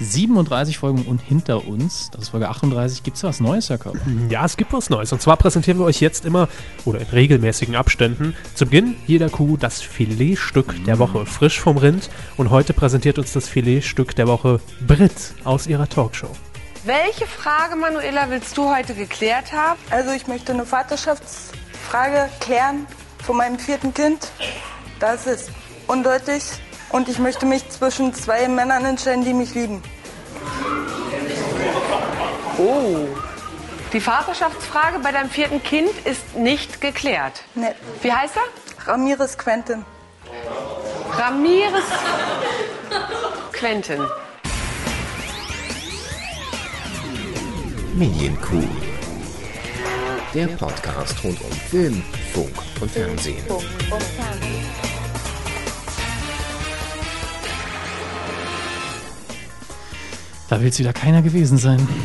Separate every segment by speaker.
Speaker 1: 37 Folgen und hinter uns, das ist Folge 38, gibt es was Neues, Herr Körper?
Speaker 2: Ja, es gibt was Neues. Und zwar präsentieren wir euch jetzt immer oder in regelmäßigen Abständen zu Beginn jeder Kuh das Filetstück der Woche frisch vom Rind. Und heute präsentiert uns das Filetstück der Woche Brit aus ihrer Talkshow.
Speaker 3: Welche Frage, Manuela, willst du heute geklärt haben?
Speaker 4: Also ich möchte eine Vaterschaftsfrage klären von meinem vierten Kind. Das ist undeutlich und ich möchte mich zwischen zwei Männern entscheiden, die mich lieben.
Speaker 3: Oh. Die Vaterschaftsfrage bei deinem vierten Kind ist nicht geklärt.
Speaker 4: Ne.
Speaker 3: Wie heißt er?
Speaker 4: Ramirez Quentin.
Speaker 3: Ramirez Quentin.
Speaker 5: Medienkuh. Der Podcast rund um Film, Funk und Fernsehen.
Speaker 1: Da will es wieder keiner gewesen sein.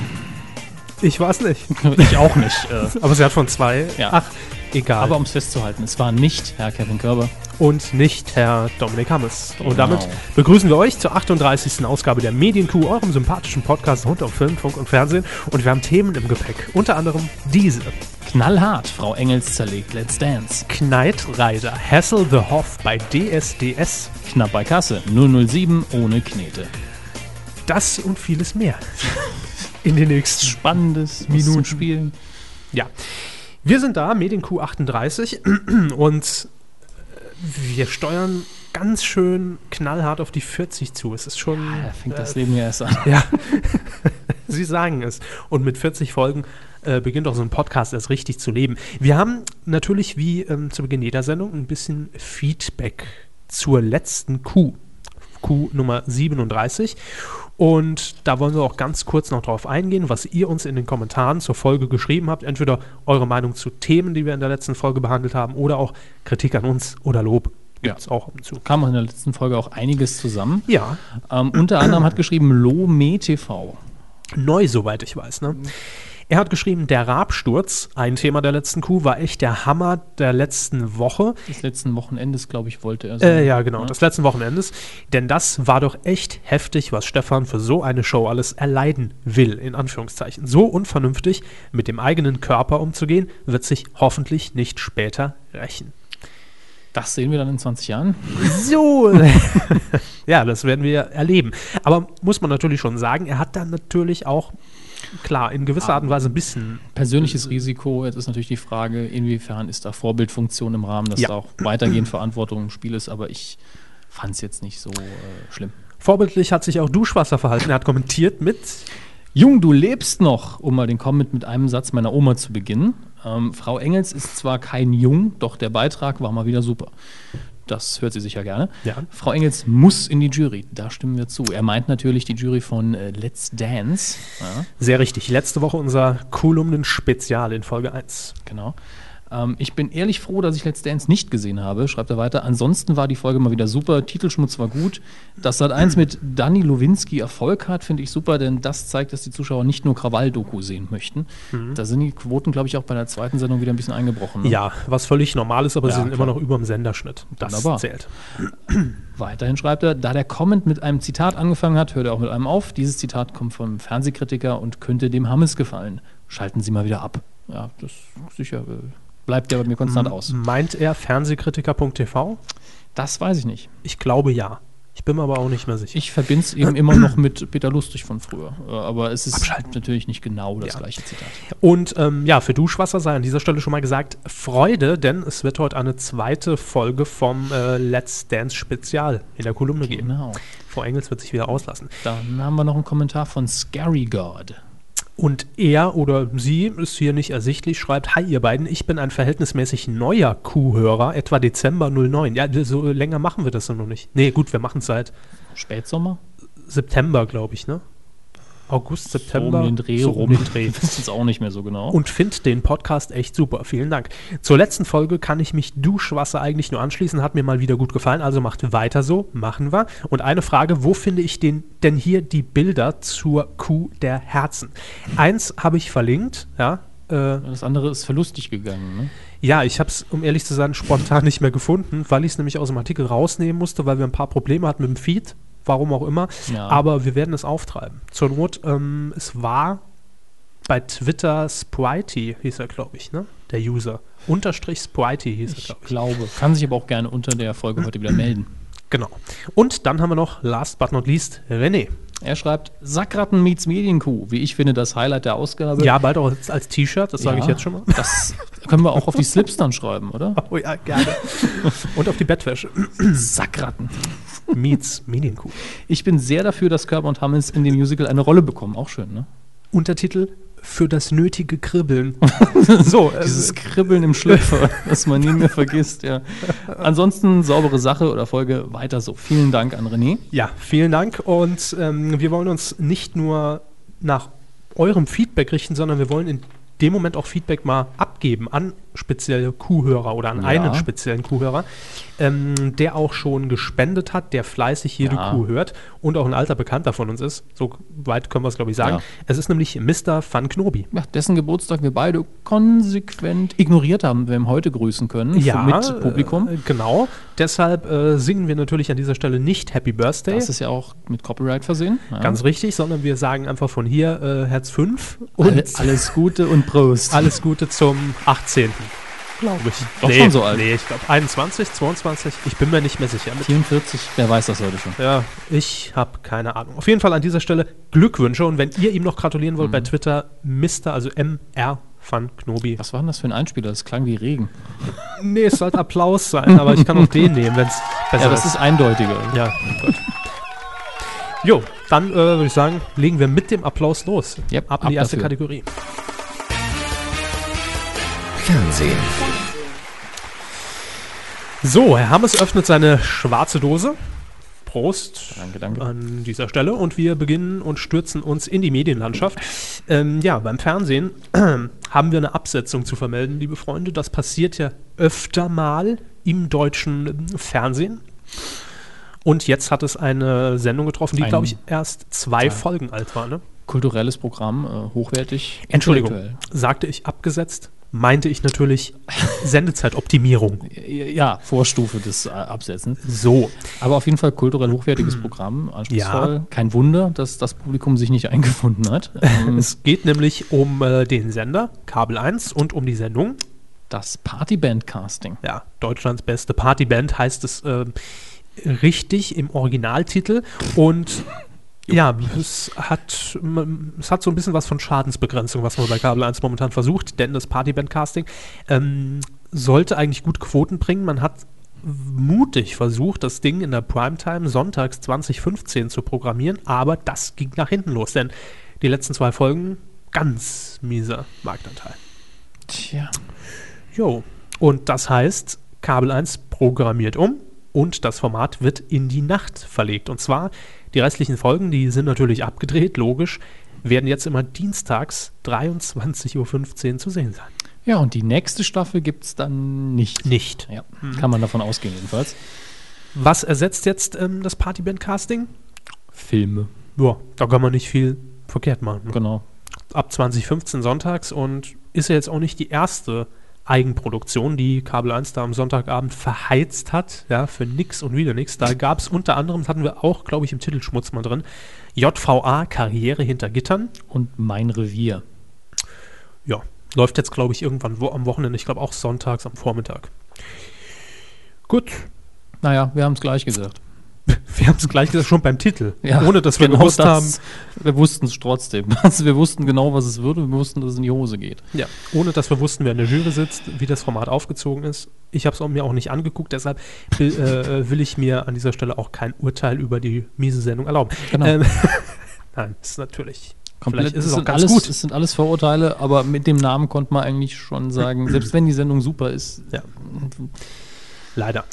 Speaker 2: Ich weiß nicht.
Speaker 1: Ich auch nicht. Äh,
Speaker 2: Aber sie hat von zwei.
Speaker 1: Ja.
Speaker 2: Ach, egal.
Speaker 1: aber um es festzuhalten, es war nicht Herr Kevin Körber.
Speaker 2: und nicht Herr Dominik Hammes. Und
Speaker 1: Genau.
Speaker 2: damit begrüßen wir euch zur 38. Ausgabe der Medienkuh, eurem sympathischen Podcast rund um Film, Funk und Fernsehen. Und wir haben Themen im Gepäck, unter anderem diese.
Speaker 1: Knallhart, Frau Engels zerlegt Let's Dance.
Speaker 2: Kneitreiter Hassel the Hoff bei DSDS.
Speaker 1: Knapp bei Kasse, 007 ohne Knete.
Speaker 2: Das und vieles mehr. In den nächsten
Speaker 1: Spannendes
Speaker 2: Minuten.
Speaker 1: Minuten spielen.
Speaker 2: Ja. Wir sind da, Medienkuh 38 und äh, wir steuern ganz schön knallhart auf die 40 zu. Es ist schon.
Speaker 1: Da fängt das Leben ja erst an.
Speaker 2: Ja. Sie sagen es. Und mit 40 Folgen äh, beginnt auch so ein Podcast erst richtig zu leben. Wir haben natürlich wie ähm, zu Beginn jeder Sendung ein bisschen Feedback zur letzten Kuh. Kuh Nummer 37. Und da wollen wir auch ganz kurz noch drauf eingehen, was ihr uns in den Kommentaren zur Folge geschrieben habt. Entweder eure Meinung zu Themen, die wir in der letzten Folge behandelt haben, oder auch Kritik an uns oder Lob.
Speaker 1: Ja.
Speaker 2: Gibt's auch ab und zu.
Speaker 1: Kam auch in der letzten Folge auch einiges zusammen.
Speaker 2: Ja,
Speaker 1: Ähm, unter anderem hat geschrieben Lome TV.
Speaker 2: neu, soweit ich weiß. Ne? Er hat geschrieben, der Rabsturz, ein Thema der letzten Kuh, war echt der Hammer der letzten Woche.
Speaker 1: Des letzten Wochenendes, glaube ich, wollte er
Speaker 2: Äh, ja, genau, des letzten Wochenendes. Denn das war doch echt heftig, was Stefan für so eine Show alles erleiden will, in Anführungszeichen. So unvernünftig mit dem eigenen Körper umzugehen, wird sich hoffentlich nicht später rächen.
Speaker 1: Das sehen wir dann in 20 Jahren.
Speaker 2: So. ja, das werden wir erleben. Aber muss man natürlich schon sagen, er hat dann natürlich auch, klar, in gewisser Art und Weise ein bisschen
Speaker 1: Persönliches Risiko, jetzt ist natürlich die Frage, inwiefern ist da Vorbildfunktion im Rahmen, dass
Speaker 2: Ja.
Speaker 1: da auch weitergehend Verantwortung im Spiel ist, aber ich fand es jetzt nicht so äh, schlimm.
Speaker 2: Vorbildlich hat sich auch Duschwasser verhalten. Er hat kommentiert mit.
Speaker 1: Jung, du lebst noch, um mal den Comment mit einem Satz meiner Oma zu beginnen. Ähm, Frau Engels ist zwar kein Jung, doch der Beitrag war mal wieder super. Das hört sie sicher gerne.
Speaker 2: Ja.
Speaker 1: Frau Engels muss in die Jury, da stimmen wir zu. Er meint natürlich die Jury von äh, Let's Dance. Ja.
Speaker 2: Sehr richtig. Letzte Woche unser Kolumnen-Spezial in Folge 1.
Speaker 1: Genau. Ähm, ich bin ehrlich froh, dass ich Let's Dance nicht gesehen habe, schreibt er weiter. Ansonsten war die Folge mal wieder super. Titelschmutz war gut. Dass Sat 1 mit Danny Lowinski Erfolg hat, finde ich super, denn das zeigt, dass die Zuschauer nicht nur Krawall-Doku sehen möchten. Da sind die Quoten, glaube ich, auch bei der zweiten Sendung wieder ein bisschen eingebrochen. ne?
Speaker 2: Ja, was völlig normal ist, aber
Speaker 1: Ja,
Speaker 2: sie sind
Speaker 1: klar.
Speaker 2: immer noch über dem Senderschnitt. Das
Speaker 1: Wunderbar.
Speaker 2: zählt.
Speaker 1: Weiterhin schreibt er, da der Comment mit einem Zitat angefangen hat, hört er auch mit einem auf. Dieses Zitat kommt vom Fernsehkritiker und könnte dem Hammes gefallen. Schalten Sie mal wieder ab. Ja, das ist sicher. äh, Bleibt ja bei mir konstant aus.
Speaker 2: Meint er Fernsehkritiker.tv?
Speaker 1: Das weiß ich nicht.
Speaker 2: Ich glaube ja. Ich bin mir aber auch nicht mehr sicher.
Speaker 1: Ich verbinde es eben immer noch mit Peter Lustig von früher. Äh, Aber es ist natürlich nicht genau das
Speaker 2: Ja.
Speaker 1: gleiche Zitat.
Speaker 2: Und ähm, ja, für Duschwasser sei an dieser Stelle schon mal gesagt, Freude, denn es wird heute eine zweite Folge vom äh, Let's Dance Spezial in der Kolumne geben.
Speaker 1: Genau.
Speaker 2: Frau Engels wird sich wieder auslassen.
Speaker 1: Dann haben wir noch einen Kommentar von Scary God.
Speaker 2: Und er oder sie ist hier nicht ersichtlich, schreibt, Hi ihr beiden, ich bin ein verhältnismäßig neuer Kuhhörer, etwa Dezember 09. Ja, so länger machen wir das doch noch nicht. Nee, gut, wir machen es seit
Speaker 1: Spätsommer?
Speaker 2: September, glaube ich, ne? August,
Speaker 1: So
Speaker 2: September.
Speaker 1: um den Dreh
Speaker 2: so um
Speaker 1: rum.
Speaker 2: den Dreh.
Speaker 1: Ich weiß jetzt auch nicht mehr so genau.
Speaker 2: Und find den Podcast echt super. Vielen Dank. Zur letzten Folge kann ich mich Duschwasser eigentlich nur anschließen. Hat mir mal wieder gut gefallen. Also macht weiter so. Machen wir. Und eine Frage: Wo finde ich den, denn hier die Bilder zur Kuh der Herzen? Eins habe ich verlinkt. Ja, äh,
Speaker 1: das andere ist verlustig gegangen. Ne?
Speaker 2: ja ich habe es, um ehrlich zu sein, spontan nicht mehr gefunden, weil ich es nämlich aus dem Artikel rausnehmen musste, weil wir ein paar Probleme hatten mit dem Feed. warum auch immer.
Speaker 1: Ja.
Speaker 2: Aber wir werden es auftreiben. Zur Not, ähm, es war bei Twitter Spritey, hieß er, glaube ich, ne? Der User. Unterstrich Spritey hieß er,
Speaker 1: Ich
Speaker 2: glaube ich.
Speaker 1: glaube. Kann sich aber auch gerne unter der Folge heute wieder melden.
Speaker 2: Genau. Und dann haben wir noch, last but not least, René.
Speaker 1: Er schreibt, Sackratten meets Medienkuh, wie ich finde, das Highlight der Ausgabe.
Speaker 2: Ja, bald auch als, als T-Shirt, das sage
Speaker 1: Ja,
Speaker 2: ich jetzt schon mal.
Speaker 1: Das können wir auch auf die Slips dann schreiben, oder?
Speaker 2: Oh ja, gerne. Und auf die Bettwäsche.
Speaker 1: Sackratten.
Speaker 2: Meets Medienkuh. Ich
Speaker 1: Ich bin sehr dafür, dass Körber und Hammonds in dem Musical eine Rolle bekommen. Auch schön, ne?
Speaker 2: Untertitel für das nötige Kribbeln. so, äh,
Speaker 1: Dieses Kribbeln im Schlüpfer, das man nie mehr vergisst, ja. Ansonsten saubere Sache oder Folge weiter so. Vielen Dank an René.
Speaker 2: ja, vielen Dank. Und ähm, wir wollen uns nicht nur nach eurem Feedback richten, sondern wir wollen in dem Moment auch Feedback mal abgeben an spezielle Kuhhörer oder an
Speaker 1: Ja.
Speaker 2: einen speziellen Kuhhörer, ähm, der auch schon gespendet hat, der fleißig jede
Speaker 1: Ja.
Speaker 2: Kuh hört und auch ein alter Bekannter von uns ist. So weit können wir es, glaube ich, sagen.
Speaker 1: Ja.
Speaker 2: Es ist nämlich Mr. Van Knobi.
Speaker 1: Ja, dessen Geburtstag wir beide konsequent ignoriert haben, wir ihn heute grüßen können
Speaker 2: Ja,
Speaker 1: mit Publikum.
Speaker 2: Äh, genau. Deshalb äh, singen wir natürlich an dieser Stelle nicht Happy Birthday.
Speaker 1: Das ist ja auch mit Copyright versehen. Ja.
Speaker 2: ganz richtig, sondern wir sagen einfach von hier äh, Herz 5 und
Speaker 1: Alle- alles Gute und Prost.
Speaker 2: alles Gute zum 18. Glaube ich.
Speaker 1: Doch schon so alt.
Speaker 2: Nee, ich glaube 21, 22, ich bin mir nicht mehr sicher.
Speaker 1: 44, wer weiß das heute schon.
Speaker 2: Ja, ich habe keine Ahnung. Auf jeden Fall an dieser Stelle Glückwünsche und wenn ihr ihm noch gratulieren wollt bei Twitter, Mr., also MR van Knobi.
Speaker 1: Was war denn das für ein Einspieler? Das klang wie Regen.
Speaker 2: Nee, es sollte Applaus sein, aber ich kann auch den nehmen, wenn es besser
Speaker 1: Ja, das ist eindeutiger.
Speaker 2: Ja, gut. Jo, dann äh, würde ich sagen, legen wir mit dem Applaus los.
Speaker 1: Yep,
Speaker 2: ab in die
Speaker 1: ab
Speaker 2: erste
Speaker 1: dafür.
Speaker 2: Kategorie.
Speaker 5: Fernsehen.
Speaker 2: So, Herr Hammes öffnet seine schwarze Dose. Prost
Speaker 1: Danke, danke.
Speaker 2: an dieser Stelle. Und wir beginnen und stürzen uns in die Medienlandschaft. Ähm, ja, beim Fernsehen haben wir eine Absetzung zu vermelden, liebe Freunde. Das passiert ja öfter mal im deutschen ähm, Fernsehen. Und jetzt hat es eine Sendung getroffen, die,
Speaker 1: Ein-
Speaker 2: glaube ich, erst zwei Folgen alt war. Ne?
Speaker 1: Kulturelles Programm, äh, hochwertig.
Speaker 2: Entschuldigung,
Speaker 1: intellektuell.
Speaker 2: sagte ich abgesetzt, meinte ich natürlich Sendezeitoptimierung.
Speaker 1: Ja, Vorstufe des äh, Absetzens.
Speaker 2: So,
Speaker 1: Aber auf jeden Fall kulturell hochwertiges Programm, anspruchsvoll. Kein Wunder, dass das Publikum sich nicht eingefunden hat. Ähm,
Speaker 2: es geht nämlich um äh, den Sender, Kabel 1, und um die Sendung.
Speaker 1: das Partyband-Casting.
Speaker 2: Ja, Deutschlands beste Partyband heißt es ähm, richtig im Originaltitel. Und ja, es hat, m- es hat so ein bisschen was von Schadensbegrenzung, was man bei Kabel 1 momentan versucht, denn das Partyband-Casting ähm, sollte eigentlich gut Quoten bringen. Man hat mutig versucht, das Ding in der Primetime sonntags 2015 zu programmieren, aber das ging nach hinten los, denn die letzten zwei Folgen ganz mieser Marktanteil.
Speaker 1: Tja.
Speaker 2: Jo. Und das heißt, Kabel 1 programmiert um und das Format wird in die Nacht verlegt. Und zwar die restlichen Folgen, die sind natürlich abgedreht, logisch, werden jetzt immer dienstags 23.15 Uhr zu sehen sein.
Speaker 1: Ja, und die nächste Staffel gibt es dann nicht.
Speaker 2: Nicht.
Speaker 1: Ja, kann man davon ausgehen jedenfalls.
Speaker 2: Was ersetzt jetzt ähm, das Partyband-Casting?
Speaker 1: Filme,
Speaker 2: Ja, da kann man nicht viel verkehrt machen.
Speaker 1: genau.
Speaker 2: Ab 2015 sonntags und ist ja jetzt auch nicht die erste Eigenproduktion, die Kabel 1 da am Sonntagabend verheizt hat, ja, für nix und wieder nix. Da gab es unter anderem, das hatten wir auch, glaube ich, im Titelschmutz mal drin, JVA Karriere hinter Gittern.
Speaker 1: Und Mein Revier.
Speaker 2: Ja, läuft jetzt, glaube ich, irgendwann wo, am Wochenende, ich glaube auch sonntags am Vormittag. Gut,
Speaker 1: Naja, wir haben es gleich gesagt.
Speaker 2: wir haben es gleich gesagt, schon beim Titel,
Speaker 1: Ja, genau
Speaker 2: ohne dass wir gewusst haben,
Speaker 1: haben. Wir wussten es trotzdem. Also wir wussten genau, was es würde. Wir wussten, dass es in die Hose geht.
Speaker 2: Ja, ohne dass wir wussten, wer in der Jury sitzt, wie das Format aufgezogen ist. Ich habe es mir auch nicht angeguckt, deshalb will, äh, will ich mir an dieser Stelle auch kein Urteil über die miese Sendung erlauben.
Speaker 1: Genau.
Speaker 2: Ähm, Nein, ist natürlich.
Speaker 1: Komplett,
Speaker 2: Vielleicht ist es auch
Speaker 1: sind
Speaker 2: ganz
Speaker 1: alles,
Speaker 2: gut.
Speaker 1: Es sind alles Vorurteile, aber mit dem Namen konnte man eigentlich schon sagen, selbst wenn die Sendung super ist,
Speaker 2: Ja. Leider.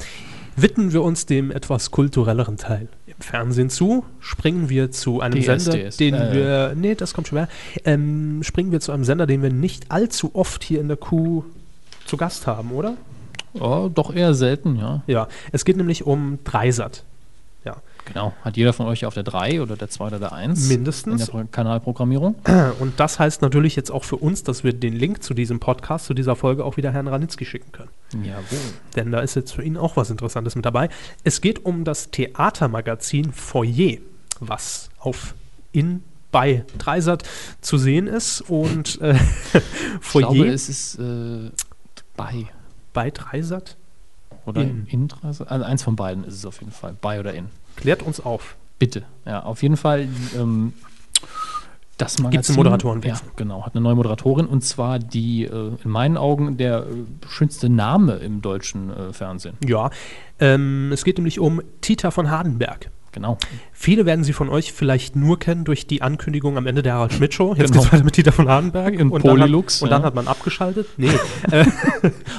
Speaker 2: Widmen wir uns dem etwas kulturelleren Teil im Fernsehen zu. Springen wir zu einem
Speaker 1: DSDS,
Speaker 2: Sender, den
Speaker 1: äh.
Speaker 2: wir. Nee, das kommt schon mehr. Ähm, springen wir zu einem Sender, den wir nicht allzu oft hier in der Kuh zu Gast haben, oder?
Speaker 1: ja, doch eher selten, ja.
Speaker 2: Ja, es geht nämlich um Dreisat. Ja.
Speaker 1: Genau, hat jeder von euch auf der 3 oder der 2 oder der 1. In der
Speaker 2: Mindestens.
Speaker 1: Pro- Kanalprogrammierung.
Speaker 2: Und das heißt natürlich jetzt auch für uns, dass wir den Link zu diesem Podcast, zu dieser Folge auch wieder Herrn Ranitzky schicken können.
Speaker 1: Jawohl.
Speaker 2: Denn da ist jetzt für ihn auch was Interessantes mit dabei. Es geht um das Theatermagazin Foyer, was auf in bei Dreisat zu sehen ist. Und äh,
Speaker 1: Ich glaube,
Speaker 2: Foyer
Speaker 1: es ist äh, bei
Speaker 2: bei Dreisat
Speaker 1: oder in.
Speaker 2: In.
Speaker 1: also eins von beiden ist es auf jeden Fall. Bei oder in.
Speaker 2: klärt uns auf.
Speaker 1: Bitte. Ja, auf jeden Fall. Ähm, das Magazin.
Speaker 2: Gibt's einen Moderatorenwechsel?
Speaker 1: Ja, genau. Hat eine neue Moderatorin und zwar die, äh, in meinen Augen, der äh, schönste Name im deutschen äh, Fernsehen.
Speaker 2: Ja, ähm, es geht nämlich um Tita von Hardenberg.
Speaker 1: Genau.
Speaker 2: Viele werden sie von euch vielleicht nur kennen durch die Ankündigung am Ende der Harald Schmidt Show. Jetzt
Speaker 1: Genau.
Speaker 2: geht's weiter mit Tita von Hardenberg
Speaker 1: Und Polylux,
Speaker 2: Dann hat, und dann
Speaker 1: ja.
Speaker 2: hat man abgeschaltet. Nee,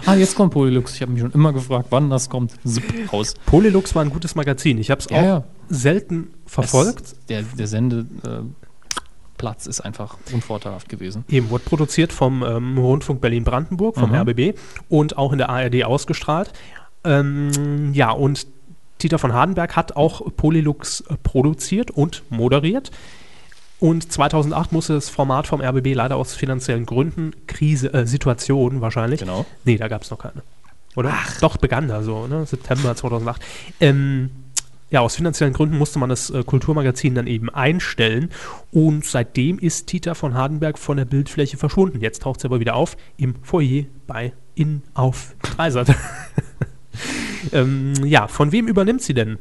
Speaker 1: Ah, jetzt kommt Polylux. Ich habe mich schon immer gefragt, wann das kommt. Zip, raus.
Speaker 2: Polylux war ein gutes Magazin. Ich habe es
Speaker 1: Ja,
Speaker 2: auch
Speaker 1: ja.
Speaker 2: selten verfolgt.
Speaker 1: Es, der der Sendeplatz ist einfach unvorteilhaft gewesen.
Speaker 2: Eben, wurde produziert vom ähm, Rundfunk Berlin-Brandenburg, vom
Speaker 1: Mhm.
Speaker 2: RBB und auch in der ARD ausgestrahlt. Ähm, ja, und Dieter von Hardenberg hat auch Polylux äh, produziert und moderiert. Und 2008 musste das Format vom RBB leider aus finanziellen Gründen, Krise, äh, Situation wahrscheinlich.
Speaker 1: Genau.
Speaker 2: Nee, da gab es noch keine. Oder? Doch, begann da so, ne? September 2008. Ähm, ja, aus finanziellen Gründen musste man das äh, Kulturmagazin dann eben einstellen. Und seitdem ist Tita von Hardenberg von der Bildfläche verschwunden. Jetzt taucht sie aber wieder auf im Foyer bei In auf Dreisat. ähm, ja, von wem übernimmt sie denn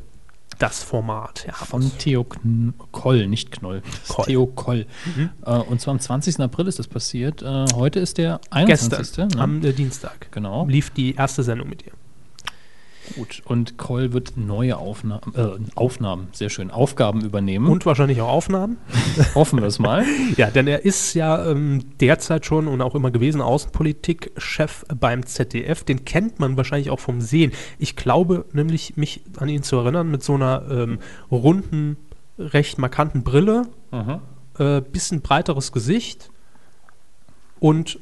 Speaker 2: das Format? Ja,
Speaker 1: Von Theo Kn Koll, nicht Knoll. Das ist
Speaker 2: Koll.
Speaker 1: Theo Koll.
Speaker 2: Mhm.
Speaker 1: Äh, und zwar am 20. April ist das passiert. Äh, heute ist der 21.
Speaker 2: gestern,
Speaker 1: ne?
Speaker 2: am äh, Dienstag,
Speaker 1: genau.
Speaker 2: lief die erste Sendung mit ihr.
Speaker 1: Gut. Und Koll wird neue Aufnahmen, äh, Aufnahmen, sehr schön, Aufgaben übernehmen.
Speaker 2: Und wahrscheinlich auch Aufnahmen.
Speaker 1: hoffen wir es mal.
Speaker 2: Ja, denn er ist ja ähm, derzeit schon und auch immer gewesen Außenpolitikchef beim ZDF. Den kennt man wahrscheinlich auch vom Sehen. Ich glaube nämlich, mich an ihn zu erinnern, mit so einer ähm, runden, recht markanten Brille, äh, bisschen breiteres Gesicht und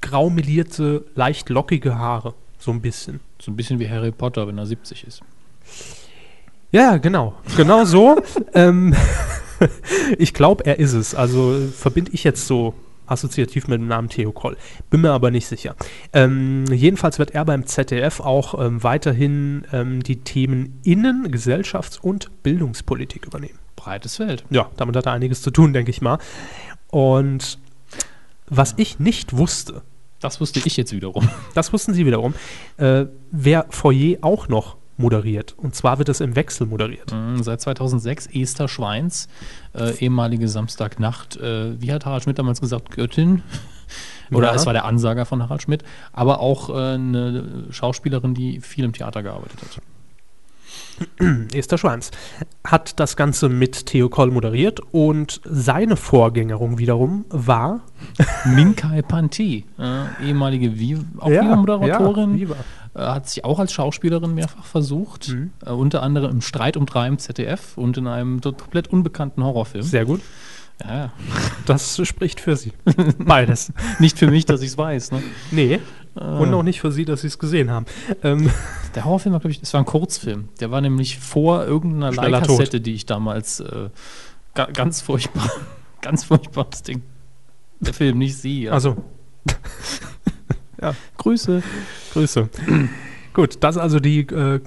Speaker 2: graumelierte, leicht lockige Haare. So ein bisschen.
Speaker 1: So ein bisschen wie Harry Potter, wenn er 70 ist.
Speaker 2: Ja, genau. Genau so. ähm, ich glaube, er ist es. Also äh, verbinde ich jetzt so assoziativ mit dem Namen Theo Koll. Bin mir aber nicht sicher. Ähm, jedenfalls wird er beim ZDF auch ähm, weiterhin ähm, die Themen Innen-, Gesellschafts- und Bildungspolitik übernehmen.
Speaker 1: Breites Feld.
Speaker 2: Ja, damit hat er einiges zu tun, denke ich mal. Und was ich nicht wusste,
Speaker 1: Das wusste ich jetzt wiederum.
Speaker 2: das wussten Sie wiederum, äh, wer Foyer auch noch moderiert. Und zwar wird es im Wechsel moderiert.
Speaker 1: Mm, Seit 2006 Esther Schweins, äh, ehemalige Samstagnacht. Äh, wie hat Harald Schmidt damals gesagt? Göttin. Oder
Speaker 2: Ja.
Speaker 1: es war der Ansager von Harald Schmidt. Aber auch äh, eine Schauspielerin, die viel im Theater gearbeitet hat.
Speaker 2: Esther Schwanz hat das Ganze mit Theo Koll moderiert und seine Vorgängerin wiederum war
Speaker 1: Minkai Panti, äh, ehemalige Vi auch Viva-Moderatorin,
Speaker 2: Ja, Viva. Mhm.
Speaker 1: äh, hat sich auch als Schauspielerin mehrfach versucht, äh, unter anderem im Streit um drei im ZDF und in einem tot- komplett unbekannten Horrorfilm.
Speaker 2: Sehr gut.
Speaker 1: Ja,
Speaker 2: Das spricht für sie. Beides.
Speaker 1: nicht für mich, dass ich es weiß. Ne?
Speaker 2: Nee. Und auch nicht für sie, dass sie es gesehen haben. Ähm,
Speaker 1: Der Horrorfilm war, glaube ich, es war ein Kurzfilm. Der war nämlich vor irgendeiner
Speaker 2: Schneller
Speaker 1: Leihkassette, die ich damals äh, ga ganz furchtbar, ganz furchtbares Ding. Der Film, nicht sie. Ja.
Speaker 2: also,
Speaker 1: Grüße.
Speaker 2: Grüße. Gut, das also die äh,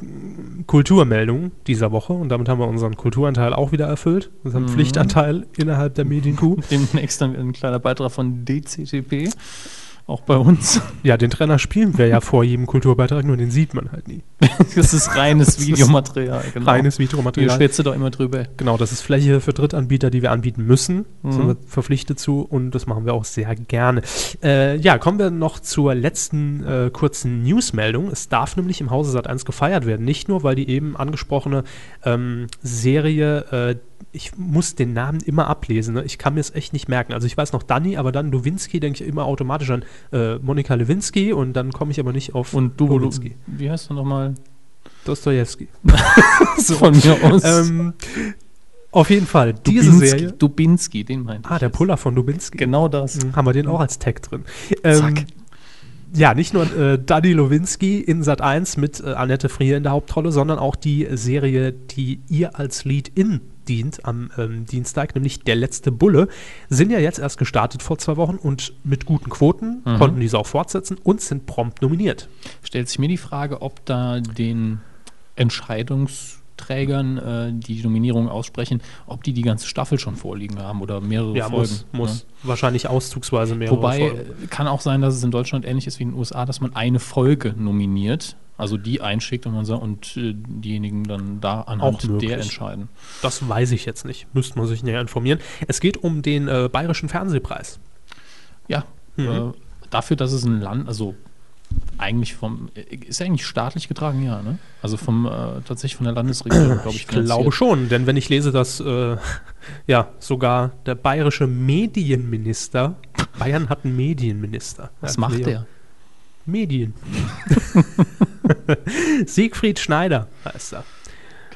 Speaker 2: Kulturmeldung dieser Woche. Und damit haben wir unseren Kulturanteil auch wieder erfüllt. Unseren Pflichtanteil innerhalb der Medienkuh.
Speaker 1: Demnächst dann ein kleiner Beitrag von DCTP. Auch bei uns.
Speaker 2: Ja, den Trainer spielen wir ja vor jedem Kulturbeitrag, nur den sieht man halt nie.
Speaker 1: Das ist reines
Speaker 2: ist
Speaker 1: Videomaterial. Genau.
Speaker 2: Reines
Speaker 1: Wir
Speaker 2: Videomaterial.
Speaker 1: schwätze doch immer drüber.
Speaker 2: Genau, das ist Fläche für Drittanbieter, die wir anbieten müssen.
Speaker 1: Mhm.
Speaker 2: Sind wir verpflichtet zu und das machen wir auch sehr gerne. Äh, ja, kommen wir noch zur letzten äh, kurzen Newsmeldung. Es darf nämlich im Hause Sat1 gefeiert werden. Nicht nur, weil die eben angesprochene ähm, Serie, äh, ich muss den Namen immer ablesen, ne? ich kann mir es echt nicht merken. Also ich weiß noch Danny, aber dann Lewinsky denke ich immer automatisch an äh, Monika Lewinsky und dann komme ich aber nicht auf
Speaker 1: Und du, du
Speaker 2: Lewinsky.
Speaker 1: wie heißt du nochmal?
Speaker 2: Dostojewski.
Speaker 1: So. Von mir aus.
Speaker 2: Ähm, auf jeden Fall, diese
Speaker 1: Dubinski,
Speaker 2: Serie.
Speaker 1: Dubinski, den meinte ich.
Speaker 2: Ah, der
Speaker 1: jetzt.
Speaker 2: Puller von Dubinski.
Speaker 1: Genau das.
Speaker 2: Haben wir den auch als Tag drin. Ähm,
Speaker 1: Zack.
Speaker 2: ja, nicht nur äh, Dani Lowinski in Sat 1 mit äh, Annette Frier in der Hauptrolle, sondern auch die Serie, die ihr als Lead-In dient am ähm, Dienstag, nämlich Der letzte Bulle, sind ja jetzt erst gestartet vor zwei Wochen und mit guten Quoten
Speaker 1: Mhm.
Speaker 2: konnten diese auch fortsetzen und sind prompt nominiert.
Speaker 1: Stellt sich mir die Frage, ob da den Entscheidungsträgern, äh, die die Nominierung aussprechen, ob die die ganze Staffel schon vorliegen haben oder mehrere
Speaker 2: Ja,
Speaker 1: Folgen.
Speaker 2: muss, muss wahrscheinlich auszugsweise
Speaker 1: Ne?
Speaker 2: mehrere
Speaker 1: Wobei
Speaker 2: Folgen.
Speaker 1: äh, kann auch sein, dass es in Deutschland ähnlich ist wie in den USA, dass man eine Folge nominiert, also die einschickt und man sagt, und äh, diejenigen dann da
Speaker 2: Auch
Speaker 1: anhand
Speaker 2: möglich.
Speaker 1: der entscheiden.
Speaker 2: Das weiß ich jetzt nicht. Müsste man sich näher informieren. Es geht um den äh, Bayerischen Fernsehpreis.
Speaker 1: Ja,
Speaker 2: Mhm.
Speaker 1: äh, dafür, dass es ein Land, also eigentlich vom, äh, ist ja eigentlich staatlich getragen, ja, ne? Also vom, äh, tatsächlich von der Landesregierung, glaube ich.
Speaker 2: Ich glaube schon, denn wenn ich lese, dass äh, ja sogar der bayerische Medienminister, Bayern hat einen Medienminister.
Speaker 1: Was
Speaker 2: Ja,
Speaker 1: macht
Speaker 2: Leo.
Speaker 1: der?
Speaker 2: Medien. Siegfried Schneider heißt er.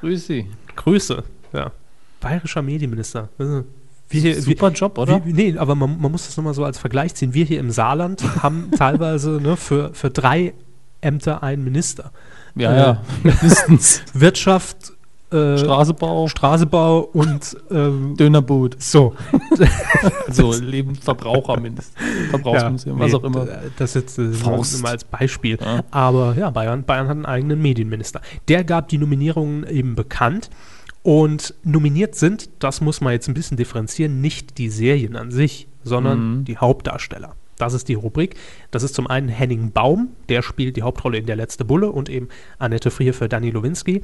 Speaker 1: Grüß Sie.
Speaker 2: Grüße. Ja. Bayerischer Medienminister. Also, Wir hier,
Speaker 1: Super Job, oder?
Speaker 2: Wir, nee, aber man, man muss das nochmal so als Vergleich ziehen. Wir hier im Saarland haben teilweise ne, für, für drei Ämter einen Minister.
Speaker 1: Ja, ja, mindestens.
Speaker 2: Wirtschaft, äh,
Speaker 1: Straßebau,
Speaker 2: Straßebau und ähm,
Speaker 1: Dönerboot,
Speaker 2: so.
Speaker 1: also Leben Verbraucher mindestens. Verbrauchsmuseum, was
Speaker 2: nee,
Speaker 1: auch immer.
Speaker 2: d- Das jetzt äh,
Speaker 1: Faust.
Speaker 2: nur mal als Beispiel.
Speaker 1: Ja.
Speaker 2: Aber ja, Bayern, Bayern hat einen eigenen Medienminister. Der gab die Nominierungen eben bekannt. Und nominiert sind, das muss man jetzt ein bisschen differenzieren, nicht die Serien an sich, sondern
Speaker 1: Mhm.
Speaker 2: die Hauptdarsteller. Das ist die Rubrik. Das ist zum einen Henning Baum, der spielt die Hauptrolle in Der letzte Bulle und eben Annette Frier für Dani Lowinski.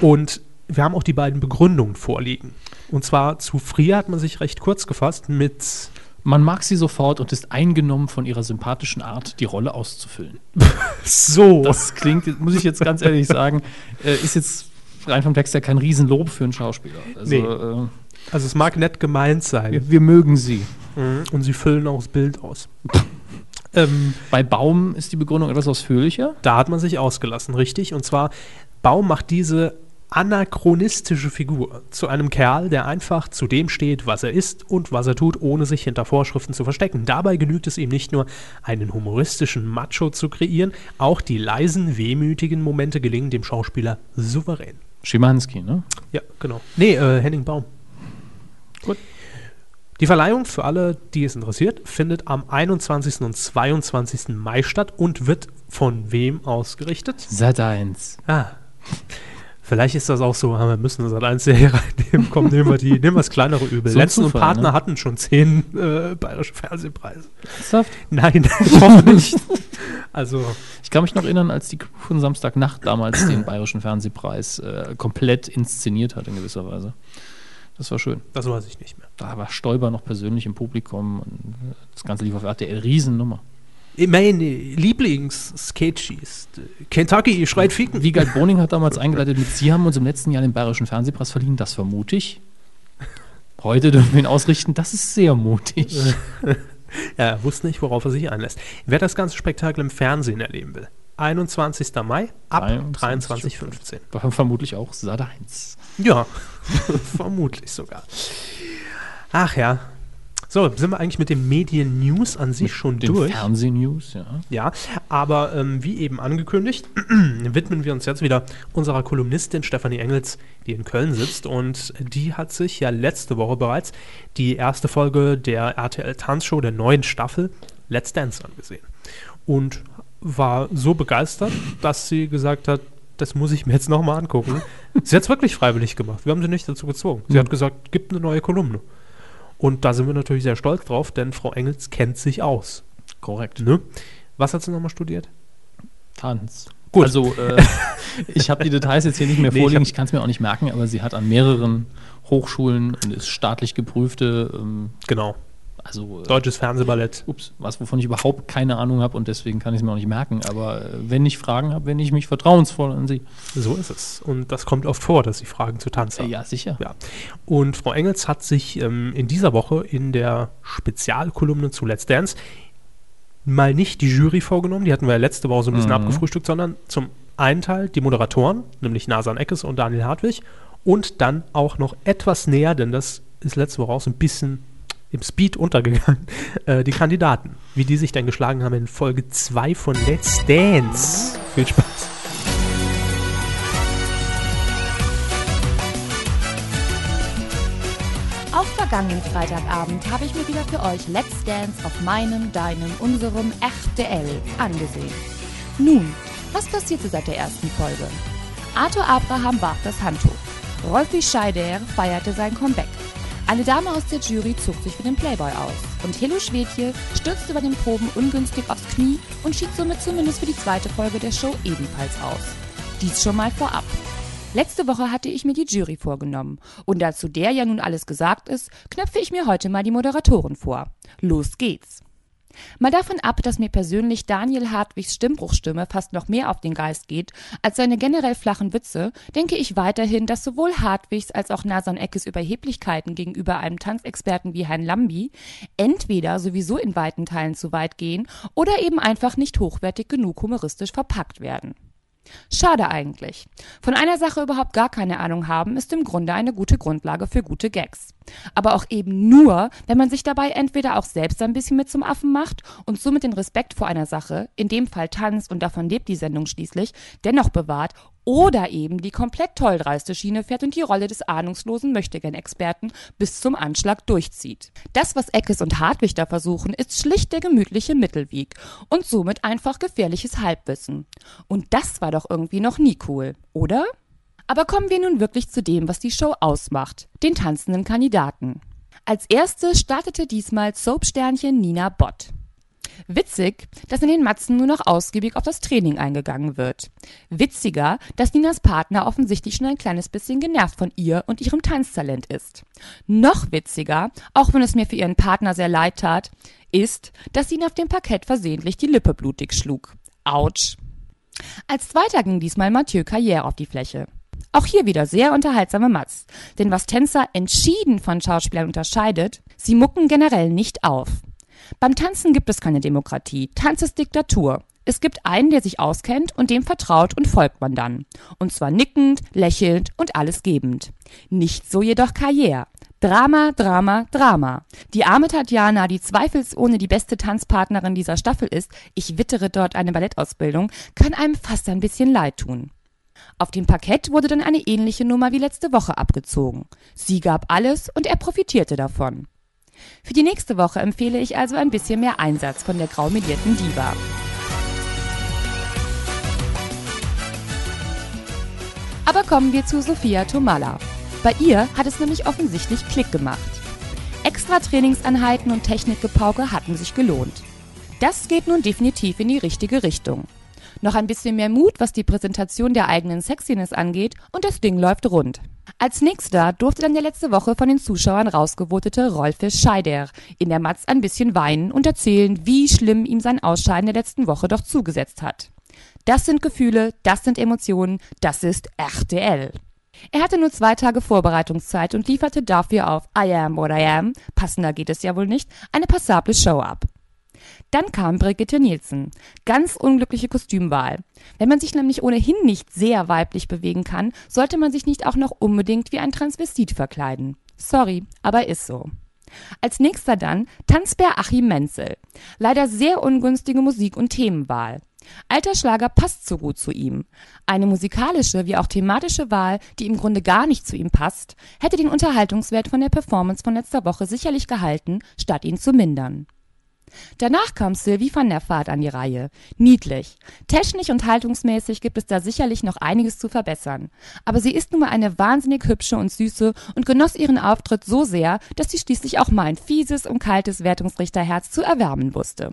Speaker 2: Und wir haben auch die beiden Begründungen vorliegen. Und zwar zu Frier hat man sich recht kurz gefasst mit
Speaker 1: Man mag sie sofort und ist eingenommen von ihrer sympathischen Art, die Rolle auszufüllen.
Speaker 2: So.
Speaker 1: Das klingt, muss ich jetzt ganz ehrlich sagen, äh, ist jetzt rein vom Text her kein Riesenlob für einen Schauspieler. Also,
Speaker 2: Nee.
Speaker 1: äh,
Speaker 2: Also es mag nett gemeint sein
Speaker 1: wir, wir mögen sie.
Speaker 2: und sie füllen auch das Bild aus. ähm,
Speaker 1: Bei Baum ist die Begründung etwas ausführlicher.
Speaker 2: da hat man sich ausgelassen, richtig? Und zwar, Baum macht diese anachronistische Figur zu einem Kerl, der einfach zu dem steht, was er ist und was er tut, ohne sich hinter Vorschriften zu verstecken. Dabei genügt es ihm nicht nur, einen humoristischen Macho zu kreieren, auch die leisen, wehmütigen Momente gelingen dem Schauspieler souverän.
Speaker 1: Schimanski, ne?
Speaker 2: Ja, genau. Nee, äh, Henning Baum.
Speaker 1: Gut.
Speaker 2: Die Verleihung für alle, die es interessiert, findet am 21. und 22. Mai statt und wird von wem ausgerichtet?
Speaker 1: Sat 1.
Speaker 2: Ah. Vielleicht ist das auch so, ah, wir müssen das als Serie reinnehmen. Komm, nehmen wir die, nehmen wir das kleinere Übel.
Speaker 1: So ein
Speaker 2: Lenz und
Speaker 1: Zufall,
Speaker 2: Partner
Speaker 1: ne?
Speaker 2: hatten schon zehn äh, bayerische Fernsehpreise.
Speaker 1: Ernsthaft?
Speaker 2: Nein, ich hoffe nicht. Also,
Speaker 1: Ich kann mich noch erinnern, als die Crew von Samstagnacht damals den Bayerischen Fernsehpreis äh, komplett inszeniert hat in gewisser Weise. Das war schön.
Speaker 2: das weiß ich nicht mehr.
Speaker 1: Da war Stoiber noch persönlich im Publikum und äh, das Ganze lief auf RTL. Riesennummer.
Speaker 2: Meine Lieblings-Sketchy ist äh, Kentucky schreit Ficken.
Speaker 1: Wiegald Boning hat damals eingeleitet mit Sie haben uns im letzten Jahr den Bayerischen Fernsehpreis verliehen, das war mutig. Heute dürfen wir ihn ausrichten, das ist sehr mutig.
Speaker 2: Ja, er wusste nicht, worauf er sich einlässt. Wer das ganze Spektakel im Fernsehen erleben will, 21. Mai ab
Speaker 1: 23.15.
Speaker 2: 23.15
Speaker 1: War vermutlich auch Sat 1.
Speaker 2: Ja, vermutlich sogar. Ach ja. So, sind wir eigentlich mit den Medien-News an sich schon
Speaker 1: Den
Speaker 2: durch?
Speaker 1: Fernsehnews, ja.
Speaker 2: Ja, aber ähm, wie eben angekündigt, widmen wir uns jetzt wieder unserer Kolumnistin Stefanie Engels, die in Köln sitzt. Und die hat sich ja letzte Woche bereits die erste Folge der RTL-Tanzshow der neuen Staffel Let's Dance angesehen. Und war so begeistert, dass sie gesagt hat, das muss ich mir jetzt nochmal angucken. Sie hat es wirklich freiwillig gemacht. Wir haben sie nicht dazu gezwungen. Sie hat gesagt, gibt eine neue Kolumne. Und da sind wir natürlich sehr stolz drauf, denn Frau Engels kennt sich aus.
Speaker 1: Korrekt.
Speaker 2: Ne? Was hat sie nochmal studiert?
Speaker 1: Tanz.
Speaker 2: Gut.
Speaker 1: Also, äh, ich habe die Details jetzt hier nicht mehr
Speaker 2: Nee, ich
Speaker 1: vorliegen,
Speaker 2: hab-
Speaker 1: ich, kann es mir auch nicht merken, aber sie hat an mehreren Hochschulen und ist staatlich geprüfte, ähm,
Speaker 2: Genau.
Speaker 1: also, äh,
Speaker 2: Deutsches Fernsehballett.
Speaker 1: ups, was, wovon ich überhaupt keine Ahnung habe und deswegen kann ich es mir auch nicht merken. Aber äh, wenn ich Fragen habe, wende ich mich vertrauensvoll an sie.
Speaker 2: So ist es. Und das kommt oft vor, dass sie Fragen zu Tanz haben.
Speaker 1: Ja, sicher.
Speaker 2: Ja. Und Frau Engels hat sich ähm, in dieser Woche in der Spezialkolumne zu Let's Dance mal nicht die Jury vorgenommen, die hatten wir ja letzte Woche so ein bisschen abgefrühstückt, sondern zum einen Teil die Moderatoren, nämlich Nasan Eckes und Daniel Hartwig und dann auch noch etwas näher, denn das ist letzte Woche auch so ein bisschen im Speed untergegangen, äh, die Kandidaten, wie die sich dann geschlagen haben in Folge 2 von Let's Dance. Mhm. Viel Spaß.
Speaker 6: Auch vergangenen Freitagabend habe ich mir wieder für euch Let's Dance auf meinem, deinem, unserem RTL angesehen. Nun, was passierte seit der ersten Folge? Arthur Abraham warf das Handtuch. Rolfi Scheider feierte sein Comeback. Eine Dame aus der Jury zog sich für den Playboy aus. Und Helo Schwedje stürzte bei den Proben ungünstig aufs Knie und schied somit zumindest für die zweite Folge der Show ebenfalls aus. Dies schon mal vorab. Letzte Woche hatte ich mir die Jury vorgenommen. Und da zu der ja nun alles gesagt ist, knöpfe ich mir heute mal die Moderatoren vor. Los geht's. Mal davon ab, dass mir persönlich Daniel Hartwigs Stimmbruchstimme fast noch mehr auf den Geist geht, als seine generell flachen Witze, denke ich weiterhin, dass sowohl Hartwigs als auch Nason Eckes Überheblichkeiten gegenüber einem Tanzexperten wie Herrn Lambi entweder sowieso in weiten Teilen zu weit gehen oder eben einfach nicht hochwertig genug humoristisch verpackt werden. Schade eigentlich. Von einer Sache überhaupt gar keine Ahnung haben, ist im Grunde eine gute Grundlage für gute Gags. Aber auch eben nur, wenn man sich dabei entweder auch selbst ein bisschen mit zum Affen macht und somit den Respekt vor einer Sache, in dem Fall Tanz und davon lebt die Sendung schließlich, dennoch bewahrt oder eben die komplett tolldreiste Schiene fährt und die Rolle des ahnungslosen Möchtegern-Experten bis zum Anschlag durchzieht. Das, was Eckes und Hartwig da versuchen, ist schlicht der gemütliche Mittelweg und somit einfach gefährliches Halbwissen. Und das war doch irgendwie noch nie cool, oder? Aber kommen wir nun wirklich zu dem, was die Show ausmacht, den tanzenden Kandidaten. Als erste startete diesmal Soapsternchen Nina Bott. Witzig, dass in den Matzen nur noch ausgiebig auf das Training eingegangen wird. Witziger, dass Ninas Partner offensichtlich schon ein kleines bisschen genervt von ihr und ihrem Tanztalent ist. Noch witziger, auch wenn es mir für ihren Partner sehr leid tat, ist, dass sie ihn auf dem Parkett versehentlich die Lippe blutig schlug. Autsch. Als zweiter ging diesmal Mathieu Carrière auf die Fläche. Auch hier wieder sehr unterhaltsame Mats. Denn was Tänzer entschieden von Schauspielern unterscheidet, sie mucken generell nicht auf. Beim Tanzen gibt es keine Demokratie. Tanz ist Diktatur. Es gibt einen, der sich auskennt und dem vertraut und folgt man dann. Und zwar nickend, lächelnd und alles gebend. Nicht so jedoch Karriere. Drama, Drama, Drama. Die arme Tatjana, die zweifelsohne die beste Tanzpartnerin dieser Staffel ist, ich wittere dort eine Ballettausbildung, kann einem fast ein bisschen leid tun. Auf dem Parkett wurde dann eine ähnliche Nummer wie letzte Woche abgezogen. Sie gab alles und er profitierte davon. Für die nächste Woche empfehle ich also ein bisschen mehr Einsatz von der graumelierten Diva. Aber kommen wir zu Sophia Tomala. Bei ihr hat es nämlich offensichtlich Klick gemacht. Extra Trainingseinheiten und Technikgepauke hatten sich gelohnt. Das geht nun definitiv in die richtige Richtung. Noch ein bisschen mehr Mut, was die Präsentation der eigenen Sexiness angeht, und das Ding läuft rund. Als nächster durfte dann der letzte Woche von den Zuschauern rausgewotete Rolfe Scheider in der Matz ein bisschen weinen und erzählen, wie schlimm ihm sein Ausscheiden der letzten Woche doch zugesetzt hat. Das sind Gefühle, das sind Emotionen, das ist RTL. Er hatte nur zwei Tage Vorbereitungszeit und lieferte dafür auf I am what I am, passender geht es ja wohl nicht, eine passable Show ab. Dann kam Brigitte Nielsen. Ganz unglückliche Kostümwahl. Wenn man sich nämlich ohnehin nicht sehr weiblich bewegen kann, sollte man sich nicht auch noch unbedingt wie ein Transvestit verkleiden. Sorry, aber ist so. Als nächster dann Tanzbär Achim Menzel. Leider sehr ungünstige Musik- und Themenwahl. Alter Schlager passt so gut zu ihm. Eine musikalische wie auch thematische Wahl, die im Grunde gar nicht zu ihm passt, hätte den Unterhaltungswert von der Performance von letzter Woche sicherlich gehalten, statt ihn zu mindern. Danach kam Sylvie van der Vaart an die Reihe. Niedlich. Technisch und haltungsmäßig gibt es da sicherlich noch einiges zu verbessern. Aber sie ist nun mal eine wahnsinnig hübsche und süße und genoss ihren Auftritt so sehr, dass sie schließlich auch mal ein fieses und kaltes Wertungsrichterherz zu erwärmen wusste.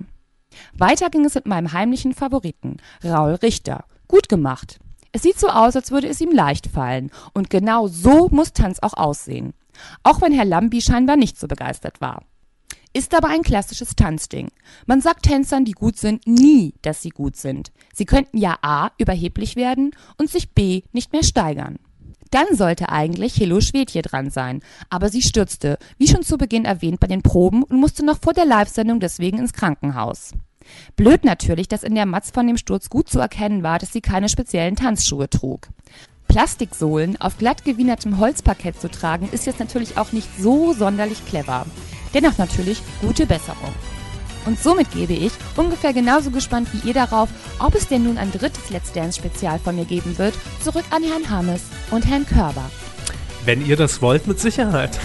Speaker 6: Weiter ging es mit meinem heimlichen Favoriten, Raul Richter. Gut gemacht. Es sieht so aus, als würde es ihm leicht fallen. Und genau so muss Tanz auch aussehen. Auch wenn Herr Lambi scheinbar nicht so begeistert war ist aber ein klassisches Tanzding. Man sagt Tänzern, die gut sind, nie, dass sie gut sind. Sie könnten ja A überheblich werden und sich B nicht mehr steigern. Dann sollte eigentlich Helo Schwedje dran sein, aber sie stürzte, wie schon zu Beginn erwähnt, bei den Proben und musste noch vor der Live-Sendung deswegen ins Krankenhaus. Blöd natürlich, dass in der Matz von dem Sturz gut zu erkennen war, dass sie keine speziellen Tanzschuhe trug. Plastiksohlen auf glatt gewienertem Holzparkett zu tragen, ist jetzt natürlich auch nicht so sonderlich clever. Dennoch natürlich gute Besserung. Und somit gebe ich, ungefähr genauso gespannt wie ihr darauf, ob es denn nun ein drittes Let's Dance Spezial von mir geben wird, zurück an Herrn Hammes und Herrn Körber.
Speaker 2: Wenn ihr das wollt, mit Sicherheit.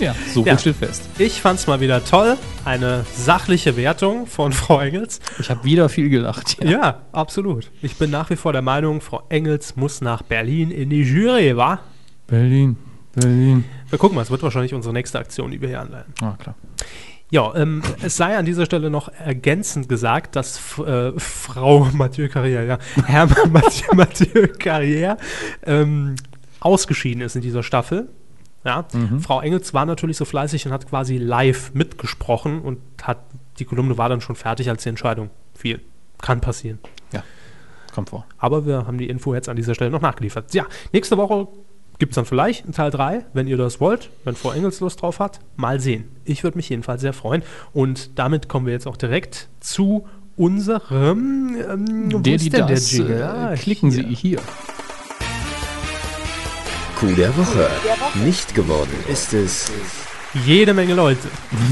Speaker 1: Ja, so
Speaker 2: Ja.
Speaker 1: viel steht fest.
Speaker 2: Ich fand's mal wieder toll. Eine sachliche Wertung von Frau Engels.
Speaker 1: Ich habe wieder viel gelacht.
Speaker 2: Ja. absolut. Ich bin nach wie vor der Meinung, Frau Engels muss nach Berlin in die Jury, wa?
Speaker 1: Berlin, Berlin.
Speaker 2: Wir gucken mal, es wird wahrscheinlich unsere nächste Aktion, die wir hier anleihen.
Speaker 1: Ah, klar.
Speaker 2: Ja, ähm, es sei an dieser Stelle noch ergänzend gesagt, dass f- äh, Frau Mathieu Carrière, ja, Herr Mathieu, Mathieu Carrière ähm, ausgeschieden ist in dieser Staffel. Ja, Frau Engels war natürlich so fleißig und hat quasi live mitgesprochen und hat die Kolumne war dann schon fertig, als die Entscheidung fiel. Kann passieren.
Speaker 1: Ja, kommt vor.
Speaker 2: Aber wir haben die Info jetzt an dieser Stelle noch nachgeliefert. Ja, nächste Woche gibt es dann vielleicht einen Teil 3, wenn ihr das wollt, wenn Frau Engels Lust drauf hat. Mal sehen. Ich würde mich jedenfalls sehr freuen. Und damit kommen wir jetzt auch direkt zu unserem ähm, wo
Speaker 1: Der,
Speaker 2: ist
Speaker 1: die
Speaker 2: denn
Speaker 1: das,
Speaker 2: Jingle?
Speaker 1: äh,
Speaker 2: Ah,
Speaker 1: klicken
Speaker 2: hier.
Speaker 1: Sie hier.
Speaker 5: Coup der Woche. Nicht geworden ist es
Speaker 2: Jede Menge Leute.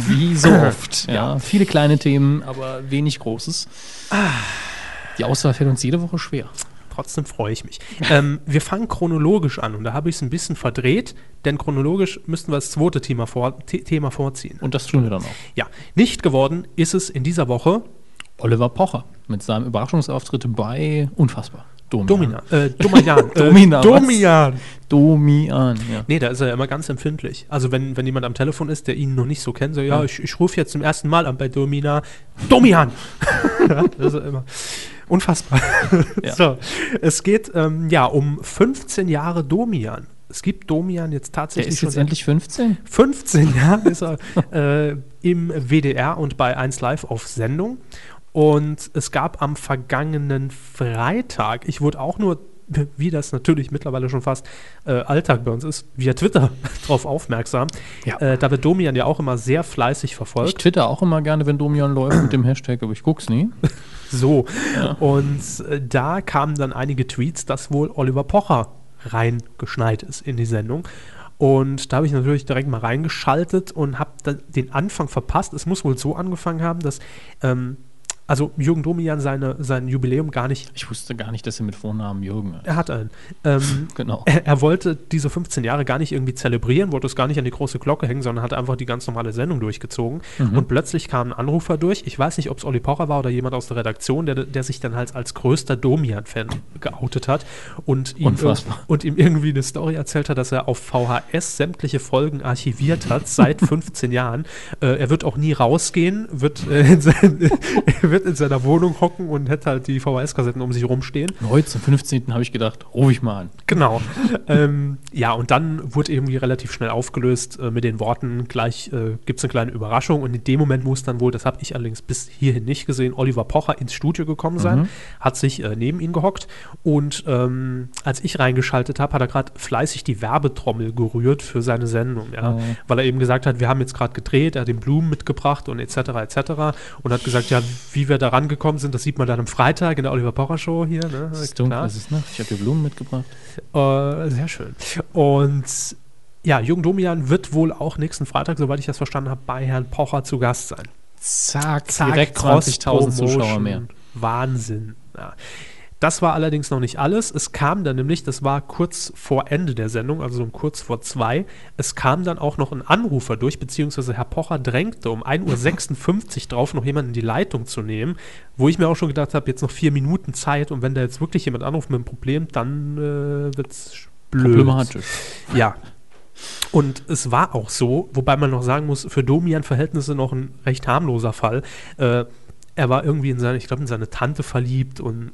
Speaker 1: Wie so oft. Äh, Ja, viele kleine Themen, aber wenig Großes. Ah. Die Auswahl fällt uns jede Woche schwer.
Speaker 2: Trotzdem freue ich mich. ähm, wir fangen chronologisch an und da habe ich es ein bisschen verdreht, denn chronologisch müssten wir das zweite Thema, vor, The- Thema vorziehen.
Speaker 1: Und das tun wir dann auch.
Speaker 2: Ja, nicht geworden ist es in dieser Woche
Speaker 1: Oliver Pocher mit seinem Überraschungsauftritt bei Unfassbar.
Speaker 2: Dominan. Äh, Dominan. äh,
Speaker 1: Dominan, was?
Speaker 2: Dominan.
Speaker 1: Domian, ja.
Speaker 2: Nee, da ist er ja immer ganz empfindlich. Also wenn, wenn jemand am Telefon ist, der ihn noch nicht so kennt, so, ja, ich, ich rufe jetzt zum ersten Mal an bei Domina. Domian! ja, das ist immer unfassbar.
Speaker 1: Ja.
Speaker 2: So, es geht ähm, ja um 15 Jahre Domian. Es gibt Domian jetzt
Speaker 1: Der
Speaker 2: tatsächlich
Speaker 1: ist jetzt
Speaker 2: seit
Speaker 1: endlich 15.
Speaker 2: 15 Jahre ist er äh, im WDR und bei 1 Live auf Sendung. Und es gab am vergangenen Freitag, ich wurde auch nur, wie das natürlich mittlerweile schon fast äh, Alltag bei uns ist, via Twitter darauf aufmerksam.
Speaker 1: Ja.
Speaker 2: Äh, da wird Domian ja auch immer sehr fleißig
Speaker 1: Ich
Speaker 2: verfolgt.
Speaker 1: twitter auch immer gerne, wenn Domian läuft mit dem Hashtag, aber ich guck's nie.
Speaker 2: So. Und äh, da kamen dann einige Tweets, dass wohl Oliver Pocher reingeschneit ist in die Sendung. Und da habe ich natürlich direkt mal reingeschaltet und habe da den Anfang verpasst. Es muss wohl so angefangen haben, dass ähm, also Jürgen Domian seine, sein Jubiläum gar nicht.
Speaker 1: Ich wusste gar nicht, dass er mit Vornamen Jürgen ist.
Speaker 2: Er hat einen. Ähm,
Speaker 1: Genau.
Speaker 2: er, er wollte diese 15 Jahre gar nicht irgendwie zelebrieren, wollte es gar nicht an die große Glocke hängen, sondern hat einfach die ganz normale Sendung durchgezogen.
Speaker 1: Mhm.
Speaker 2: Und plötzlich kam ein Anrufer durch. Ich weiß nicht, ob es Olli Pocher war oder jemand aus der Redaktion, der, der sich dann halt als größter Domian-Fan geoutet hat und ihm,
Speaker 1: Unfassbar.
Speaker 2: und ihm irgendwie eine Story erzählt hat, dass er auf VHS sämtliche Folgen archiviert hat seit 15 Jahren. Äh, er wird auch nie rausgehen, wird, äh, in sein, er wird in seiner Wohnung hocken und hätte halt die VHS-Kassetten um sich rumstehen.
Speaker 1: Und heute zum 15. habe ich gedacht, ruf ich mal an.
Speaker 2: Genau. ähm, ja, und dann wurde irgendwie relativ schnell aufgelöst äh, mit den Worten, gleich äh, gibt es eine kleine Überraschung. Und in dem Moment muss dann wohl, das habe ich allerdings bis hierhin nicht gesehen, Oliver Pocher ins Studio gekommen sein,
Speaker 1: Mhm.
Speaker 2: hat sich äh, neben ihn gehockt. Und ähm, als ich reingeschaltet habe, hat er gerade fleißig die Werbetrommel gerührt für seine Sendung. Ja?
Speaker 1: Oh.
Speaker 2: Weil er eben gesagt hat, wir haben jetzt gerade gedreht, er hat den Blumen mitgebracht und etc. etc. Und hat gesagt, ja, wie wir da rangekommen sind, das sieht man dann am Freitag in der Oliver Pocher Show hier. Ne?
Speaker 1: Es ist dunkel,
Speaker 2: Klar.
Speaker 1: es ist Nacht. Ich habe dir Blumen mitgebracht.
Speaker 2: Äh, sehr schön. Und ja, Jürgen Domian wird wohl auch nächsten Freitag, soweit ich das verstanden habe, bei Herrn Pocher zu Gast sein.
Speaker 1: Zack,
Speaker 2: Zack,
Speaker 1: direkt
Speaker 2: Cross
Speaker 1: 20.000 Zuschauer
Speaker 2: Promotion.
Speaker 1: mehr.
Speaker 2: Wahnsinn. Ja. Das war allerdings noch nicht alles. Es kam dann nämlich, das war kurz vor Ende der Sendung, also um kurz vor zwei, es kam dann auch noch ein Anrufer durch, beziehungsweise Herr Pocher drängte um 1.56 Uhr drauf, noch jemanden in die Leitung zu nehmen, wo ich mir auch schon gedacht habe, jetzt noch vier Minuten Zeit und wenn da jetzt wirklich jemand anruft mit einem Problem, dann äh, wird's blöd.
Speaker 1: Problematisch.
Speaker 2: Ja. Und es war auch so, wobei man noch sagen muss, für Domian Verhältnisse noch ein recht harmloser Fall. Äh, er war irgendwie in seine, ich glaube, in seine Tante verliebt und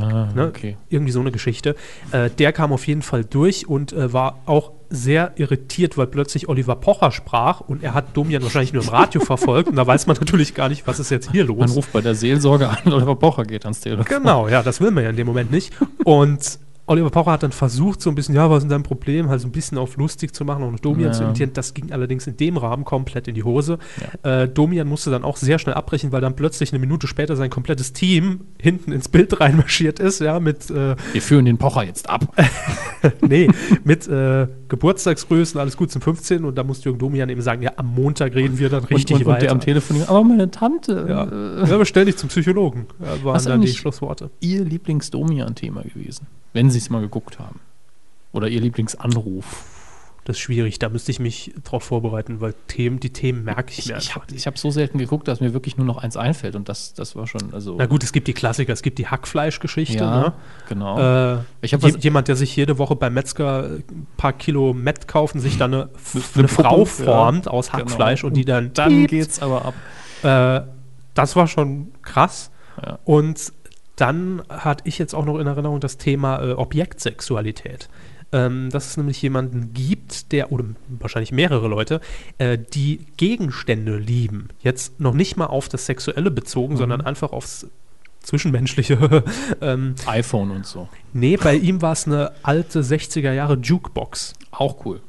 Speaker 1: Ah,
Speaker 2: ne,
Speaker 1: okay.
Speaker 2: irgendwie so eine Geschichte. Äh, der kam auf jeden Fall durch und äh, war auch sehr irritiert, weil plötzlich Oliver Pocher sprach und er hat Domian wahrscheinlich nur im Radio verfolgt und da weiß man natürlich gar nicht, was ist jetzt hier los.
Speaker 1: Man ruft bei der Seelsorge an, Oliver Pocher geht ans Telefon.
Speaker 2: Genau, ja, das will man ja in dem Moment nicht. Und Oliver Pocher hat dann versucht, so ein bisschen, ja, was ist denn dein Problem, halt so ein bisschen auf lustig zu machen und Domian
Speaker 1: Ja.
Speaker 2: zu imitieren. Das ging allerdings in dem Rahmen komplett in die Hose. Äh, Domian musste dann auch sehr schnell abbrechen, weil dann plötzlich eine Minute später sein komplettes Team hinten ins Bild reinmarschiert ist, ja, mit äh,
Speaker 1: Wir führen den Pocher jetzt ab.
Speaker 2: nee, mit äh, Geburtstagsgrößen, alles gut zum 15. Und da muss Jürgen Domian eben sagen, ja, am Montag reden wir dann richtig
Speaker 1: und, und, und
Speaker 2: weiter.
Speaker 1: der am Telefon, aber meine Tante,
Speaker 2: ja. ja, aber stell dich zum Psychologen, ja, waren
Speaker 1: Was
Speaker 2: dann die
Speaker 1: eigentlich-
Speaker 2: Schlussworte.
Speaker 1: ihr Lieblingsdomian-Thema gewesen, wenn sie es mal geguckt haben. Oder ihr Lieblingsanruf.
Speaker 2: Das ist schwierig, da müsste ich mich drauf vorbereiten, weil Themen, die Themen merke ich,
Speaker 1: Ich,
Speaker 2: mir
Speaker 1: ich
Speaker 2: einfach
Speaker 1: habe
Speaker 2: nicht.
Speaker 1: ich hab so selten geguckt, dass mir wirklich nur noch eins einfällt und das, das war schon, also.
Speaker 2: Na gut, es gibt die Klassiker, es gibt die Hackfleischgeschichte.
Speaker 1: ja, genau.
Speaker 2: Ne? Äh,
Speaker 1: Ich hab
Speaker 2: je,
Speaker 1: was-
Speaker 2: jemand, der sich jede Woche beim Metzger ein paar Kilo Met kaufen, sich dann eine, eine
Speaker 1: Eine
Speaker 2: Frau
Speaker 1: Puppe,
Speaker 2: formt
Speaker 1: ja.
Speaker 2: aus
Speaker 1: Genau.
Speaker 2: Hackfleisch und die dann
Speaker 1: dann
Speaker 2: piept.
Speaker 1: geht's aber ab.
Speaker 2: Äh, das war schon krass.
Speaker 1: Ja.
Speaker 2: Und dann hatte ich jetzt auch noch in Erinnerung das Thema äh, Objektsexualität. Ähm, dass es nämlich jemanden gibt, der, oder wahrscheinlich mehrere Leute, äh, die Gegenstände lieben. Jetzt noch nicht mal auf das Sexuelle
Speaker 1: Mhm.
Speaker 2: bezogen, sondern einfach aufs Zwischenmenschliche. ähm,
Speaker 1: iPhone und so.
Speaker 2: nee, bei ihm war es eine alte 60er Jahre Jukebox.
Speaker 1: Auch cool.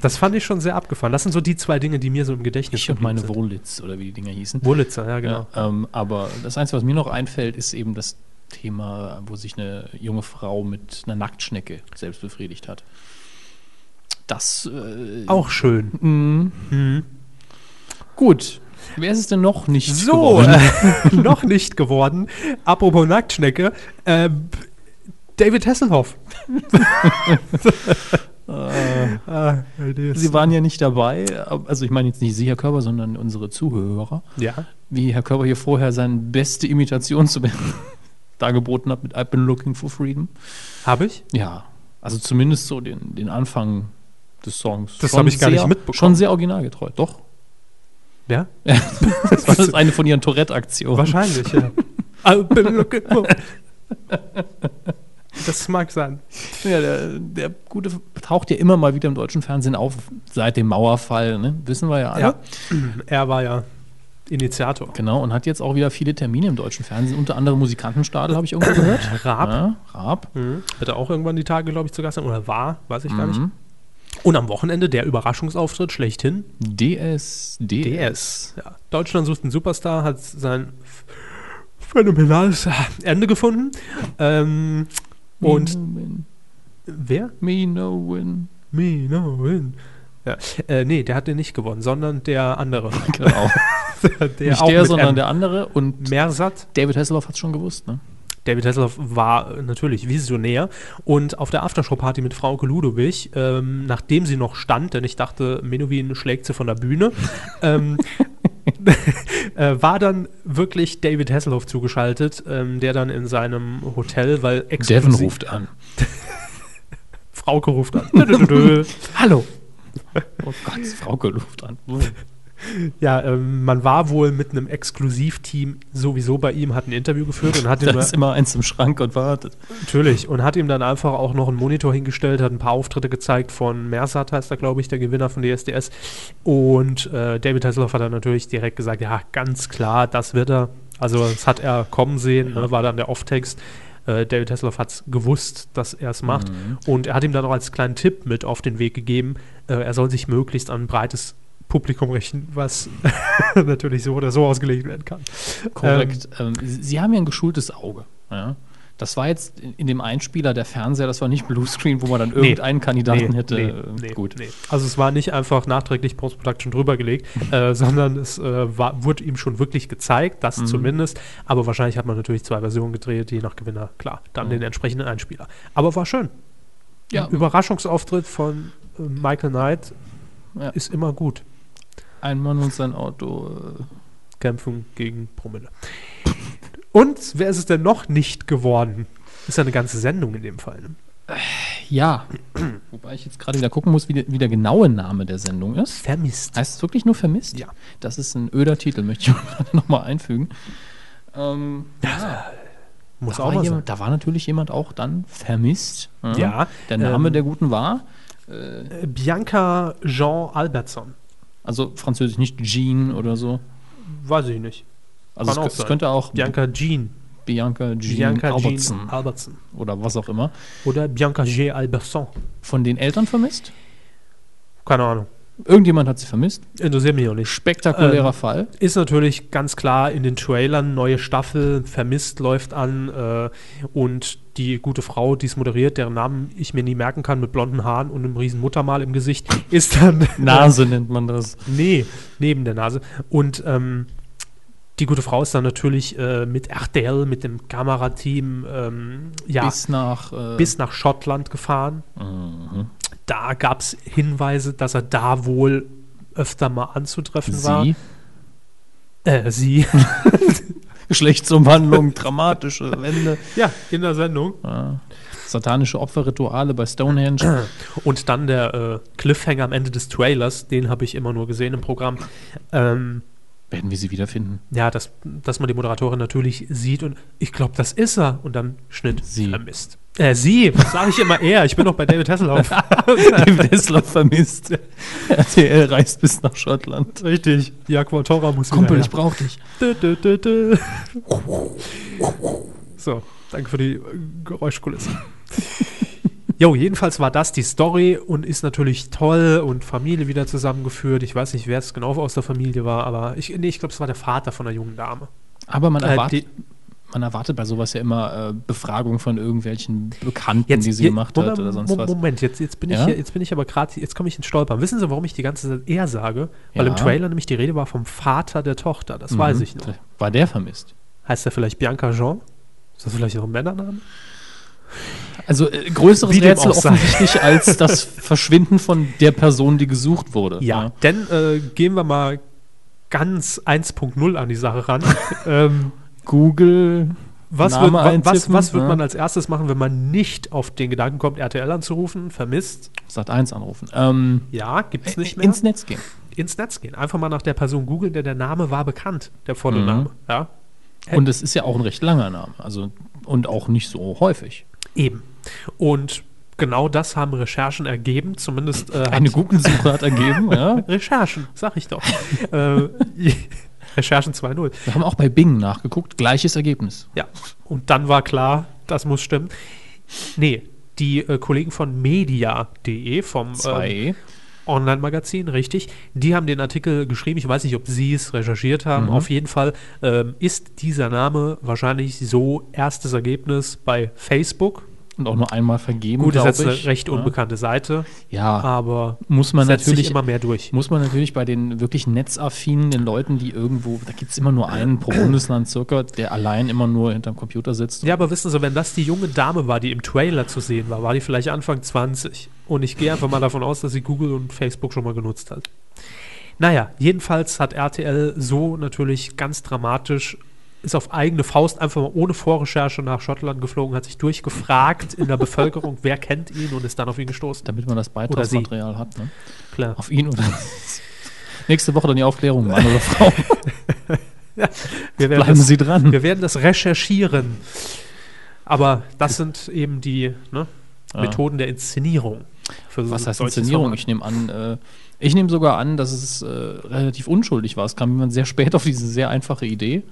Speaker 2: Das fand ich schon sehr abgefahren. Das sind so die zwei Dinge, die mir so im Gedächtnis
Speaker 1: Ich und
Speaker 2: geblieben
Speaker 1: meine
Speaker 2: sind.
Speaker 1: Wohlitz oder wie die Dinger hießen.
Speaker 2: Wurlitzer, ja, genau.
Speaker 1: Ja, ähm, aber das Einzige, was mir noch einfällt, ist eben das Thema, wo sich eine junge Frau mit einer Nacktschnecke selbst befriedigt hat. Das äh, hm.
Speaker 2: Auch schön. Hm.
Speaker 1: gut. Wer ist es denn noch nicht
Speaker 2: So,
Speaker 1: geworden?
Speaker 2: äh, noch nicht geworden. Apropos Nacktschnecke. ähm, David Hasselhoff. Äh, Ah, das-
Speaker 1: Sie waren ja nicht dabei. Also ich meine jetzt nicht Sie, Herr Körber, sondern unsere Zuhörer.
Speaker 2: ja.
Speaker 1: Wie Herr Körber hier vorher seine beste Imitation zu dargeboten hat mit I've been looking for freedom.
Speaker 2: Habe ich?
Speaker 1: Ja, also zumindest so den, den Anfang des Songs.
Speaker 2: Das
Speaker 1: Schon
Speaker 2: habe ich gar
Speaker 1: sehr-
Speaker 2: nicht mitbekommen.
Speaker 1: Schon sehr originalgetreu, doch.
Speaker 2: Ja,
Speaker 1: Das war das eine von ihren Tourette-Aktionen.
Speaker 2: wahrscheinlich, ja. I've been looking for- das mag sein.
Speaker 1: Ja, der, der Gute taucht ja immer mal wieder im deutschen Fernsehen auf, seit dem Mauerfall, ne? wissen wir ja alle.
Speaker 2: Ja. Er war ja Initiator.
Speaker 1: Genau, und hat jetzt auch wieder viele Termine im deutschen Fernsehen, unter anderem Musikantenstadel, habe ich irgendwo gehört.
Speaker 2: Raab.
Speaker 1: Ja, Raab.
Speaker 2: Hm. Hätte auch irgendwann die Tage, glaube ich, zu Gast sein. Oder war, weiß ich gar nicht. Und am Wochenende der Überraschungsauftritt schlechthin.
Speaker 1: DS, DS.
Speaker 2: DS. Ja. Deutschland sucht einen Superstar hat sein ph- phänomenales Ende gefunden. Ähm, und
Speaker 1: Minowin.
Speaker 2: wer?
Speaker 1: Minowin.
Speaker 2: Me, no, win. Ja. Äh, nee, der hat den nicht gewonnen, sondern der andere.
Speaker 1: Genau.
Speaker 2: der
Speaker 1: Nicht der,
Speaker 2: mit
Speaker 1: sondern
Speaker 2: M.
Speaker 1: der andere. Und
Speaker 2: Mersat.
Speaker 1: David Hasselhoff hat es schon gewusst, ne?
Speaker 2: David Hasselhoff war äh, natürlich visionär und auf der Aftershow-Party mit Frauke Ludowig, ähm, nachdem sie noch stand, denn ich dachte, Menowin schlägt sie von der Bühne, ähm, äh, war dann wirklich David Hasselhoff zugeschaltet, ähm, der dann in seinem Hotel, weil
Speaker 1: Devin
Speaker 2: exklusiv-
Speaker 1: ruft an.
Speaker 2: Frauke ruft an. Dö, dö, dö, dö.
Speaker 1: Hallo. Oh Gott, Frauke ruft an.
Speaker 2: ja, ähm, man war wohl mit einem Exklusivteam sowieso bei ihm, hat ein Interview geführt und hat
Speaker 1: Da
Speaker 2: über-
Speaker 1: ist immer eins im Schrank und wartet.
Speaker 2: Natürlich. Und hat ihm dann einfach auch noch einen Monitor hingestellt, hat ein paar Auftritte gezeigt von Mersat, heißt er, glaube ich, der Gewinner von DSDS. Und äh, David Hasselhoff hat dann natürlich direkt gesagt, ja, ganz klar, das wird er. Also das hat er kommen sehen, ne, war dann der Off-Text. Äh, David Hasselhoff hat es gewusst, dass er es macht. Und er hat ihm dann auch als kleinen Tipp mit auf den Weg gegeben, äh, er soll sich möglichst an ein breites Publikum richten, was natürlich so oder so ausgelegt werden kann.
Speaker 1: Korrekt. Ähm, Sie Sie haben ja ein geschultes Auge. Ja? Das war jetzt in, in dem Einspieler der Fernseher, das war nicht Bluescreen, wo man dann irgendeinen Kandidaten
Speaker 2: Nee,
Speaker 1: hätte.
Speaker 2: nee,
Speaker 1: äh,
Speaker 2: nee,
Speaker 1: Gut.
Speaker 2: nee. Also es war nicht einfach nachträglich Post-Production drüber gelegt, äh, sondern es äh, war, wurde ihm schon wirklich gezeigt, das
Speaker 1: Mhm.
Speaker 2: zumindest. Aber wahrscheinlich hat man natürlich zwei Versionen gedreht, je nach Gewinner, klar, dann den entsprechenden Einspieler. Aber war schön.
Speaker 1: Mhm. Ja.
Speaker 2: Ein Überraschungsauftritt von äh, Michael Knight
Speaker 1: Ja.
Speaker 2: ist immer gut.
Speaker 1: Ein Mann und sein Auto. äh,
Speaker 2: Kämpfen gegen Promille. Und wer ist es denn noch nicht geworden? Ist ja eine ganze Sendung in dem Fall. Ne?
Speaker 1: Ja. Wobei ich jetzt gerade wieder gucken muss, wie der, wie der genaue Name der Sendung ist.
Speaker 2: Vermisst.
Speaker 1: Heißt es wirklich nur vermisst?
Speaker 2: Ja.
Speaker 1: Das ist ein öder Titel, möchte ich gerade nochmal einfügen. Ähm,
Speaker 2: Muss
Speaker 1: da,
Speaker 2: auch
Speaker 1: war
Speaker 2: mal sein.
Speaker 1: jemand, da war natürlich jemand auch dann vermisst.
Speaker 2: Ja,
Speaker 1: Der Name
Speaker 2: ähm,
Speaker 1: der Guten war,
Speaker 2: Äh, Bianca Jean Albertson.
Speaker 1: also französisch nicht Jean oder so.
Speaker 2: Weiß ich nicht.
Speaker 1: Also
Speaker 2: Kann auch
Speaker 1: es, es
Speaker 2: sein.
Speaker 1: könnte auch
Speaker 2: Bianca Jean.
Speaker 1: Bianca Jean
Speaker 2: Bianca
Speaker 1: Albertson
Speaker 2: Jean Albertson.
Speaker 1: oder was auch immer,
Speaker 2: Oder Bianca G. Albertson.
Speaker 1: von den Eltern vermisst.
Speaker 2: Keine Ahnung.
Speaker 1: Irgendjemand hat sie vermisst.
Speaker 2: Interessiert mich auch nicht.
Speaker 1: Spektakulärer
Speaker 2: Ähm,
Speaker 1: Fall.
Speaker 2: Ist natürlich ganz klar in den Trailern, neue Staffel, vermisst läuft an äh, und die gute Frau, die es moderiert, deren Namen ich mir nie merken kann, mit blonden Haaren und einem riesen Muttermal im Gesicht, ist dann
Speaker 1: Nase nennt man das.
Speaker 2: Nee, neben der Nase. Und ähm, die gute Frau ist dann natürlich äh, mit RTL, mit dem Kamerateam, ähm, ja, bis,
Speaker 1: Bis nach. Äh,
Speaker 2: nach Schottland gefahren.
Speaker 1: Mhm.
Speaker 2: Da gab es Hinweise, dass er da wohl öfter mal anzutreffen war.
Speaker 1: sie.
Speaker 2: Äh, sie.
Speaker 1: Geschlechtsumwandlung, dramatische Wende.
Speaker 2: ja, in der Sendung.
Speaker 1: Satanische Opferrituale bei Stonehenge.
Speaker 2: Und dann der äh, Cliffhanger am Ende des Trailers, den habe ich immer nur gesehen im Programm. Ähm,
Speaker 1: Werden wir sie wiederfinden?
Speaker 2: ja, dass, dass man die Moderatorin natürlich sieht und ich glaube, das ist er. Und dann Schnitt
Speaker 1: Sie.
Speaker 2: vermisst. Äh, sie, was sage ich immer er? Ich bin doch bei David Hasselhoff.
Speaker 1: David Hasselhoff vermisst. RTL reist bis nach Schottland.
Speaker 2: Richtig. Die Aquatora muss
Speaker 1: Kumpel, ich
Speaker 2: wieder
Speaker 1: brauch dich.
Speaker 2: her. Dö, dö, dö, dö. So, danke für die äh, Geräuschkulisse. Jo, jedenfalls war das die Story und ist natürlich toll und Familie wieder zusammengeführt. Ich weiß nicht, wer es genau aus der Familie war, aber ich, nee, ich glaube, es war der Vater von der jungen Dame.
Speaker 1: Aber man
Speaker 2: Äh,
Speaker 1: erwartet,
Speaker 2: die-
Speaker 1: man erwartet bei sowas ja immer äh, Befragung von irgendwelchen Bekannten, die sie
Speaker 2: je-
Speaker 1: gemacht
Speaker 2: Moment,
Speaker 1: hat oder sonst
Speaker 2: Moment,
Speaker 1: was.
Speaker 2: Moment, jetzt, jetzt bin
Speaker 1: Ja?
Speaker 2: ich hier, jetzt bin ich aber gerade, jetzt komme ich ins Stolpern. Wissen Sie, warum ich die ganze Zeit er sage? Weil
Speaker 1: Ja. Mhm.
Speaker 2: im Trailer nämlich die Rede war vom Vater der Tochter, das weiß ich noch.
Speaker 1: War der vermisst?
Speaker 2: Heißt er vielleicht Bianca Jean? Ist das vielleicht noch ein Männername?
Speaker 1: Also äh, größeres
Speaker 2: Wie dem
Speaker 1: Rätsel
Speaker 2: auch sei.
Speaker 1: offensichtlich als das Verschwinden von der Person, die gesucht wurde.
Speaker 2: Denn äh, gehen wir mal ganz 1.0 an die Sache ran. ähm,
Speaker 1: Google.
Speaker 2: was,
Speaker 1: Name
Speaker 2: wird, wa- was,
Speaker 1: eintippen,
Speaker 2: was wird
Speaker 1: ja.
Speaker 2: man als erstes machen, wenn man nicht auf den Gedanken kommt, RTL anzurufen? Vermisst?
Speaker 1: Sat 1 anrufen. Ähm,
Speaker 2: Ja, gibt's nicht mehr.
Speaker 1: ins Netz gehen.
Speaker 2: ins Netz gehen. Einfach mal nach der Person googeln, denn der Name war bekannt, der volle
Speaker 1: Mhm.
Speaker 2: Name. Ja,
Speaker 1: Und es ist ja auch ein recht langer Name. Also, und auch nicht so häufig.
Speaker 2: eben. Und genau das haben Recherchen ergeben, zumindest äh, hat-
Speaker 1: Eine Google-Suche hat ergeben, ja.
Speaker 2: Recherchen, sag ich doch. äh, Recherchen 2.0.
Speaker 1: Wir haben auch bei Bing nachgeguckt, gleiches Ergebnis.
Speaker 2: Ja, und dann war klar, das muss stimmen. Nee, die äh, Kollegen von media.de vom ähm,
Speaker 1: Zwei.
Speaker 2: Online-Magazin, richtig, die haben den Artikel geschrieben. Ich weiß nicht, ob sie es recherchiert
Speaker 1: Mhm.
Speaker 2: haben. Auf jeden Fall ähm, ist dieser Name wahrscheinlich so erstes Ergebnis bei Facebook.
Speaker 1: und auch nur einmal vergeben,
Speaker 2: Gut, ist
Speaker 1: glaub
Speaker 2: jetzt eine
Speaker 1: ich.
Speaker 2: recht
Speaker 1: Ja.
Speaker 2: unbekannte Seite,
Speaker 1: Ja,
Speaker 2: aber
Speaker 1: muss man
Speaker 2: setzt
Speaker 1: natürlich
Speaker 2: sich immer mehr durch.
Speaker 1: Muss man natürlich bei den wirklich netzaffinen den Leuten, die irgendwo, da gibt es immer nur einen pro Bundesland circa, der allein immer nur hinterm Computer sitzt.
Speaker 2: Ja, aber wissen Sie, wenn das die junge Dame war, die im Trailer zu sehen war, war die vielleicht Anfang 20. Und ich gehe einfach mal davon aus, dass sie Google und Facebook schon mal genutzt hat. Naja, jedenfalls hat RTL so natürlich ganz dramatisch, ist auf eigene Faust einfach mal ohne Vorrecherche nach Schottland geflogen, hat sich durchgefragt in der Bevölkerung, wer kennt ihn und ist dann auf ihn gestoßen.
Speaker 1: Damit man das
Speaker 2: Oder sie.
Speaker 1: Beitragsmaterial hat. Ne?
Speaker 2: Klar.
Speaker 1: Auf ihn oder. Nächste Woche dann die Aufklärung, Mann oder Frau.
Speaker 2: Wir werden,
Speaker 1: Bleiben
Speaker 2: das,
Speaker 1: Sie dran.
Speaker 2: wir werden das recherchieren. Aber das sind eben die ne, Methoden der Inszenierung. Für so-
Speaker 1: Ah. Was heißt
Speaker 2: solches
Speaker 1: Inszenierung?
Speaker 2: Format.
Speaker 1: Ich nehme an, äh, ich nehme sogar an, dass es äh, relativ unschuldig war. Es kam jemand sehr spät auf diese sehr einfache Idee.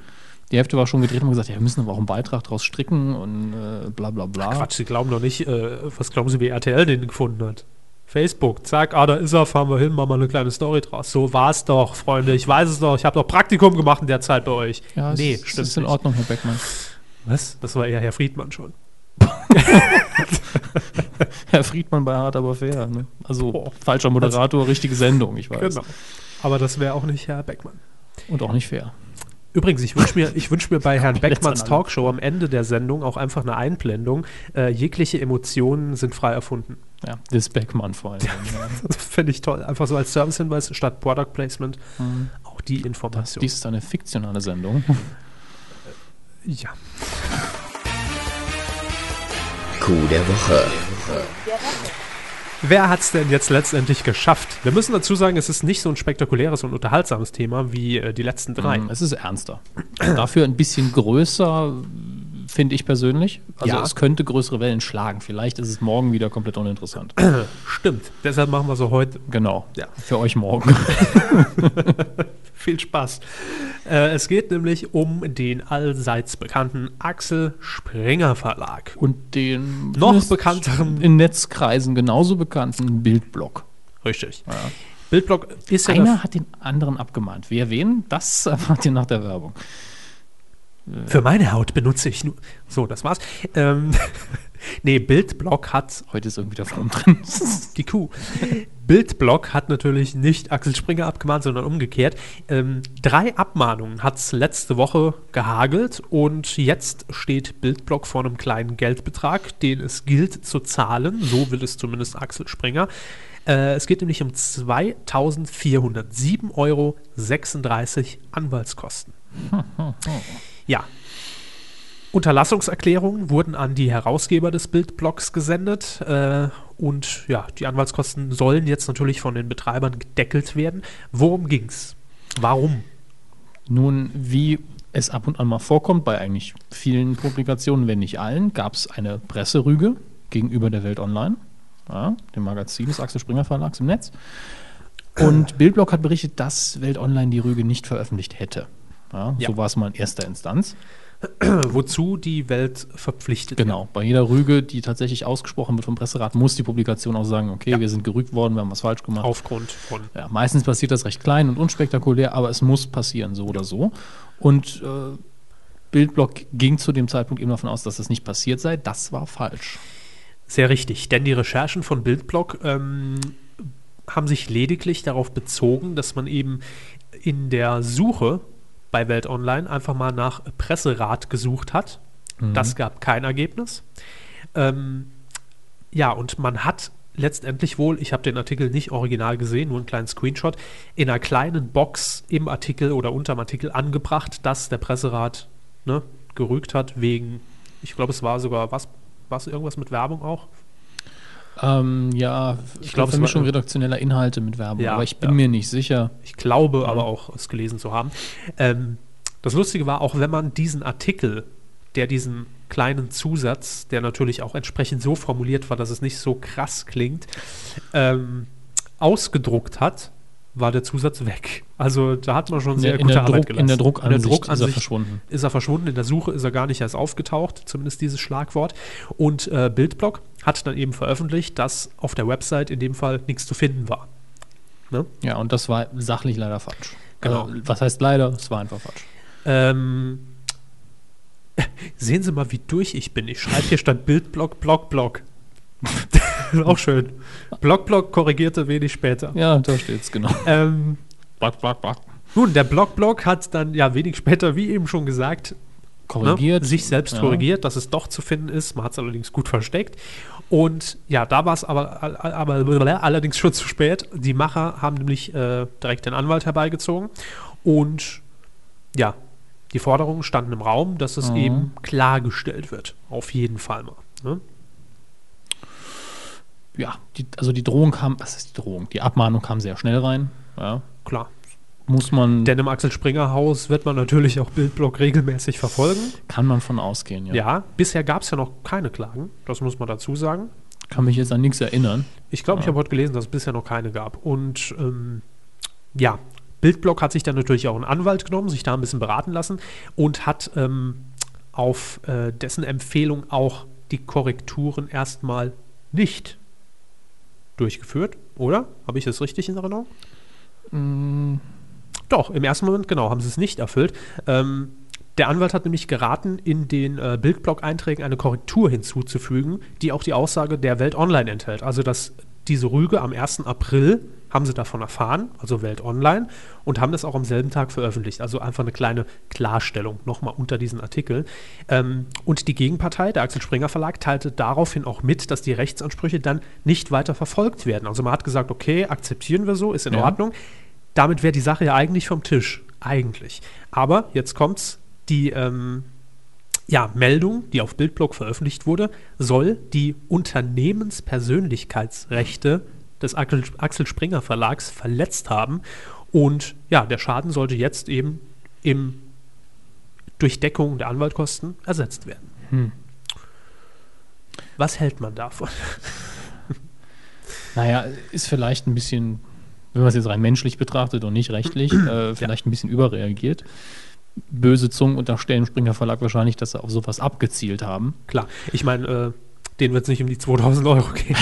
Speaker 1: Die Hälfte war schon gedreht und haben gesagt, ja, wir müssen aber auch einen Beitrag draus stricken und äh, bla bla bla.
Speaker 2: Quatsch, sie glauben doch nicht, äh, was glauben sie, wie RTL den gefunden hat? Facebook, zack, ah, da ist er, fahren wir hin, machen wir eine kleine Story draus. So war's doch, Freunde, ich weiß es doch, ich habe doch Praktikum gemacht in der Zeit bei euch.
Speaker 1: Ja,
Speaker 2: nee,
Speaker 1: es, es
Speaker 2: stimmt
Speaker 1: ist in
Speaker 2: nicht.
Speaker 1: Ordnung, Herr Beckmann.
Speaker 2: Was? Das war eher Herr Friedmann schon.
Speaker 1: Herr Friedmann bei Hart aber fair. Ne? Also
Speaker 2: Boah. Also,
Speaker 1: falscher Moderator, richtige Sendung, ich weiß.
Speaker 2: Genau. Aber das wäre auch nicht Herr Beckmann.
Speaker 1: Und auch nicht fair.
Speaker 2: Übrigens, ich wünsche mir, ich wünsch mir bei Herrn
Speaker 1: Komplett
Speaker 2: Beckmanns
Speaker 1: zueinander.
Speaker 2: Talkshow am Ende der Sendung auch einfach eine Einblendung. Äh, jegliche Emotionen sind frei erfunden.
Speaker 1: Ja, das Beckmann vor allem. Ja.
Speaker 2: Das fände ich toll. Einfach so als Servicehinweis statt Product Placement auch die Information.
Speaker 1: Mhm. Dies ist eine fiktionale Sendung.
Speaker 2: ja.
Speaker 5: Coup der Woche.
Speaker 2: Wer hat's denn jetzt letztendlich geschafft? Wir müssen dazu sagen, es ist nicht so ein spektakuläres und unterhaltsames Thema wie äh, die letzten drei.
Speaker 1: Mm, Es ist ernster. Dafür ein bisschen größer, finde ich persönlich. Also
Speaker 2: Ja.
Speaker 1: es könnte größere Wellen schlagen. Vielleicht ist es morgen wieder komplett uninteressant.
Speaker 2: Stimmt. Deshalb machen wir so heute.
Speaker 1: Genau.
Speaker 2: Ja.
Speaker 1: Für euch morgen.
Speaker 2: Viel Spaß. Äh, es geht nämlich um den allseits bekannten Axel Springer Verlag.
Speaker 1: Und den
Speaker 2: Noch
Speaker 1: zumindest
Speaker 2: bekannteren-
Speaker 1: in Netzkreisen genauso bekannten Bildblock.
Speaker 2: Richtig. Bildblock ist ja
Speaker 1: Einer hat den anderen abgemahnt. Wer wen? Das erfahrt ihr nach der Werbung.
Speaker 2: Für meine Haut benutze ich nur. So, das war's. Ähm, nee, Bildblock hat
Speaker 1: Heute ist irgendwie der Form drin.
Speaker 2: die Kuh. Bildblock hat natürlich nicht Axel Springer abgemahnt, sondern umgekehrt. Ähm, drei Abmahnungen hat es letzte Woche gehagelt und jetzt steht Bildblock vor einem kleinen Geldbetrag, den es gilt zu zahlen. So will es zumindest Axel Springer. Äh, es geht nämlich um 2.407,36 Euro Anwaltskosten. Ja. Unterlassungserklärungen wurden an die Herausgeber des Bildblocks gesendet äh, und ja, die Anwaltskosten sollen jetzt natürlich von den Betreibern gedeckelt werden. Worum ging's? Warum?
Speaker 1: Nun, wie es ab und an mal vorkommt, bei eigentlich vielen Publikationen, wenn nicht allen, gab es eine Presserüge gegenüber der Welt Online, ja, dem Magazin des Axel Springer Verlags im Netz. Und Bildblock hat berichtet, dass Welt Online die Rüge nicht veröffentlicht hätte. Ja,
Speaker 2: Ja.
Speaker 1: So war es mal in erster Instanz.
Speaker 2: Äh, Wozu die Welt verpflichtet?
Speaker 1: Genau, bei jeder Rüge, die tatsächlich ausgesprochen wird vom Presserat, muss die Publikation auch sagen, okay,
Speaker 2: Ja.
Speaker 1: wir sind gerügt worden, wir haben was falsch gemacht.
Speaker 2: Aufgrund von.
Speaker 1: Ja, meistens passiert das recht klein und unspektakulär, aber es muss passieren, so oder so. Und äh, Bildblock ging zu dem Zeitpunkt eben davon aus, dass das nicht passiert sei. Das war falsch.
Speaker 2: Sehr richtig, denn die Recherchen von Bildblock ähm, haben sich lediglich darauf bezogen, dass man eben in der Suche bei Welt Online einfach mal nach Presserat gesucht hat. Das gab kein Ergebnis. Ähm, ja, und man hat letztendlich wohl, ich habe den Artikel nicht original gesehen, nur einen kleinen Screenshot, in einer kleinen Box im Artikel oder unterm Artikel angebracht, dass der Presserat ne, gerügt hat wegen, ich glaube, es war sogar was, was irgendwas mit Werbung auch.
Speaker 1: Ähm, ja, ich
Speaker 2: glaub,
Speaker 1: glaube,
Speaker 2: es
Speaker 1: Vermischung
Speaker 2: war-
Speaker 1: redaktioneller Inhalte mit Werbung,
Speaker 2: Ja,
Speaker 1: aber ich bin
Speaker 2: ja.
Speaker 1: mir nicht sicher.
Speaker 2: Ich glaube
Speaker 1: Mhm.
Speaker 2: aber auch, es gelesen zu haben. Ähm, das Lustige war, auch wenn man diesen Artikel, der diesen kleinen Zusatz, der natürlich auch entsprechend so formuliert war, dass es nicht so krass klingt, ähm, ausgedruckt hat, war der Zusatz weg. Also da hat man schon sehr
Speaker 1: Ne, in,
Speaker 2: gute
Speaker 1: der
Speaker 2: Arbeit
Speaker 1: Druck, in der
Speaker 2: geleistet.
Speaker 1: Druckansicht ist er
Speaker 2: Druckansicht
Speaker 1: verschwunden.
Speaker 2: ist er verschwunden. In der Suche ist er gar nicht erst aufgetaucht, zumindest dieses Schlagwort. Und äh, Bildblock hat dann eben veröffentlicht, dass auf der Website in dem Fall nichts zu finden war.
Speaker 1: Ja, und das war sachlich leider falsch.
Speaker 2: Genau.
Speaker 1: Also, was heißt leider? Es war einfach falsch.
Speaker 2: Ähm, sehen Sie mal, wie durch ich bin. Ich schreibe hier statt Bildblock, Block, Block. Auch schön. Block, Block korrigierte wenig später.
Speaker 1: Ja, da steht es, genau.
Speaker 2: Ähm,
Speaker 1: Back, back, back.
Speaker 2: nun, der Block, Block hat dann ja wenig später, wie eben schon gesagt,
Speaker 1: Korrigiert.
Speaker 2: Ne, sich selbst
Speaker 1: Ja.
Speaker 2: korrigiert, dass es doch zu finden ist. Man hat es allerdings gut versteckt. Und ja, da war es aber, all- all- aber allerdings schon zu spät. Die Macher haben nämlich äh, direkt den Anwalt herbeigezogen. Und ja, die Forderungen standen im Raum, dass
Speaker 1: Mhm.
Speaker 2: es eben klargestellt wird. Auf jeden Fall mal. Ne?
Speaker 1: Ja, die, also die Drohung kam, was ist die Drohung? Die Abmahnung kam sehr schnell rein. Ja,
Speaker 2: Klar.
Speaker 1: muss man
Speaker 2: Denn im Axel Springer Haus wird man natürlich auch Bildblock regelmäßig verfolgen.
Speaker 1: Kann man von ausgehen, ja.
Speaker 2: Ja, bisher gab es ja noch keine Klagen. Das muss man dazu sagen.
Speaker 1: Kann mich jetzt an nichts erinnern.
Speaker 2: Ich glaube, ich habe heute gelesen, dass es bisher noch keine gab. Und ähm, ja, Bildblock hat sich dann natürlich auch einen Anwalt genommen, sich da ein bisschen beraten lassen und hat ähm, auf äh, dessen Empfehlung auch die Korrekturen erstmal nicht durchgeführt, oder? Habe ich das richtig in Erinnerung? Doch, im ersten Moment, genau, haben sie es nicht erfüllt. Ähm, der Anwalt hat nämlich geraten, in den äh, Bildblock-Einträgen eine Korrektur hinzuzufügen, die auch die Aussage der Welt Online enthält. Also, dass diese Rüge am 1. April haben sie davon erfahren, also Welt Online, und haben das auch am selben Tag veröffentlicht. Also einfach eine kleine Klarstellung nochmal unter diesen Artikel. Ähm, und die Gegenpartei, der Axel Springer Verlag, teilte daraufhin auch mit, dass die Rechtsansprüche dann nicht weiter verfolgt werden. Also man hat gesagt, okay, akzeptieren wir so, ist in
Speaker 1: Ja.
Speaker 2: Ordnung. Damit wäre die Sache ja eigentlich vom Tisch. Eigentlich. Aber jetzt kommt's, die ähm, ja, Meldung, die auf Bildblock veröffentlicht wurde, soll die Unternehmenspersönlichkeitsrechte des Axel Axel Springer Verlags verletzt haben. Und ja, der Schaden sollte jetzt eben im, durch Deckung der Anwaltkosten ersetzt werden. Was hält man davon?
Speaker 1: Naja, ist vielleicht ein bisschen wenn man es jetzt rein menschlich betrachtet und nicht rechtlich, äh, vielleicht ein bisschen überreagiert. Böse Zungen unterstellen Springer Verlag wahrscheinlich, dass sie auf sowas abgezielt haben.
Speaker 2: Klar, ich meine, äh, denen wird es nicht um die 2000 Euro gehen.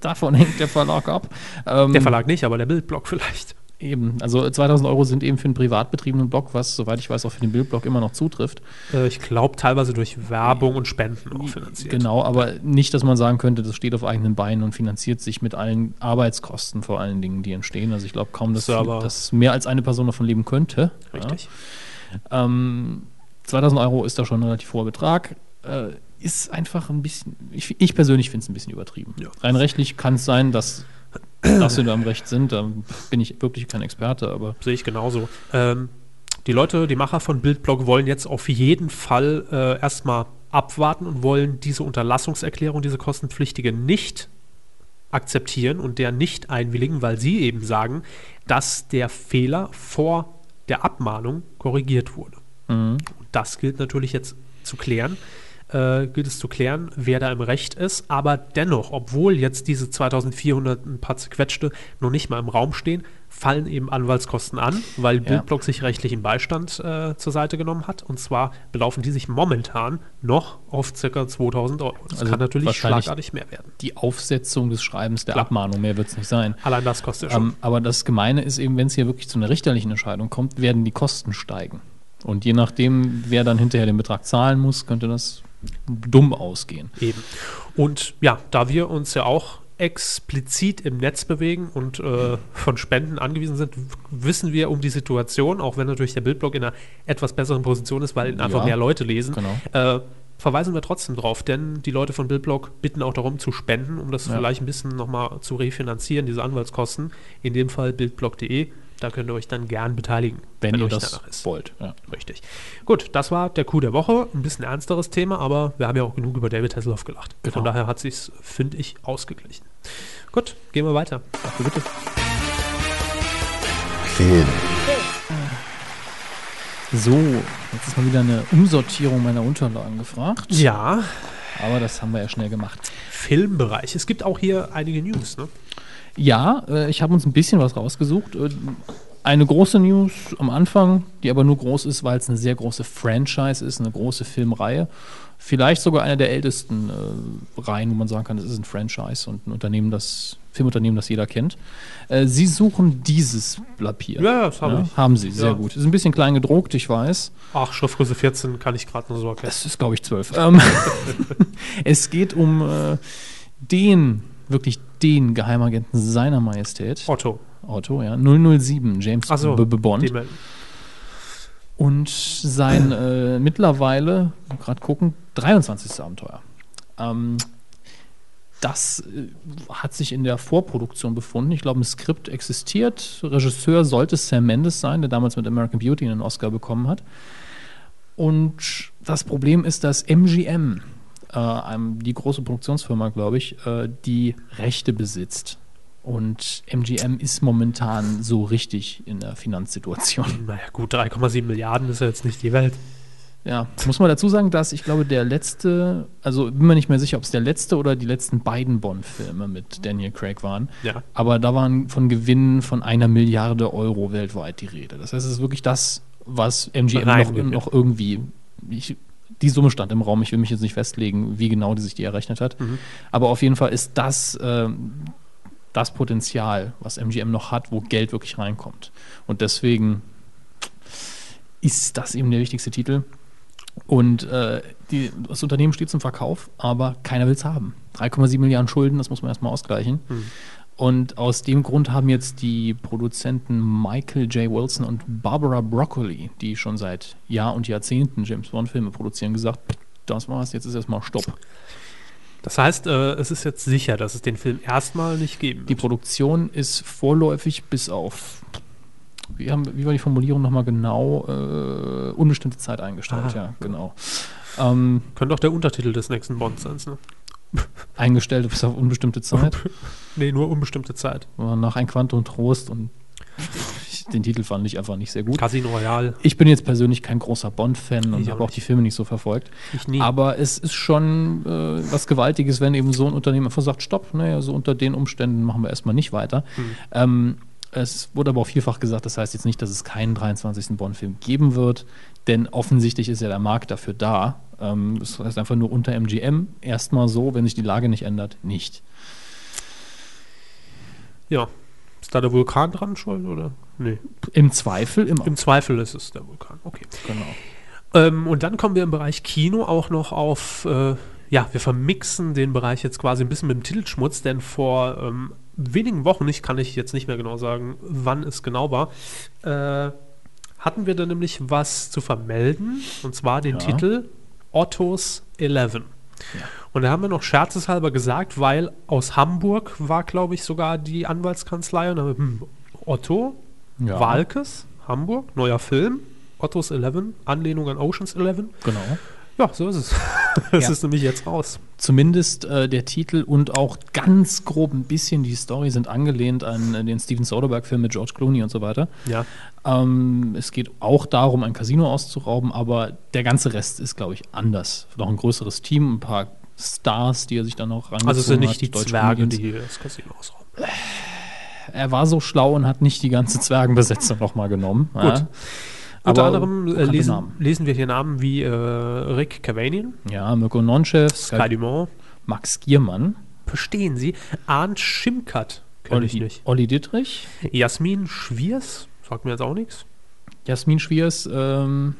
Speaker 1: Davon hängt der Verlag ab. Ähm,
Speaker 2: Der Verlag nicht, aber der Bildblock vielleicht.
Speaker 1: Eben, also 2000 Euro sind eben für einen privat betriebenen Blog, was, soweit ich weiß, auch für den Bildblog immer noch zutrifft.
Speaker 2: Äh, ich glaube teilweise durch Werbung und Spenden auch finanziert.
Speaker 1: Genau, aber nicht, dass man sagen könnte, das steht auf eigenen Beinen und finanziert sich mit allen Arbeitskosten vor allen Dingen, die entstehen. Also ich glaube kaum, dass,
Speaker 2: Server.
Speaker 1: dass mehr als eine Person davon leben könnte.
Speaker 2: Richtig.
Speaker 1: Ja. Ähm, 2000 Euro ist da schon ein relativ hoher Betrag. Äh, ist einfach ein bisschen, ich, ich persönlich finde es ein bisschen übertrieben.
Speaker 2: Ja.
Speaker 1: Rein rechtlich kann es sein, dass, dass wir da im Recht sind. Da bin ich wirklich kein Experte, aber
Speaker 2: Sehe ich genauso. Ähm, die Leute, die Macher von Bildblog wollen jetzt auf jeden Fall äh, erstmal abwarten und wollen diese Unterlassungserklärung, diese kostenpflichtige nicht akzeptieren und der nicht einwilligen, weil sie eben sagen, dass der Fehler vor der Abmahnung korrigiert wurde.
Speaker 1: Mhm.
Speaker 2: Und das gilt natürlich jetzt zu klären. Äh, gilt es zu klären, wer da im Recht ist. Aber dennoch, obwohl jetzt diese 2400 ein paar zerquetschte noch nicht mal im Raum stehen, fallen eben Anwaltskosten an, weil Bildblock sich rechtlichen Beistand äh, zur Seite genommen hat. Und zwar belaufen die sich momentan noch auf ca. 2000 Euro. Das
Speaker 1: Also
Speaker 2: kann natürlich
Speaker 1: wahrscheinlich-
Speaker 2: schlagartig mehr werden.
Speaker 1: die Aufsetzung des Schreibens der
Speaker 2: Klar.
Speaker 1: Abmahnung, mehr wird es nicht sein.
Speaker 2: Allein das kostet ja schon.
Speaker 1: Ähm, aber das Gemeine ist eben, wenn es hier wirklich zu einer richterlichen Entscheidung kommt, werden die Kosten steigen. Und je nachdem, wer dann hinterher den Betrag zahlen muss, könnte das dumm ausgehen.
Speaker 2: Eben. Und ja, da wir uns ja auch explizit im Netz bewegen und äh, von Spenden angewiesen sind, w- wissen wir um die Situation, auch wenn natürlich der Bildblock in einer etwas besseren Position ist, weil ihn einfach
Speaker 1: Ja,
Speaker 2: mehr Leute lesen.
Speaker 1: genau.
Speaker 2: Äh, verweisen wir trotzdem drauf, denn die Leute von Bildblock bitten auch darum zu spenden, um das
Speaker 1: Ja.
Speaker 2: vielleicht ein bisschen nochmal zu refinanzieren, diese Anwaltskosten. In dem Fall bildblock.de, da könnt ihr euch dann gern beteiligen,
Speaker 1: Wenn, ihr
Speaker 2: euch
Speaker 1: das
Speaker 2: danach ist.
Speaker 1: wollt. Ja.
Speaker 2: Richtig. Gut, das war der Coup der Woche. Ein bisschen ernsteres Thema, aber wir haben ja auch genug über David Hasselhoff gelacht. Von daher hat sich's, finde ich, ausgeglichen. Gut, gehen wir weiter.
Speaker 1: Dafür bitte.
Speaker 5: Film.
Speaker 1: So, jetzt ist mal wieder eine Umsortierung meiner Unterlagen gefragt.
Speaker 2: Ja,
Speaker 1: Aber das haben wir ja schnell gemacht.
Speaker 2: Filmbereich. Es gibt auch hier einige News, ne?
Speaker 1: Ja, äh, ich habe uns ein bisschen was rausgesucht. Äh, Eine große News am Anfang, die aber nur groß ist, weil es eine sehr große Franchise ist, eine große Filmreihe. Vielleicht sogar eine der ältesten äh, Reihen, wo man sagen kann, es ist ein Franchise und ein Unternehmen, das Filmunternehmen, das jeder kennt. Äh, Sie suchen dieses Blatt hier.
Speaker 2: Ja, ja, das hab ich.
Speaker 1: Haben Sie, sehr
Speaker 2: Ja.
Speaker 1: gut. Ist ein bisschen klein gedruckt, ich weiß.
Speaker 2: Ach, Schriftgröße 14 kann ich gerade nur so erkennen.
Speaker 1: Es ist, glaube ich, zwölf. Ähm, es geht um äh, den, wirklich den Geheimagenten seiner Majestät.
Speaker 2: Otto.
Speaker 1: Otto, ja. 007, James
Speaker 2: Achso,
Speaker 1: B. B. Bond.
Speaker 2: Melden.
Speaker 1: Und sein äh, mittlerweile, gerade gucken, 23. Abenteuer. Ähm, das äh, hat sich in der Vorproduktion befunden. Ich glaube, ein Skript existiert. Regisseur sollte Sam Mendes sein, der damals mit American Beauty einen Oscar bekommen hat. Und das Problem ist, dass MGM, äh, einem- die große Produktionsfirma, glaube ich, äh, die Rechte besitzt. Und MGM ist momentan so richtig in der Finanzsituation.
Speaker 2: Naja, gut, 3,7 Milliarden ist ja jetzt nicht die Welt.
Speaker 1: Ja, muss man dazu sagen, dass ich glaube, der letzte, also bin mir nicht mehr sicher, ob es der letzte oder die letzten beiden Bond-Filme mit Daniel Craig waren.
Speaker 2: Ja.
Speaker 1: Aber da waren von Gewinnen von einer Milliarde Euro weltweit die Rede. Das heißt, es ist wirklich das, was MGM noch,
Speaker 2: Reingewirkt.
Speaker 1: noch irgendwie. Ich, die Summe stand im Raum. Ich will mich jetzt nicht festlegen, wie genau die sich die errechnet hat. Aber auf jeden Fall ist das äh, das Potenzial, was MGM noch hat, wo Geld wirklich reinkommt. Und deswegen ist das eben der wichtigste Titel. Und äh, die, das Unternehmen steht zum Verkauf, aber keiner will es haben. 3,7 Milliarden Schulden, das muss man erstmal ausgleichen. Und aus dem Grund haben jetzt die Produzenten Michael J. Wilson und Barbara Broccoli, die schon seit Jahr und Jahrzehnten James Bond-Filme produzieren, gesagt, das war's, jetzt ist erstmal Stopp.
Speaker 2: Das heißt, äh, es ist jetzt sicher, dass es den Film erstmal nicht geben
Speaker 1: Die
Speaker 2: wird.
Speaker 1: Produktion ist vorläufig bis auf, wie, haben, wie war die Formulierung nochmal genau, äh, unbestimmte Zeit eingestellt,
Speaker 2: Ah.
Speaker 1: ja, genau. Ähm,
Speaker 2: Könnte auch der Untertitel des nächsten Bonds sein, ne?
Speaker 1: eingestellt bis auf unbestimmte Zeit.
Speaker 2: nee, nur unbestimmte Zeit.
Speaker 1: War nach ein Quantum Trost und ich, den Titel fand ich einfach nicht sehr gut.
Speaker 2: Casino Royale.
Speaker 1: Ich bin jetzt persönlich kein großer Bond-Fan und
Speaker 2: Ich auch
Speaker 1: habe auch
Speaker 2: nicht.
Speaker 1: die Filme nicht so verfolgt.
Speaker 2: Ich nie.
Speaker 1: Aber es ist schon äh, was ne, Gewaltiges, wenn eben so ein Unternehmen einfach sagt, stopp, naja, so unter den Umständen machen wir erstmal nicht weiter. Ähm, Es wurde aber auch vielfach gesagt, das heißt jetzt nicht, dass es keinen 23. Bond-Film geben wird, denn offensichtlich ist ja der Markt dafür da. Ähm, das heißt einfach nur unter MGM erstmal so, wenn sich die Lage nicht ändert, nicht.
Speaker 2: Ja. Ist da der Vulkan dran schuld, oder? Nee.
Speaker 1: Im Zweifel immer.
Speaker 2: Im Zweifel ist es der Vulkan. Okay.
Speaker 1: genau.
Speaker 2: Ähm, und dann kommen wir im Bereich Kino auch noch auf, äh, ja, wir vermixen den Bereich jetzt quasi ein bisschen mit dem Titelschmutz, denn vor ähm, wenigen Wochen, ich kann ich jetzt nicht mehr genau sagen, wann es genau war, äh, hatten wir da nämlich was zu vermelden, und zwar den
Speaker 1: Ja.
Speaker 2: Titel Ottos 11. Und da haben wir noch scherzeshalber gesagt, weil aus Hamburg war, glaube ich, sogar die Anwaltskanzlei und dann, hm, Otto,
Speaker 1: Ja.
Speaker 2: Walkes, Hamburg, neuer Film, Otto's 11, Anlehnung an Ocean's 11.
Speaker 1: Genau.
Speaker 2: Ja, so ist es. Es
Speaker 1: Ja.
Speaker 2: ist nämlich jetzt raus.
Speaker 1: Zumindest äh, der Titel und auch ganz grob ein bisschen die Story sind angelehnt an äh, den Steven Soderbergh-Film mit George Clooney und so weiter.
Speaker 2: Ja.
Speaker 1: Ähm, es geht auch darum, ein Casino auszurauben, aber der ganze Rest ist, glaube ich, anders. Noch ein größeres Team, ein paar Stars, die er sich dann noch rangezogen
Speaker 2: Also es sind nicht
Speaker 1: hat,
Speaker 2: die
Speaker 1: deutsche
Speaker 2: Zwerge,
Speaker 1: Comedians.
Speaker 2: die hier das Casino ausrauben.
Speaker 1: Er war so schlau und hat nicht die ganze Zwergenbesetzung nochmal genommen. Gut. Ja.
Speaker 2: Unter
Speaker 1: Aber
Speaker 2: anderem äh,
Speaker 1: bekannte
Speaker 2: lesen,
Speaker 1: Namen.
Speaker 2: lesen wir hier Namen wie äh, Rick Cavanian,
Speaker 1: Ja, Mirko Nonchev,
Speaker 2: Kai
Speaker 1: Sky
Speaker 2: Dumont.
Speaker 1: Max Giermann,
Speaker 2: Verstehen Sie? Arndt Schimkat kenne ich
Speaker 1: Olli,
Speaker 2: nicht.
Speaker 1: Olli Dittrich,
Speaker 2: Jasmin Schwiers, sagt mir jetzt auch nichts.
Speaker 1: Jasmin Schwiers, ähm,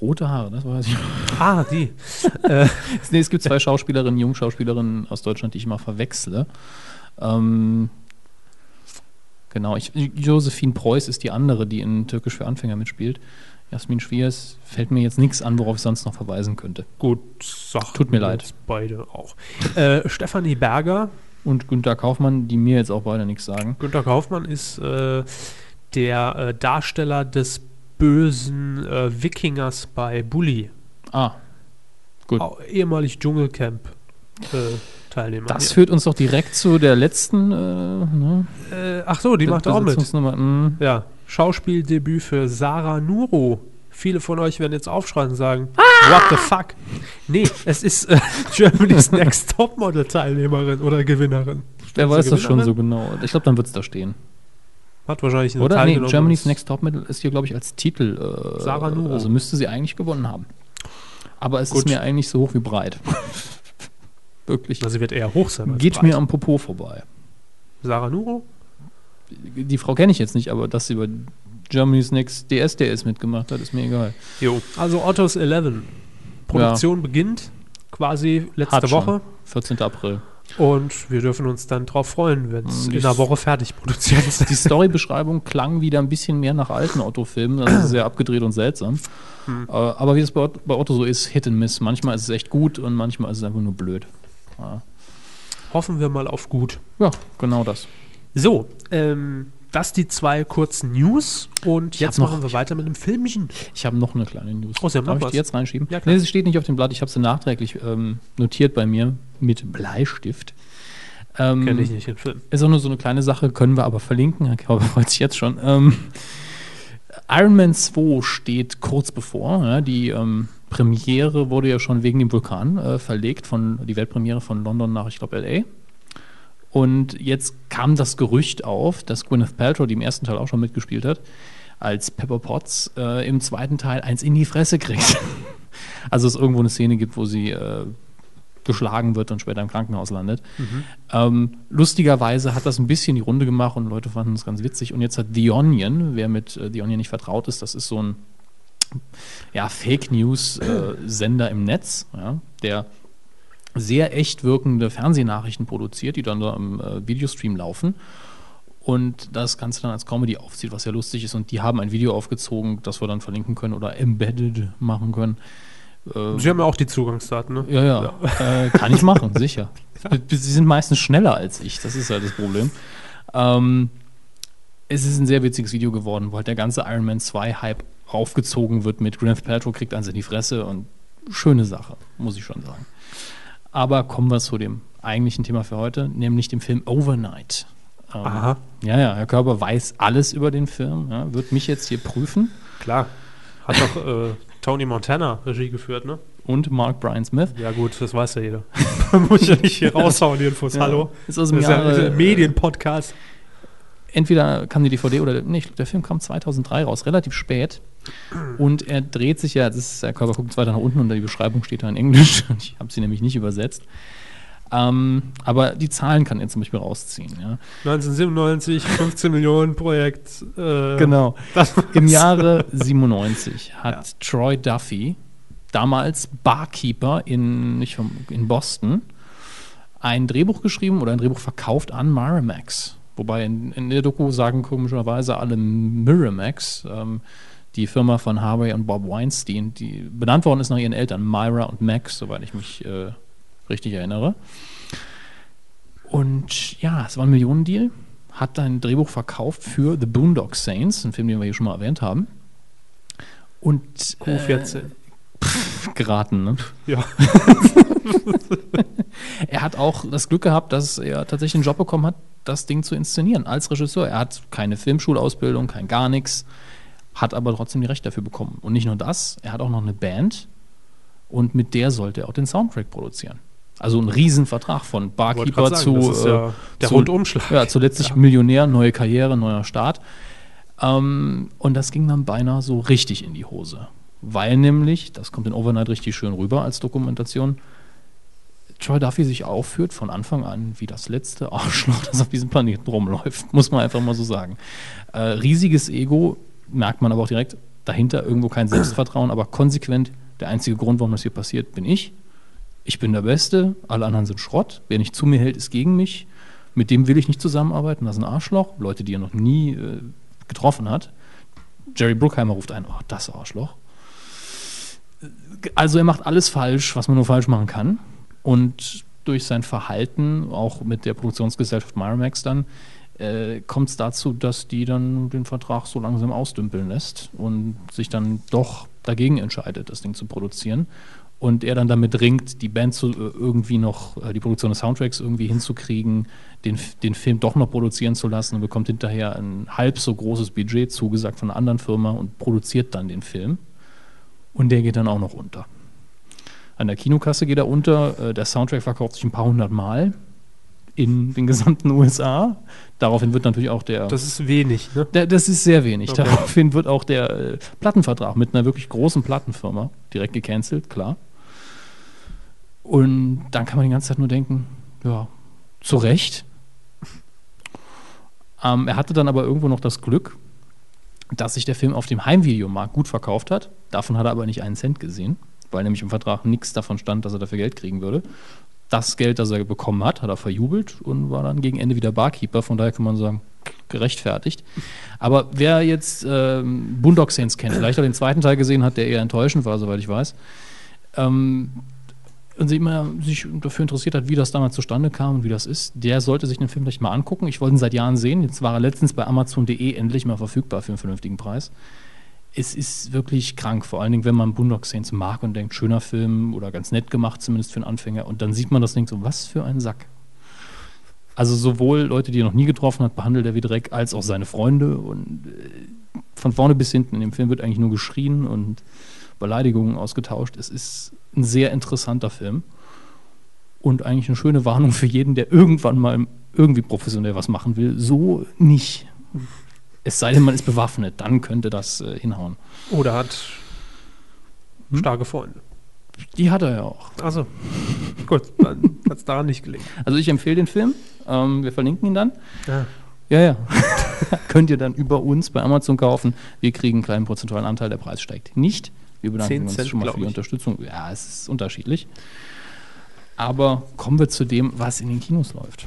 Speaker 1: rote Haare, das weiß ich.
Speaker 2: Ah, die.
Speaker 1: Nee, es gibt zwei Schauspielerinnen, Jungschauspielerinnen aus Deutschland, die ich immer verwechsle. Ähm, genau, ich, Josephine Preuß ist die andere, die in Türkisch für Anfänger mitspielt. Jasmin Schwiers fällt mir jetzt nichts an, worauf ich sonst noch verweisen könnte.
Speaker 2: Gut, sagt
Speaker 1: Tut mir leid.
Speaker 2: Beide auch. Äh, Stefanie Berger,
Speaker 1: Und Günther Kaufmann, die mir jetzt auch beide nichts sagen.
Speaker 2: Günter Kaufmann ist äh, der äh, Darsteller des bösen äh, Wikingers bei Bully.
Speaker 1: Ah, Gut.
Speaker 2: Au- ehemalig Dschungelcamp. Äh, Teilnehmer.
Speaker 1: das führt uns doch direkt zu der letzten. Äh, ne?
Speaker 2: äh, ach so, die macht auch mit.
Speaker 1: Besetzungsnummer. Mm.
Speaker 2: Ja, Schauspieldebüt für Sarah Nuro. Viele von euch werden jetzt aufschreien und sagen, what the fuck? Nee, es ist äh, Germany's Next Topmodel Teilnehmerin oder Gewinnerin.
Speaker 1: Wer
Speaker 2: Ist sie
Speaker 1: weiß das schon
Speaker 2: Gewinnerin?
Speaker 1: so genau? Ich glaube, dann wird es da stehen.
Speaker 2: Hat wahrscheinlich eine
Speaker 1: Oder? Nee,
Speaker 2: teilgenommen.
Speaker 1: Germany's Next Topmodel ist hier, glaube ich, als Titel. Äh,
Speaker 2: Sarah Nuro.
Speaker 1: Also müsste sie eigentlich gewonnen haben. Aber es
Speaker 2: Gut.
Speaker 1: ist mir eigentlich so hoch wie breit. Wirklich.
Speaker 2: Also wird eher hoch sein. als
Speaker 1: Geht
Speaker 2: breit.
Speaker 1: mir am Popo vorbei.
Speaker 2: Sarah Nuro?
Speaker 1: Die Frau kenne ich jetzt nicht, aber dass sie bei Germany's Next DSDS mitgemacht hat, ist mir egal.
Speaker 2: Jo. Also Otto's 11. Produktion beginnt quasi letzte
Speaker 1: Hat schon.
Speaker 2: Woche.
Speaker 1: 14. April.
Speaker 2: Und wir dürfen uns dann drauf freuen, wenn es
Speaker 1: Mm,
Speaker 2: in
Speaker 1: dies-
Speaker 2: einer Woche fertig produziert ist.
Speaker 1: Die Storybeschreibung klang wieder ein bisschen mehr nach alten Otto-Filmen, also sehr abgedreht und seltsam.
Speaker 2: Hm.
Speaker 1: Äh, Aber wie das bei Otto, bei Otto so ist, Hit and Miss. Manchmal ist es echt gut und manchmal ist es einfach nur blöd.
Speaker 2: Hoffen wir mal auf gut.
Speaker 1: Ja, genau das.
Speaker 2: So, ähm, das die zwei kurzen News und jetzt
Speaker 1: hab noch-
Speaker 2: machen wir weiter mit dem Filmchen.
Speaker 1: Ich habe noch eine kleine News.
Speaker 2: Oh, Sie haben
Speaker 1: Darf
Speaker 2: noch
Speaker 1: ich
Speaker 2: was?
Speaker 1: die jetzt reinschieben?
Speaker 2: Ja,
Speaker 1: Ja,
Speaker 2: klar.
Speaker 1: nee, sie steht nicht auf dem Blatt. Ich habe sie nachträglich ähm, notiert bei mir mit Bleistift. Ähm,
Speaker 2: Kenn ich nicht den Film.
Speaker 1: Ist auch nur so eine kleine Sache, können wir aber verlinken. Herr Körber freut sich jetzt schon. Ähm, Iron Man 2 steht kurz bevor. Ja, die ähm, Premiere wurde ja schon wegen dem Vulkan äh, verlegt, von, die Weltpremiere von London nach, ich glaube, L.A. Und jetzt kam das Gerücht auf, dass Gwyneth Paltrow, die im ersten Teil auch schon mitgespielt hat, als Pepper Potts äh, im zweiten Teil eins in die Fresse kriegt. also es irgendwo eine Szene gibt, wo sie äh, geschlagen wird und später im Krankenhaus landet. Ähm, lustigerweise hat das ein bisschen die Runde gemacht und Leute fanden es ganz witzig. Und jetzt hat The Onion, wer mit äh, The Onion nicht vertraut ist, das ist so ein ja, Fake News-Sender im Netz, ja, der sehr echt wirkende Fernsehnachrichten produziert, die dann da im äh, Videostream laufen. Und das Ganze dann als Comedy aufzieht, was ja lustig ist. Und die haben ein Video aufgezogen, das wir dann verlinken können oder embedded machen können.
Speaker 2: Sie haben ja auch die Zugangsdaten, ne?
Speaker 1: Ja, ja. Äh, kann ich machen, sicher. Sie sind meistens schneller als ich, das ist halt das Problem. Ähm, es ist ein sehr witziges Video geworden, weil der ganze Iron Man 2-Hype aufgezogen wird mit Gwyneth Paltrow kriegt eins in die Fresse und schöne Sache, muss ich schon sagen. Aber kommen wir zu dem eigentlichen Thema für heute, nämlich dem Film Overnight. Ähm,
Speaker 2: Aha.
Speaker 1: Ja, ja, Herr Körber weiß alles über den Film, ja, wird mich jetzt hier prüfen.
Speaker 2: Klar. Hat doch äh, Tony Montana Regie geführt, ne?
Speaker 1: Und Mark Brian Smith.
Speaker 2: Ja gut, das weiß ja jeder. Muss ich ja nicht hier raushauen, die Infos.
Speaker 1: Ja.
Speaker 2: Hallo.
Speaker 1: Ist aus dem
Speaker 2: Das äh, ja
Speaker 1: Jahre-
Speaker 2: ein Medienpodcast.
Speaker 1: entweder kam die DVD oder nee, ich glaub, der Film kam 2003 raus, relativ spät. Und er dreht sich ja, das ist, der Körper guckt weiter nach unten und die Beschreibung steht da in Englisch. Und ich habe sie nämlich nicht übersetzt. Ähm, aber die Zahlen kann er zum Beispiel rausziehen. Ja.
Speaker 2: 1997, 15 Millionen Projekt. äh,
Speaker 1: Genau.
Speaker 2: Das
Speaker 1: Im Jahre 97 hat Troy Duffy, damals Barkeeper in, nicht vom, in Boston, ein Drehbuch geschrieben oder ein Drehbuch verkauft an Miramax. Wobei in, in der Doku sagen komischerweise alle Miramax, ähm, die Firma von Harvey und Bob Weinstein, die benannt worden ist nach ihren Eltern, Myra und Max, soweit ich mich äh, richtig erinnere. Und ja, es war ein Millionendeal. Hat ein Drehbuch verkauft für The Boondock Saints, einen Film, den wir hier schon mal erwähnt haben. Und
Speaker 2: Q14.
Speaker 1: äh, geraten, ne?
Speaker 2: ja.
Speaker 1: Er hat auch das Glück gehabt, dass er tatsächlich den Job bekommen hat, das Ding zu inszenieren als Regisseur. Er hat keine Filmschulausbildung, kein gar nichts, hat aber trotzdem die Rechte dafür bekommen. Und nicht nur das, er hat auch noch eine Band und mit der sollte er auch den Soundtrack produzieren. Also ein Riesenvertrag von
Speaker 2: Wollte
Speaker 1: Barkeeper
Speaker 2: grad sagen,
Speaker 1: zu
Speaker 2: das ist ja
Speaker 1: äh,
Speaker 2: der
Speaker 1: zu-
Speaker 2: Rundumschlag.
Speaker 1: Ja, zu letztlich Millionär, neue Karriere, neuer Start. Ähm, und das ging dann beinahe so richtig in die Hose. Weil nämlich, das kommt in Overnight richtig schön rüber als Dokumentation, Troy Duffy sich aufführt von Anfang an wie das letzte Arschloch, das auf diesem Planeten rumläuft, muss man einfach mal so sagen. Äh, riesiges Ego, merkt man aber auch direkt, dahinter irgendwo kein Selbstvertrauen, aber konsequent, der einzige Grund, warum das hier passiert, bin ich. Ich bin der Beste, alle anderen sind Schrott, wer nicht zu mir hält, ist gegen mich. Mit dem will ich nicht zusammenarbeiten, das ist ein Arschloch, Leute, die er noch nie äh, getroffen hat. Jerry Bruckheimer ruft ein, oh, das Arschloch. Also er macht alles falsch, was man nur falsch machen kann. Und durch sein Verhalten, auch mit der Produktionsgesellschaft Miramax dann, äh, kommt es dazu, dass die dann den Vertrag so langsam ausdümpeln lässt und sich dann doch dagegen entscheidet, das Ding zu produzieren. Und er dann damit ringt, die Band zu, äh, irgendwie noch, äh, die Produktion des Soundtracks irgendwie hinzukriegen, den, F- den Film doch noch produzieren zu lassen und bekommt hinterher ein halb so großes Budget zugesagt von einer anderen Firma und produziert dann den Film. Und der geht dann auch noch unter. An der Kinokasse geht er unter. äh, Der Soundtrack verkauft sich ein paar hundert Mal in den gesamten USA. Daraufhin wird natürlich auch der.
Speaker 2: Das ist wenig, ne?
Speaker 1: Da- das ist sehr wenig.
Speaker 2: Okay.
Speaker 1: Daraufhin wird auch der äh, Plattenvertrag mit einer wirklich großen Plattenfirma direkt gecancelt, klar. Und dann kann man die ganze Zeit nur denken, ja, zu Recht. Ähm, er hatte dann aber irgendwo noch das Glück, dass sich der Film auf dem Heimvideomarkt gut verkauft hat. Davon hat er aber nicht einen Cent gesehen, weil nämlich im Vertrag nichts davon stand, dass er dafür Geld kriegen würde. Das Geld, das er bekommen hat, hat er verjubelt und war dann gegen Ende wieder Barkeeper. Von daher kann man sagen, gerechtfertigt. Aber wer jetzt ähm, Boondock Saints kennt, vielleicht auch den zweiten Teil gesehen hat, der eher enttäuschend war, soweit ich weiß, ähm, und sich immer sich dafür interessiert hat, wie das damals zustande kam und wie das ist, der sollte sich den Film vielleicht mal angucken. Ich wollte ihn seit Jahren sehen. Jetzt war er letztens bei Amazon.de endlich mal verfügbar für einen vernünftigen Preis. Es ist wirklich krank, vor allen Dingen, wenn man Boondock Saints mag und denkt, schöner Film oder ganz nett gemacht, zumindest für einen Anfänger. Und dann sieht man das Ding so, was für ein Sack. Also sowohl Leute, die er noch nie getroffen hat, behandelt er wie Dreck, als auch seine Freunde. Und äh, von vorne bis hinten in dem Film wird eigentlich nur geschrien und Beleidigungen ausgetauscht. Es ist ein sehr interessanter Film und eigentlich eine schöne Warnung für jeden, der irgendwann mal irgendwie professionell was machen will. So nicht. Es sei denn, man ist bewaffnet, dann könnte das äh, hinhauen.
Speaker 2: Oder hat starke Freunde.
Speaker 1: Die hat er ja auch.
Speaker 2: Also, gut, dann hat es daran nicht gelingen.
Speaker 1: Also ich empfehle den Film. Ähm, wir verlinken ihn dann. Ja, ja. Könnt ihr dann über uns bei Amazon kaufen. Wir kriegen einen kleinen prozentualen Anteil, der Preis steigt nicht. Wir
Speaker 2: Zehn
Speaker 1: bedanken uns
Speaker 2: Cent,
Speaker 1: schon mal
Speaker 2: glaub
Speaker 1: für die
Speaker 2: ich.
Speaker 1: Unterstützung. Ja, es ist unterschiedlich. Aber kommen wir zu dem, was in den Kinos läuft.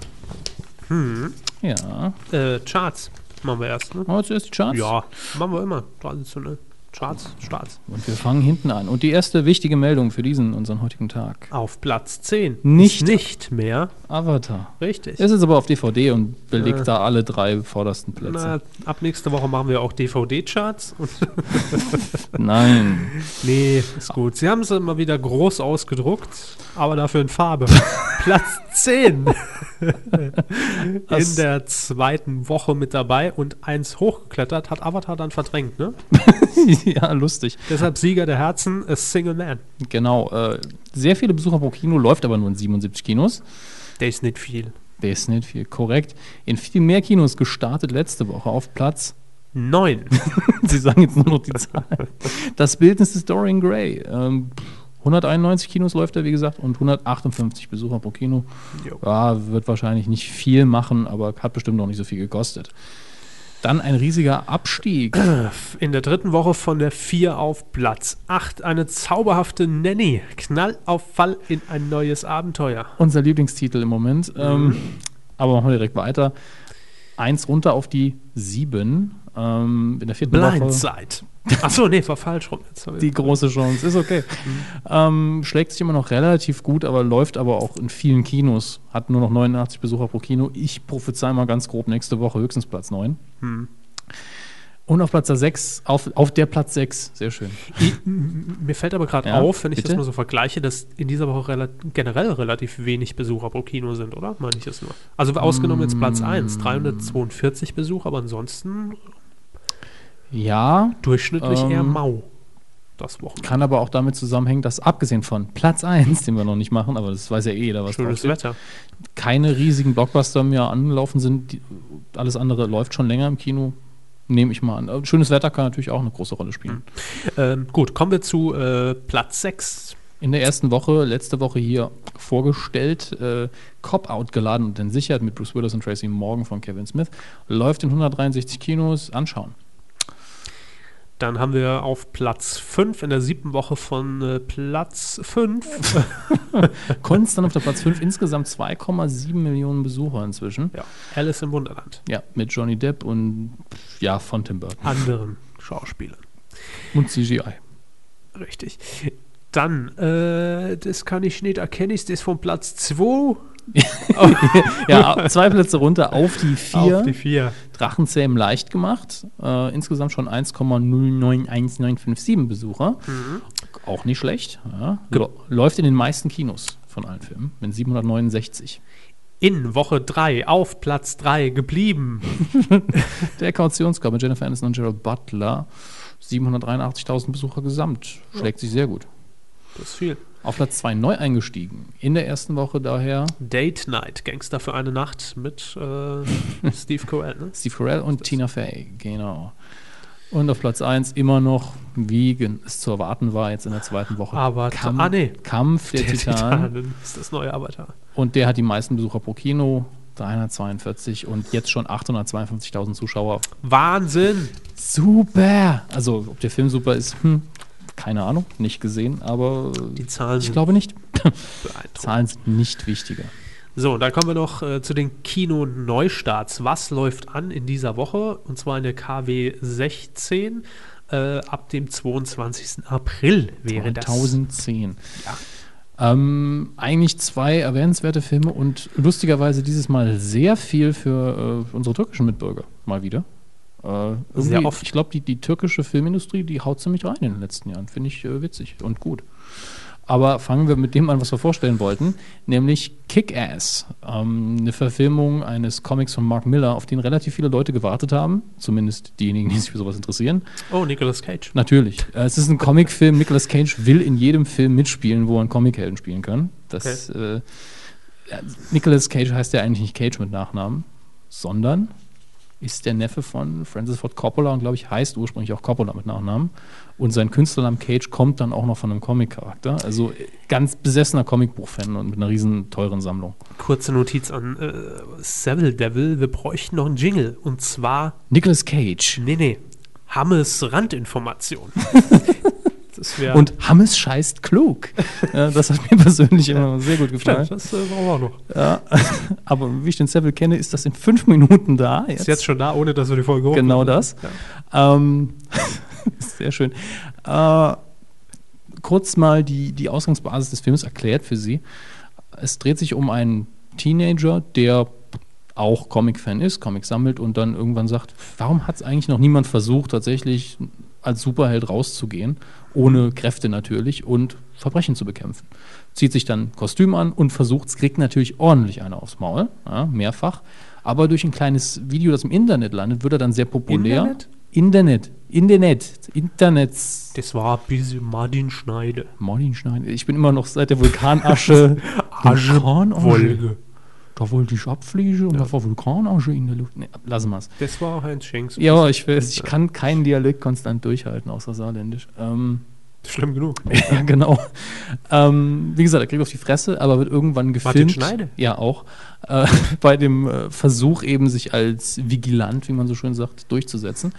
Speaker 2: Hm.
Speaker 1: Ja.
Speaker 2: Äh, Charts machen wir erst, ne?
Speaker 1: Machen wir zuerst die Charts?
Speaker 2: Ja, machen wir immer. Traditionell. Charts, Starts.
Speaker 1: Und wir fangen hinten an. Und die erste wichtige Meldung für diesen, unseren heutigen Tag.
Speaker 2: Auf Platz 10.
Speaker 1: Nicht-
Speaker 2: Ist nicht mehr.
Speaker 1: Avatar.
Speaker 2: Richtig.
Speaker 1: Ist jetzt aber auf DVD und
Speaker 2: Äh.
Speaker 1: belegt da alle drei vordersten Plätze.
Speaker 2: Na, ab nächste Woche machen wir auch DVD-Charts. Und
Speaker 1: Nein.
Speaker 2: nee, ist gut. Sie haben es immer wieder groß ausgedruckt, aber dafür in Farbe. Platz 10. in
Speaker 1: Das-
Speaker 2: der zweiten Woche mit dabei und eins hochgeklettert, hat Avatar dann verdrängt, ne?
Speaker 1: ja, lustig.
Speaker 2: Deshalb Sieger der Herzen, A Single Man.
Speaker 1: Genau. Äh, sehr viele Besucher pro Kino, läuft aber nur in 77 Kinos.
Speaker 2: Der ist nicht viel.
Speaker 1: Der ist nicht viel korrekt. In viel mehr Kinos gestartet letzte Woche auf Platz.
Speaker 2: Neun.
Speaker 1: Sie sagen jetzt nur noch die Zahl. Das Bildnis des Dorian Gray. Ähm, pff, 191 Kinos läuft er, wie gesagt, und 158 Besucher pro Kino.
Speaker 2: Jo.
Speaker 1: Ja, wird wahrscheinlich nicht viel machen, aber hat bestimmt noch nicht so viel gekostet. Dann ein riesiger Abstieg.
Speaker 2: In der dritten Woche von der 4 auf Platz 8 eine zauberhafte Nanny. Knall auf Fall in ein neues Abenteuer.
Speaker 1: Unser Lieblingstitel im Moment. Ähm, aber machen wir direkt weiter. Eins runter auf die sieben. Ähm, in der vierten Woche.
Speaker 2: Blindside. Achso, nee, war falsch rum. Jetzt hab ich-
Speaker 1: Die große Chance, ist okay. ähm, schlägt sich immer noch relativ gut, aber läuft aber auch in vielen Kinos. Hat nur noch 89 Besucher pro Kino. Ich prophezei mal ganz grob nächste Woche höchstens Platz 9.
Speaker 2: Hm.
Speaker 1: Und auf Platz 6, auf, auf der Platz 6, sehr schön.
Speaker 2: I- m- Mir fällt aber gerade
Speaker 1: Ja,
Speaker 2: auf, wenn ich
Speaker 1: bitte?
Speaker 2: das mal so vergleiche, dass in dieser Woche rela generell relativ wenig Besucher pro Kino sind, oder? Meine ich es nur. Also ausgenommen jetzt Platz 1,
Speaker 1: Mm.
Speaker 2: 342 Besucher, aber ansonsten
Speaker 1: Ja,
Speaker 2: durchschnittlich eher
Speaker 1: Ähm.
Speaker 2: mau. Das Wochenende.
Speaker 1: kann aber auch damit zusammenhängen, dass abgesehen von Platz 1, den wir noch nicht machen, aber das weiß ja eh jeder, was
Speaker 2: Schönes
Speaker 1: draufsteht,
Speaker 2: Wetter.
Speaker 1: keine riesigen Blockbuster mehr angelaufen sind. Die, alles andere läuft schon länger im Kino, nehme ich mal an. Aber Schönes Wetter kann natürlich auch eine große Rolle spielen.
Speaker 2: Ähm, gut, kommen wir zu äh, Platz 6.
Speaker 1: In der ersten Woche, letzte Woche hier vorgestellt, äh, Cop-Out geladen und entsichert mit Bruce Willis und Tracy Morgan von Kevin Smith, läuft in 163 Kinos. Anschauen.
Speaker 2: Dann haben wir auf Platz 5 in der siebten Woche von äh, Platz 5
Speaker 1: Konstant auf der Platz 5, insgesamt 2,7 Millionen Besucher inzwischen.
Speaker 2: ja, Alice im Wunderland.
Speaker 1: Ja, mit Johnny Depp und pff, ja, von Tim Burton.
Speaker 2: Anderen Schauspielern.
Speaker 1: Und CGI.
Speaker 2: Richtig. Dann, äh, das kann ich nicht erkennen, ist das von Platz 2
Speaker 1: Ja, zwei Plätze runter auf die
Speaker 2: auf die
Speaker 1: vier.
Speaker 2: 4.
Speaker 1: Drachenzähmen leicht gemacht. Äh, insgesamt schon 1,091957 Besucher.
Speaker 2: Mhm.
Speaker 1: Auch nicht schlecht. Ja. Lä- Läuft in den meisten Kinos von allen Filmen mit 769.
Speaker 2: In Woche 3 auf Platz 3 geblieben.
Speaker 1: Der Kautionskörper mit Jennifer Aniston und Gerald Butler. 783.000 Besucher gesamt. Schlägt sich sehr gut.
Speaker 2: Das ist viel.
Speaker 1: Auf Platz 2 neu eingestiegen. In der ersten Woche daher
Speaker 2: Date Night, Gangster für eine Nacht mit äh, Steve Carell. Ne?
Speaker 1: Steve Carell und Tina Fey, genau. Und auf Platz 1 immer noch, wie gen- es zu erwarten war, jetzt in der zweiten Woche.
Speaker 2: Aber- ah, nee.
Speaker 1: Kampf der, Titan.
Speaker 2: Titanen ist das neue Avatar.
Speaker 1: Und der hat die meisten Besucher pro Kino, 342 und jetzt schon 852.000 Zuschauer.
Speaker 2: Wahnsinn!
Speaker 1: Super! Also, ob der Film super ist, hm, keine Ahnung, nicht gesehen, aber
Speaker 2: Die Zahlen
Speaker 1: ich
Speaker 2: sind
Speaker 1: glaube nicht.
Speaker 2: beeindruckend.
Speaker 1: Zahlen sind nicht wichtiger.
Speaker 2: So, und dann kommen wir noch äh, zu den Kino-Neustarts. Was läuft an in dieser Woche? Und zwar in der KW 16 äh, ab dem 22. April wäre das.
Speaker 1: 2010. Ähm, eigentlich zwei erwähnenswerte Filme und lustigerweise dieses Mal sehr viel für äh, unsere türkischen Mitbürger. Mal wieder. Äh, irgendwie-
Speaker 2: Sehr oft.
Speaker 1: Ich glaube, die, die türkische Filmindustrie, die haut ziemlich rein in den letzten Jahren. Finde ich äh, witzig und gut. Aber fangen wir mit dem an, was wir vorstellen wollten, nämlich Kick-Ass. Ähm, eine Verfilmung eines Comics von Mark Miller, auf den relativ viele Leute gewartet haben. Zumindest diejenigen, die sich für sowas interessieren.
Speaker 2: Oh, Nicolas Cage.
Speaker 1: Natürlich. Äh, Es ist ein Comicfilm. Nicolas Cage will in jedem Film mitspielen, wo er einen Comichelden spielen kann. Das, äh, ja, Nicolas Cage heißt ja eigentlich nicht Cage mit Nachnamen, sondern ist der Neffe von Francis Ford Coppola und glaube ich heißt ursprünglich auch Coppola mit Nachnamen. Und sein Künstlernamen Cage kommt dann auch noch von einem Comic-Charakter. Also äh, ganz besessener Comicbuch-Fan und mit einer riesen teuren Sammlung.
Speaker 2: Kurze Notiz an äh, Seville Devil. Wir bräuchten noch einen Jingle. Und zwar,
Speaker 1: Nicolas Cage
Speaker 2: nee, nee, Hammes Randinformation. das wäre.
Speaker 1: und Hammes scheißt klug. ja, das hat mir persönlich immer sehr gut gefallen.
Speaker 2: Stimmt, das äh, brauchen wir auch noch.
Speaker 1: Ja, aber wie ich den Seville kenne, ist das in fünf Minuten da. Jetzt.
Speaker 2: Ist jetzt schon da, ohne dass wir die Folge hoch. ne?
Speaker 1: genau das. Ähm, sehr schön. Äh, kurz mal die, die Ausgangsbasis des Films erklärt für Sie. Es dreht sich um einen Teenager, der auch Comic-Fan ist, Comic sammelt und dann irgendwann sagt, warum hat es eigentlich noch niemand versucht, tatsächlich als Superheld rauszugehen, ohne Kräfte natürlich und Verbrechen zu bekämpfen. Zieht sich dann Kostüm an und versucht es, kriegt natürlich ordentlich eine aufs Maul, ja, mehrfach. Aber durch ein kleines Video, das im Internet landet, wird er dann sehr populär.
Speaker 2: Internet?
Speaker 1: Internet. Internet. Internets.
Speaker 2: Das war ein bisschen Martin Schneide.
Speaker 1: Martin Schneider. Ich bin immer noch seit der Vulkanasche.
Speaker 2: Asche-
Speaker 1: Vulkanasche.
Speaker 2: Wolke.
Speaker 1: da wollte ich abfliegen und da war Vulkanasche in der Luft. Nee, lassen wir's.
Speaker 2: Das war Heinz Schenks.
Speaker 1: Ja, ich, weiß, ich kann keinen Dialekt konstant durchhalten, außer Saarländisch. Ähm,
Speaker 2: Schlimm genug.
Speaker 1: ja, genau. Ähm, wie gesagt, er kriegt auf die Fresse, aber wird irgendwann gefilmt.
Speaker 2: Martin Schneide?
Speaker 1: Ja, auch. Äh, bei dem äh, Versuch eben, sich als Vigilant, wie man so schön sagt, durchzusetzen.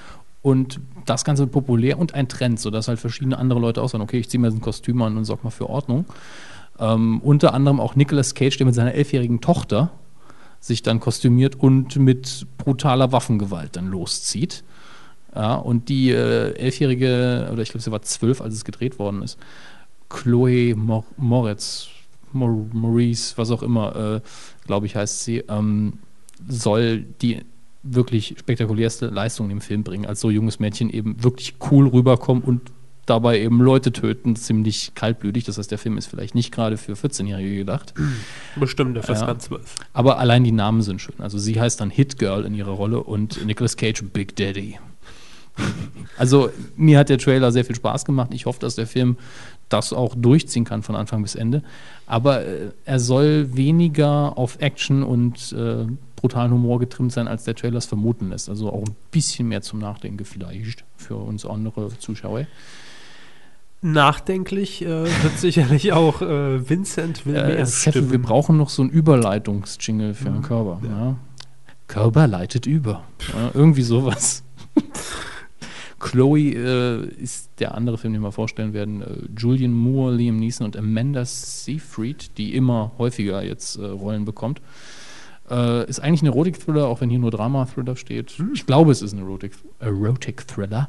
Speaker 1: Und das Ganze wird populär und ein Trend, sodass halt verschiedene andere Leute auch sagen, okay, ich ziehe mir so ein Kostüm an und sorge mal für Ordnung. Ähm, unter anderem auch Nicolas Cage, der mit seiner elfjährigen Tochter sich dann kostümiert und mit brutaler Waffengewalt dann loszieht. Ja, und die äh, elfjährige, oder ich glaube, sie war zwölf, als es gedreht worden ist, Chloe Mor Moritz, Mor Maurice, was auch immer, äh, glaube ich, heißt sie, ähm, soll die wirklich spektakulärste Leistung im Film bringen, als so junges Mädchen eben wirklich cool rüberkommen und dabei eben Leute töten, ziemlich kaltblütig. Das heißt, der Film ist vielleicht nicht gerade für 14-Jährige gedacht.
Speaker 2: Bestimmt, der
Speaker 1: Ja.
Speaker 2: fast ganz zwölf.
Speaker 1: Aber allein die Namen sind schön. Also sie heißt dann Hit Girl in ihrer Rolle und Nicolas Cage Big Daddy. Also mir hat der Trailer sehr viel Spaß gemacht. Ich hoffe, dass der Film das auch durchziehen kann von Anfang bis Ende. Aber äh, er soll weniger auf Action und äh, brutalen Humor getrimmt sein, als der Trailer es vermuten lässt. Also auch ein bisschen mehr zum Nachdenken vielleicht für uns andere Zuschauer.
Speaker 2: Nachdenklich äh, wird sicherlich auch äh, Vincent will
Speaker 1: Äh,
Speaker 2: mehr
Speaker 1: Steffen, wir
Speaker 2: stimmen.
Speaker 1: brauchen noch so einen Überleitungsjingle für den Körper. Ja. Körper leitet über. Ja, irgendwie sowas. Chloe äh, ist der andere Film, den wir vorstellen werden. Äh, Julian Moore, Liam Neeson und Amanda Seyfried, die immer häufiger jetzt äh, Rollen bekommt. Äh, ist eigentlich ein Erotik-Thriller, auch wenn hier nur Drama-Thriller steht. Ich glaube, es ist ein Erotik- Erotik-Thriller.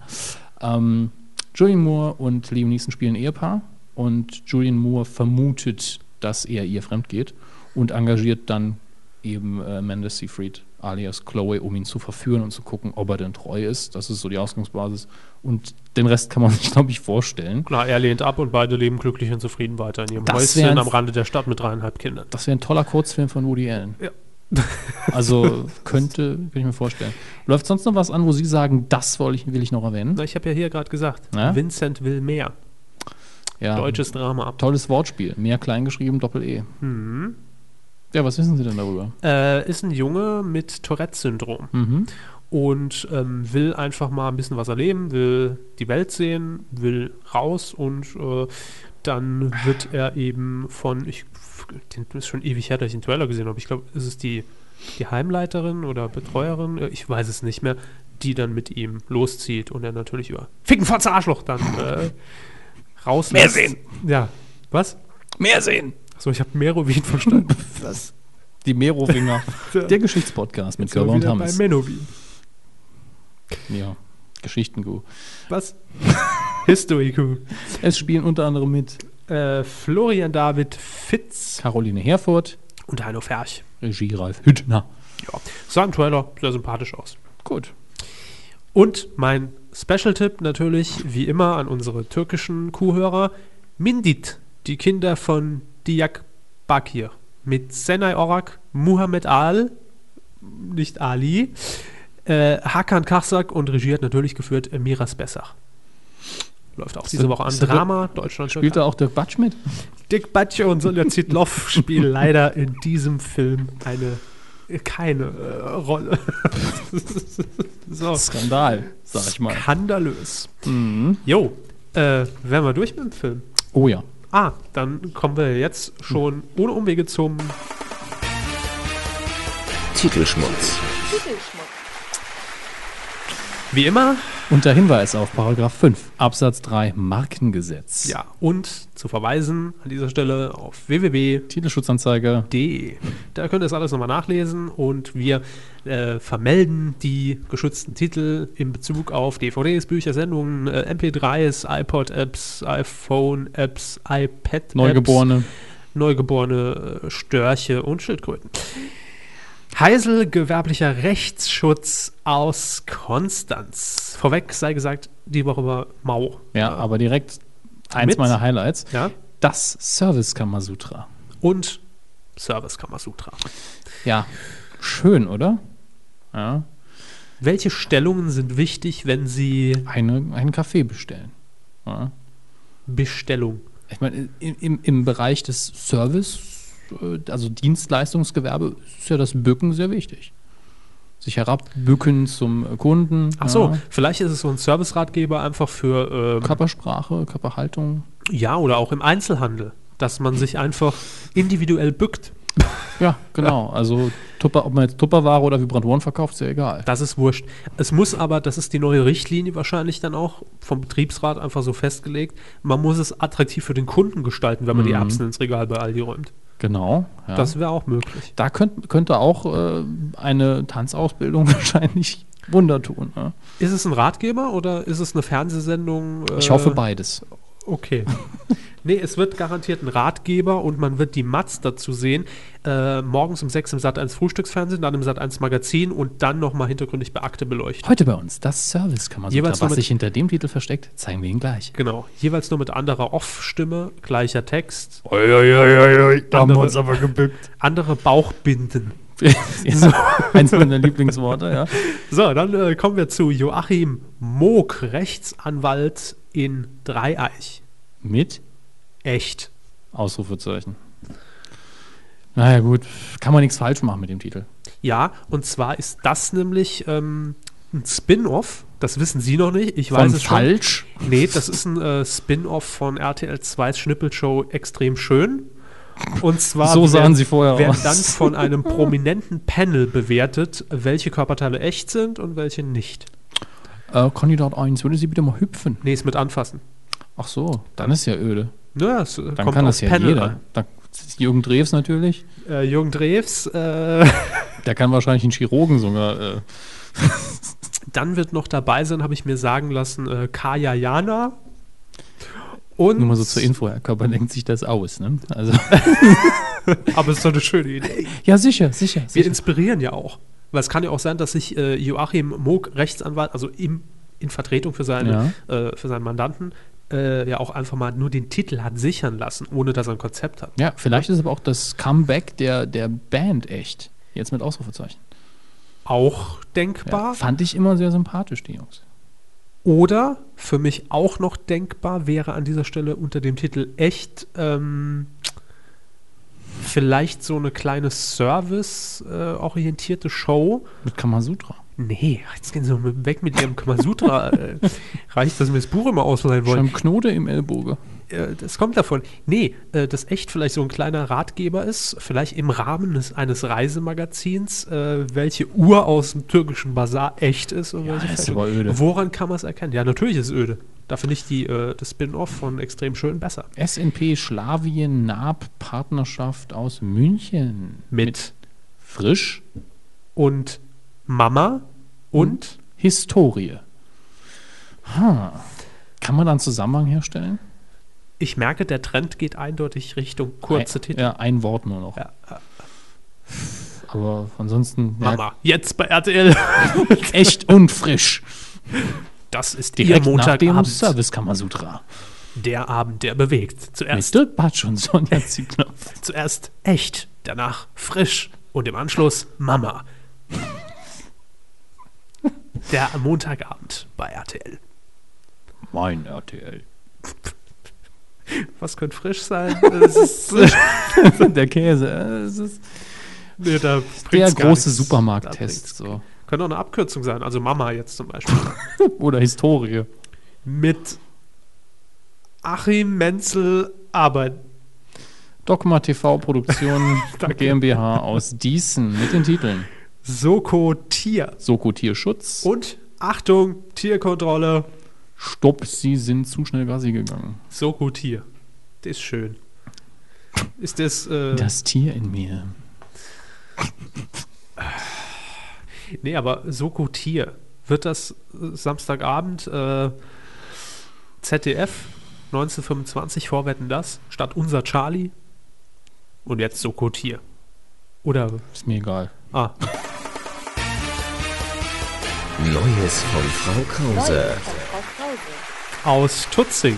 Speaker 1: Ähm, Julian Moore und Liam Neeson spielen Ehepaar und Julian Moore vermutet, dass er ihr fremd geht und engagiert dann eben äh, Amanda Seyfried alias Chloe, um ihn zu verführen und zu gucken, ob er denn treu ist. Das ist so die Ausgangsbasis und den Rest kann man sich, glaube ich, vorstellen.
Speaker 2: Klar, er lehnt ab und beide leben glücklich und zufrieden weiter in ihrem
Speaker 1: Das
Speaker 2: Häuschen
Speaker 1: wären-
Speaker 2: am Rande der Stadt mit dreieinhalb Kindern.
Speaker 1: Das wäre ein toller Kurzfilm von Woody Allen.
Speaker 2: Ja.
Speaker 1: Also könnte, könnte ich mir vorstellen. Läuft sonst noch was an, wo Sie sagen, das will ich, will ich noch erwähnen?
Speaker 2: Na, ich habe ja hier gerade gesagt,
Speaker 1: Ja?
Speaker 2: Vincent will mehr.
Speaker 1: Ja.
Speaker 2: Deutsches Drama.
Speaker 1: Tolles Wortspiel. Mehr kleingeschrieben, Doppel-E.
Speaker 2: Mhm.
Speaker 1: Ja, was wissen Sie denn darüber?
Speaker 2: Äh, ist ein Junge mit Tourette-Syndrom
Speaker 1: Mhm.
Speaker 2: und ähm, will einfach mal ein bisschen was erleben, will die Welt sehen, will raus und äh, dann wird er eben von, ich, den ist schon ewig her, dass ich den Trailer gesehen habe, ich glaube, ist es die, die Heimleiterin oder Betreuerin, äh, ich weiß es nicht mehr, die dann mit ihm loszieht und er natürlich über Ficken, Fotze, Arschloch dann äh, rauslässt.
Speaker 1: Mehr sehen.
Speaker 2: Ja, was?
Speaker 1: Mehr sehen!
Speaker 2: Achso, ich habe Merowin verstanden.
Speaker 1: Die Merowinger. der Geschichtspodcast mit Körber und
Speaker 2: Wieder bei
Speaker 1: Hammes.
Speaker 2: Menowin.
Speaker 1: Ja. Geschichten-Gu.
Speaker 2: Was? History Coup.
Speaker 1: Es spielen unter anderem mit
Speaker 2: Äh, Florian David Fitz
Speaker 1: Caroline Herfurth,
Speaker 2: und Heino Ferch.
Speaker 1: Regie Ralf Hüttner.
Speaker 2: Ja. Sah im Trailer sehr sympathisch aus.
Speaker 1: Gut.
Speaker 2: Und mein Special-Tipp natürlich, wie immer, an unsere türkischen Kuhhörer: Mindit, die Kinder von Diak Bakir. Mit Senay Orak, Muhammad Al, nicht Ali, äh, Hakan Karsak und Regie hat natürlich geführt äh, Miras Bessach. Läuft auch diese
Speaker 1: der-
Speaker 2: Woche an.
Speaker 1: ist der-
Speaker 2: Drama, Deutschland
Speaker 1: Spielt da auch Dirk Batsch mit?
Speaker 2: Dick Batche und Sonja Zitloff spielen leider in diesem Film eine keine äh, Rolle. so. Mhm.
Speaker 1: Skandal, sag ich mal.
Speaker 2: Skandalös. Jo, äh, wären wir durch mit dem Film?
Speaker 1: Oh ja.
Speaker 2: Ah, dann kommen wir jetzt schon ohne Umwege zum
Speaker 5: Titelschmutz.
Speaker 2: wie immer.
Speaker 1: Unter Hinweis auf Paragraph 5 Absatz 3 Markengesetz.
Speaker 2: Ja, und zu verweisen an dieser Stelle auf www
Speaker 1: Titelschutzanzeige.
Speaker 2: www.ftf.de. Da könnt ihr das alles nochmal nachlesen und wir äh, vermelden die geschützten Titel in Bezug auf DVDs, Bücher, Sendungen, äh, MP3s, iPod-Apps, iPhone-Apps, iPad-Apps,
Speaker 1: Neugeborene.
Speaker 2: Neugeborene, äh, Störche und Schildkröten. Heisel gewerblicher Rechtsschutz aus Konstanz. Vorweg sei gesagt, die Woche war mau.
Speaker 1: Ja, aber direkt eins
Speaker 2: Mit?
Speaker 1: meiner Highlights.
Speaker 2: Ja?
Speaker 1: Das Service Kamasutra.
Speaker 2: Und Service Kamasutra.
Speaker 1: Ja. Schön, oder? Ja.
Speaker 2: Welche Stellungen sind wichtig, wenn sie
Speaker 1: Eine, einen Kaffee bestellen. Ja.
Speaker 2: Bestellung.
Speaker 1: Ich meine, im, im, im Bereich des Service äh, also Dienstleistungsgewerbe, ist ja das Bücken sehr wichtig. Sich herabbücken zum Kunden.
Speaker 2: Ach so,
Speaker 1: Ja.
Speaker 2: vielleicht ist es so ein Serviceratgeber einfach für, ähm,
Speaker 1: Körpersprache, Körperhaltung.
Speaker 2: ja, oder auch im Einzelhandel, dass man sich einfach individuell bückt.
Speaker 1: Ja, genau. Also Tupper, ob man jetzt Tupperware oder Vibrant-One verkauft, ist ja egal.
Speaker 2: Das ist wurscht. Es muss aber, das ist die neue Richtlinie wahrscheinlich dann auch vom Betriebsrat einfach so festgelegt, man muss es attraktiv für den Kunden gestalten, wenn man die Erbsen ins Regal bei Aldi räumt.
Speaker 1: Genau. Mhm. Ja.
Speaker 2: Das wäre auch möglich.
Speaker 1: da könnt, könnte auch äh, eine Tanzausbildung wahrscheinlich Wunder tun. Ne?
Speaker 2: Ist es ein Ratgeber oder ist es eine Fernsehsendung?
Speaker 1: Ich
Speaker 2: äh,
Speaker 1: hoffe beides.
Speaker 2: Okay. nee, es wird garantiert ein Ratgeber und man wird die Matz dazu sehen. Äh, morgens um 6 im Sat 1 Frühstücksfernsehen, dann im Sat 1 Magazin und dann nochmal hintergründig bei Akte beleuchtet.
Speaker 1: Heute bei uns das Service kann man so
Speaker 2: Jeweils nur
Speaker 1: Was
Speaker 2: mit-
Speaker 1: sich hinter dem Titel versteckt, zeigen wir Ihnen gleich.
Speaker 2: Genau. Jeweils nur mit anderer Off-Stimme, gleicher Text,
Speaker 1: Da
Speaker 2: haben wir uns
Speaker 1: aber gebückt.
Speaker 2: andere Bauchbinden.
Speaker 1: ja, eins meiner Lieblingsworte, ja.
Speaker 2: So, dann äh, kommen wir zu Joachim Moog, Rechtsanwalt in Dreieich.
Speaker 1: Mit
Speaker 2: Echt.
Speaker 1: Ausrufezeichen. Naja, gut, kann man nichts falsch machen mit dem Titel.
Speaker 2: Ja, und zwar ist das nämlich ähm, ein Spin-off. Das wissen Sie noch nicht. Ich
Speaker 1: Von
Speaker 2: weiß es schon.
Speaker 1: falsch?
Speaker 2: Nee, das ist ein äh, Spin-off von RTL 2's Schnippelshow Extrem Schön. Und zwar
Speaker 1: So sahen sie vorher
Speaker 2: werden
Speaker 1: aus.
Speaker 2: dann von einem prominenten Panel bewertet, welche Körperteile echt sind und welche nicht.
Speaker 1: Äh, Kandidat 1, würde Sie bitte mal hüpfen?
Speaker 2: Nee, ist mit anfassen.
Speaker 1: Ach so, dann ist ja öde.
Speaker 2: Naja, es äh,
Speaker 1: Dann
Speaker 2: kommt
Speaker 1: kann
Speaker 2: aufs
Speaker 1: das ja
Speaker 2: Panel
Speaker 1: jeder.
Speaker 2: an.
Speaker 1: Dann, Jürgen Drews natürlich.
Speaker 2: Äh, Jürgen Drews, äh,
Speaker 1: Der kann wahrscheinlich einen Chirurgen sogar. Äh,
Speaker 2: dann wird noch dabei sein, habe ich mir sagen lassen, äh, Kaya Jana. Und,
Speaker 1: nur mal so zur Info, Herr Körper denkt sich das aus. Ne? Also,
Speaker 2: aber es ist doch eine schöne Idee.
Speaker 1: ja, sicher, sicher.
Speaker 2: Wir
Speaker 1: sicher.
Speaker 2: inspirieren ja auch. Weil es kann ja auch sein, dass sich äh, Joachim Moog, Rechtsanwalt, also im, in Vertretung für, seine, äh, für seinen Mandanten, äh, ja auch einfach mal nur den Titel hat sichern lassen, ohne dass er ein Konzept hat.
Speaker 1: Ja, vielleicht ist aber auch das Comeback der, der Band echt. Jetzt mit Ausrufezeichen.
Speaker 2: Auch
Speaker 1: Ja,
Speaker 2: denkbar.
Speaker 1: fand ich immer sehr sympathisch, die Jungs.
Speaker 2: Oder für mich auch noch denkbar wäre an dieser Stelle unter dem Titel echt ähm, vielleicht so eine kleine service-orientierte Show.
Speaker 1: Mit Kamasutra.
Speaker 2: Nee, jetzt gehen sie doch weg mit ihrem Kamasutra. äh, reicht, dass sie mir das Buch immer ausleihen wollen.
Speaker 1: Schon Knote im Ellbogen.
Speaker 2: äh, das kommt davon. Nee, äh, dass echt vielleicht so ein kleiner Ratgeber ist, vielleicht im Rahmen des, eines Reisemagazins, äh, welche Uhr aus dem türkischen Bazar echt ist und
Speaker 1: Ja,
Speaker 2: welche
Speaker 1: ist
Speaker 2: fälschlich.
Speaker 1: aber öde.
Speaker 2: Woran kann man es erkennen? Ja, natürlich ist es öde. Da finde ich die, äh, das Spin-off von Extrem Schön besser.
Speaker 1: SNP Schlawien Naab Partnerschaft aus München.
Speaker 2: Mit
Speaker 1: Frisch
Speaker 2: und
Speaker 1: Hm?
Speaker 2: Mama und
Speaker 1: Historie. Ha. Kann man da einen Zusammenhang herstellen?
Speaker 2: ich merke, der Trend geht eindeutig Richtung kurze
Speaker 1: ein,
Speaker 2: Titel.
Speaker 1: Ja, ein Wort nur noch.
Speaker 2: Ja.
Speaker 1: Aber ansonsten ja,
Speaker 2: Mama, jetzt bei RTL.
Speaker 1: echt und frisch.
Speaker 2: Das ist
Speaker 1: Direkt
Speaker 2: ihr
Speaker 1: nach dem
Speaker 2: Montagabend.
Speaker 1: Service Kamasutra.
Speaker 2: Der Abend, der bewegt. Zuerst
Speaker 1: Mit Dirk Batsch und Sonja Ziegler.
Speaker 2: Zuerst echt, danach frisch und im Anschluss Mama. Der Montagabend bei RTL.
Speaker 1: Mein RTL.
Speaker 2: Was könnte frisch sein? Es ist,
Speaker 1: Der Käse. äh, Es ist
Speaker 2: nee, da
Speaker 1: der
Speaker 2: bringt's gar
Speaker 1: große
Speaker 2: nichts. Da
Speaker 1: Supermarkttest.
Speaker 2: bringt's-
Speaker 1: So.
Speaker 2: Könnte auch eine Abkürzung sein. Also Mama jetzt zum Beispiel.
Speaker 1: Oder Historie.
Speaker 2: Mit Achim Menzel, aber
Speaker 1: Dogma TV Produktion GmbH aus Gießen mit den Titeln
Speaker 2: Soko Tier.
Speaker 1: Soko Tierschutz.
Speaker 2: Und Achtung, Tierkontrolle.
Speaker 1: Stopp, Sie sind zu schnell Gassi gegangen.
Speaker 2: Soko Tier. Das ist schön. Ist das. Äh,
Speaker 1: Das Tier in mir.
Speaker 2: Nee, aber Soko Tier. Wird das äh, Samstagabend äh, ZDF 1925 vorwetten das statt unser Charlie und jetzt Soko Tier? Oder
Speaker 1: Ist mir egal.
Speaker 2: ah,
Speaker 5: Neues von Frau Krause.
Speaker 6: Neues von Frau Krause.
Speaker 2: aus Tutzing.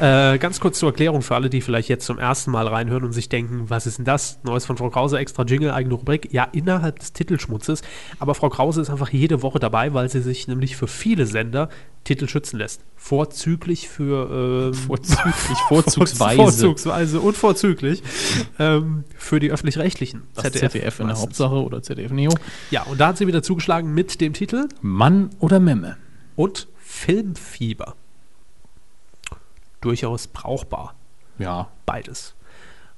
Speaker 2: Äh, ganz kurz zur Erklärung für alle, die vielleicht jetzt zum ersten Mal reinhören und sich denken, was ist denn das? Neues von Frau Krause, extra Jingle, eigene Rubrik. Ja, innerhalb des Titelschmutzes. Aber Frau Krause ist einfach jede Woche dabei, weil sie sich nämlich für viele Sender Titel schützen lässt. Vorzüglich für... Ähm,
Speaker 1: Vorzüglich, vorzugsweise.
Speaker 2: Vorzugsweise und vorzüglich ähm, für die öffentlich-rechtlichen.
Speaker 1: Das ZDF in der
Speaker 2: meistens.
Speaker 1: Hauptsache oder ZDF Neo.
Speaker 2: Ja, und da hat sie wieder zugeschlagen mit dem Titel
Speaker 1: Mann oder Memme.
Speaker 2: und Filmfieber. Durchaus brauchbar,
Speaker 1: Ja.
Speaker 2: beides.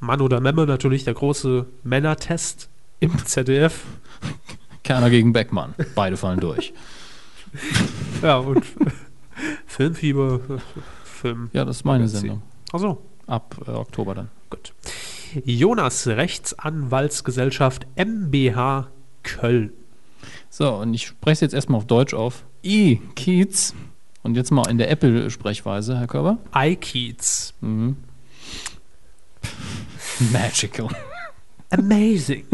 Speaker 2: Mann oder Memme natürlich der große Männertest im ZDF.
Speaker 1: Kerner gegen Beckmann. Beide fallen durch.
Speaker 2: Ja, und Filmfieber, äh, Film.
Speaker 1: Ja, das ist meine
Speaker 2: Magazin.
Speaker 1: Sendung.
Speaker 2: Achso,
Speaker 1: Ab äh, Oktober dann.
Speaker 2: gut. Jonas Rechtsanwaltsgesellschaft MBH Köln.
Speaker 1: So, und ich spreche es jetzt erstmal auf Deutsch auf. I, Kiez. Und jetzt mal in der Apple-Sprechweise, Herr Körber. Mhm.
Speaker 2: iKeats.
Speaker 1: Magical.
Speaker 2: Amazing.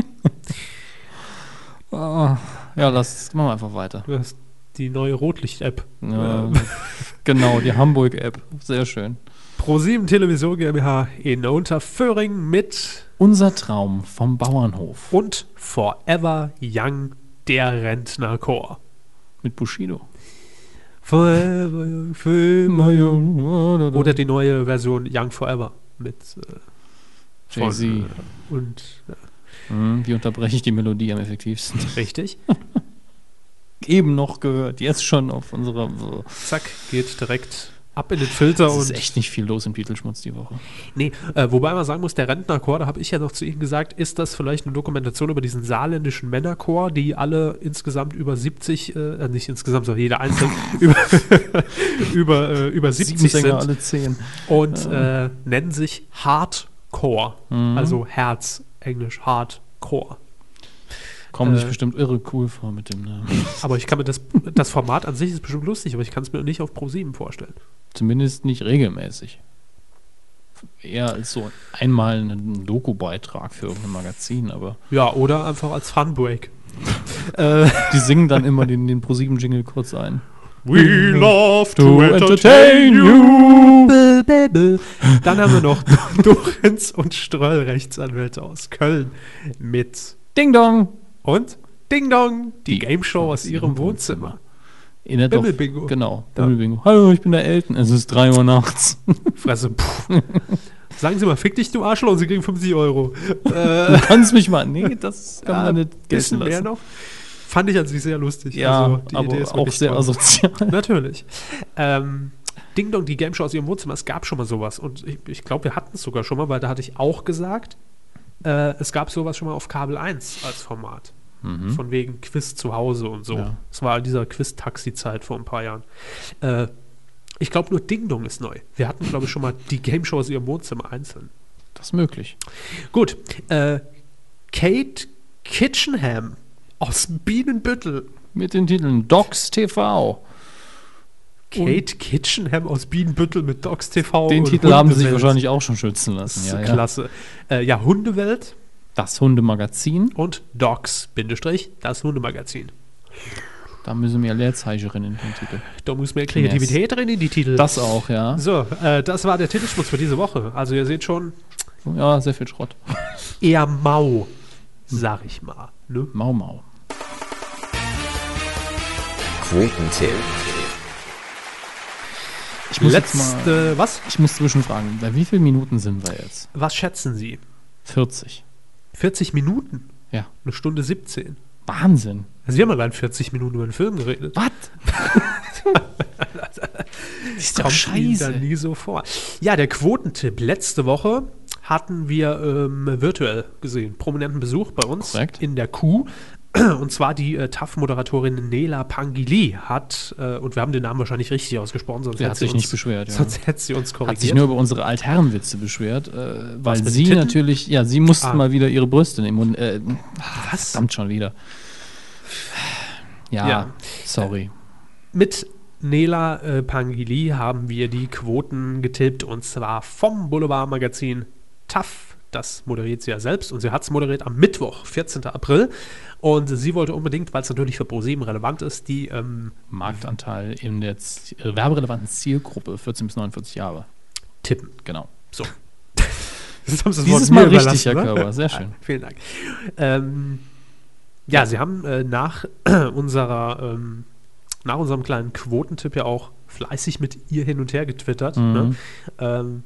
Speaker 1: Ah, Ja, lass, machen wir einfach weiter.
Speaker 2: Das ist die neue Rotlicht-App.
Speaker 1: Ja, genau, die Hamburg-App. Sehr schön.
Speaker 2: ProSieben Television GmbH in Unterföhring mit
Speaker 1: Unser Traum vom Bauernhof
Speaker 2: und Forever Young, der Rentnerchor.
Speaker 1: mit Bushido.
Speaker 2: Forever Young, Forever Young.
Speaker 1: Hm.
Speaker 2: Oder die neue Version Young Forever mit äh, von,
Speaker 1: Jay-Z.
Speaker 2: äh, und äh,
Speaker 1: Hm, wie unterbreche ich die Melodie am effektivsten?
Speaker 2: richtig.
Speaker 1: Eben noch gehört, jetzt schon auf unserer.
Speaker 2: Zack, geht direkt ab in den Filter
Speaker 1: Es ist
Speaker 2: und
Speaker 1: echt nicht viel los im Titelschmutz die Woche.
Speaker 2: nee, äh, wobei man sagen muss, der Rentnerchor, da habe ich ja noch zu Ihnen gesagt, ist das vielleicht eine Dokumentation über diesen saarländischen Männerchor, die alle insgesamt über 70, äh, nicht insgesamt, sondern jeder einzelne über über, äh, über 70
Speaker 1: Sänger
Speaker 2: sind.
Speaker 1: alle zehn.
Speaker 2: und äh, nennen sich Hardcore,
Speaker 1: Mhm.
Speaker 2: also Herz, Englisch Hardcore.
Speaker 1: Kommen sich
Speaker 2: Äh,
Speaker 1: bestimmt irre cool vor mit dem Namen.
Speaker 2: Aber ich kann mir das, das Format an sich ist bestimmt lustig, aber ich kann es mir nicht auf Pro7 vorstellen.
Speaker 1: Zumindest nicht regelmäßig. Eher als so einmal einen Doku-Beitrag für irgendein Magazin, aber
Speaker 2: Ja, oder einfach als Funbreak.
Speaker 1: die singen dann immer den, den ProSieben-Jingle kurz ein.
Speaker 2: We love
Speaker 1: To entertain you!
Speaker 2: Dann haben wir noch Dorenz und Ströll, Rechtsanwälte aus Köln, mit
Speaker 1: Ding Dong!
Speaker 2: und Ding Dong,
Speaker 1: Die
Speaker 2: die, Game Show aus ihrem Wohnzimmer.
Speaker 1: Erinnert doch-
Speaker 2: Bimmelbingo.
Speaker 1: Genau,
Speaker 2: Ja.
Speaker 1: Bimmelbingo. Hallo, ich bin der Elton. Es ist 3 Uhr nachts.
Speaker 2: Fresse. Puh. Sagen Sie mal, fick dich, du Arschloch, und Sie kriegen 50 Euro. Äh,
Speaker 1: Du kannst mich mal. Nee,
Speaker 2: Also,
Speaker 1: das kann man nicht
Speaker 2: bisschen
Speaker 1: gelten
Speaker 2: mehr
Speaker 1: lassen.
Speaker 2: noch. Fand ich an sich sehr lustig. Also,
Speaker 1: Ja, aber auch
Speaker 2: wirklich
Speaker 1: sehr
Speaker 2: toll.
Speaker 1: asozial.
Speaker 2: Natürlich. Ähm, Ding Dong, die Game Show aus ihrem Wohnzimmer. Es gab schon mal sowas. Und ich, ich glaube, wir hatten es sogar schon mal, weil da hatte ich auch gesagt, äh, es gab sowas schon mal auf Kabel 1 als Format. Von wegen Quiz zu Hause und so.
Speaker 1: Ja.
Speaker 2: Es war in dieser Quiz-Taxi-Zeit vor ein paar Jahren. Äh, ich glaube, nur Ding Dong ist neu. Wir hatten, glaube ich, schon mal die Game Show aus ihrem Wohnzimmer einzeln.
Speaker 1: Das ist möglich.
Speaker 2: Gut. Äh, Kate Kitchenham aus Bienenbüttel.
Speaker 1: Mit den Titeln Docs TV.
Speaker 2: Kate Kitchenham aus Bienenbüttel mit Docs TV.
Speaker 1: Den
Speaker 2: Oh, und
Speaker 1: Titel haben sie sich
Speaker 2: Hundewelt.
Speaker 1: wahrscheinlich auch schon schützen lassen.
Speaker 2: Das ist
Speaker 1: Ja, ja.
Speaker 2: klasse. Äh, ja, Hundewelt
Speaker 1: Das Hundemagazin.
Speaker 2: und Docs, Bindestrich, das Hundemagazin.
Speaker 1: Da müssen wir Leerzeichen in den Titel.
Speaker 2: Da muss mehr Kreativität drin in die Titel.
Speaker 1: Das auch, ja.
Speaker 2: so, äh, das war der Titelschmutz für diese Woche. Also ihr seht schon,
Speaker 1: Ja, sehr viel Schrott.
Speaker 2: eher mau, sag ich mal. Ne?
Speaker 1: Mau Mau.
Speaker 5: Quotentipp.
Speaker 1: Ich muss, jetzt mal,
Speaker 2: Letzte, was?
Speaker 1: ich muss zwischenfragen, bei wie vielen Minuten sind wir jetzt?
Speaker 2: Was schätzen Sie?
Speaker 1: 40.
Speaker 2: 40 Minuten?
Speaker 1: Ja.
Speaker 2: Eine Stunde 17.
Speaker 1: Wahnsinn.
Speaker 2: Also wir haben allein 40 Minuten über den Film geredet.
Speaker 1: Was? ist doch
Speaker 2: Ihnen da
Speaker 1: scheiße.
Speaker 2: nie so vor. Ja, der Quotentipp. Letzte Woche hatten wir ähm, virtuell gesehen, prominenten Besuch bei uns
Speaker 1: Korrekt.
Speaker 2: in der Kuh. Und zwar die äh, TAF-Moderatorin Nela Pangili hat, äh, und wir haben den Namen wahrscheinlich richtig ausgesprochen, sonst
Speaker 1: Sie hat
Speaker 2: hätte
Speaker 1: sich
Speaker 2: uns,
Speaker 1: nicht beschwert, ja.
Speaker 2: Sonst hätte sie uns korrigiert.
Speaker 1: Hat sich nur über unsere Altherrenwitze beschwert, äh, weil
Speaker 2: mit
Speaker 1: sie
Speaker 2: Titten?
Speaker 1: natürlich, ja, sie mussten
Speaker 2: Ah.
Speaker 1: mal wieder ihre Brüste nehmen und äh,
Speaker 2: Was?
Speaker 1: verdammt schon wieder. Ja,
Speaker 2: Ja.
Speaker 1: sorry.
Speaker 2: Mit Nela äh, Pangili haben wir die Quoten getippt und zwar vom Boulevardmagazin TAF. Das moderiert sie ja selbst und sie hat es moderiert am Mittwoch, 14. April. Und sie wollte unbedingt, weil es natürlich für ProSieben relevant ist, die ähm,
Speaker 1: Marktanteil in der Z äh, werberelevanten Zielgruppe 14 bis 49 Jahre.
Speaker 2: tippen.
Speaker 1: Genau.
Speaker 2: So. Das haben Sie das
Speaker 1: Dieses
Speaker 2: Wort mir
Speaker 1: Mal richtig, Herr
Speaker 2: überlassen, ne?
Speaker 1: Körber. Sehr schön.
Speaker 2: Vielen Dank. Ähm, ja, Sie haben äh, nach, unserer, ähm, nach unserem kleinen Quotentipp ja auch fleißig mit ihr hin und her getwittert. Ne? Ähm,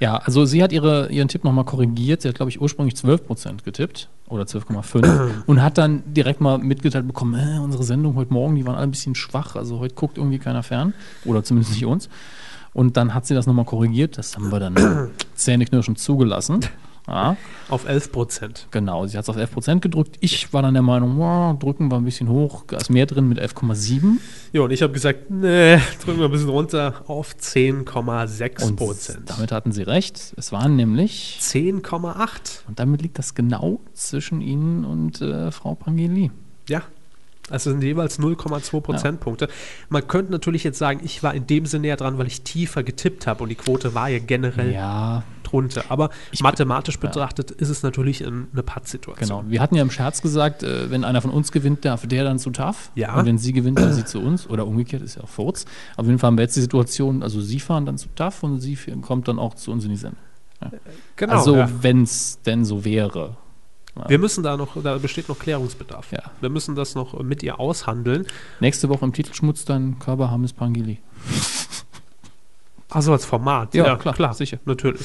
Speaker 1: Ja, also sie hat ihre, ihren Tipp nochmal korrigiert. Sie hat, glaube ich, ursprünglich 12% getippt oder 12,5 und hat dann direkt mal mitgeteilt bekommen, äh, unsere Sendung heute Morgen, die waren alle ein bisschen schwach. Also heute guckt irgendwie keiner fern oder zumindest nicht uns. Und dann hat sie das nochmal korrigiert. Das haben wir dann zähneknirschend zugelassen. Ja,
Speaker 2: auf 11 Prozent.
Speaker 1: genau. Sie hat es auf 11% gedrückt. Ich war dann der Meinung, wow, drücken wir ein bisschen hoch. Da ist mehr drin mit 11,7.
Speaker 2: Ja, und ich habe gesagt, nee, drücken wir ein bisschen runter auf 10,6
Speaker 1: Und
Speaker 2: Prozent.
Speaker 1: damit hatten sie recht. Es waren nämlich
Speaker 2: 10,8.
Speaker 1: Und damit liegt das genau zwischen Ihnen und äh, Frau Pangeli.
Speaker 2: Ja. Also sind jeweils 0,2 Prozentpunkte. Man könnte natürlich jetzt sagen, ich war in dem Sinne näher dran, weil ich tiefer getippt habe und die Quote war ja generell
Speaker 1: Ja,
Speaker 2: drunter. Aber
Speaker 1: Ich-
Speaker 2: mathematisch
Speaker 1: ja.
Speaker 2: betrachtet ist es natürlich ein- eine Pattsituation.
Speaker 1: genau. Wir hatten ja im Scherz gesagt, äh, wenn einer von uns gewinnt, darf der dann zu TAF.
Speaker 2: Ja.
Speaker 1: Und wenn sie gewinnt, dann sie zu uns. Oder umgekehrt, ist ja auch Furz. Auf jeden Fall haben wir jetzt die Situation, also sie fahren dann zu TAF und sie f- kommt dann auch zu uns in die Sendung.
Speaker 2: Genau.
Speaker 1: also,
Speaker 2: ja.
Speaker 1: wenn es denn so wäre.
Speaker 2: Wir müssen da noch, da besteht noch Klärungsbedarf.
Speaker 1: Ja.
Speaker 2: Wir müssen das noch äh, mit ihr aushandeln.
Speaker 1: Nächste Woche im Titelschmutz dann Körper Hammes Pangeli.
Speaker 2: Also als Format.
Speaker 1: Ja, klar, sicher.
Speaker 2: Natürlich.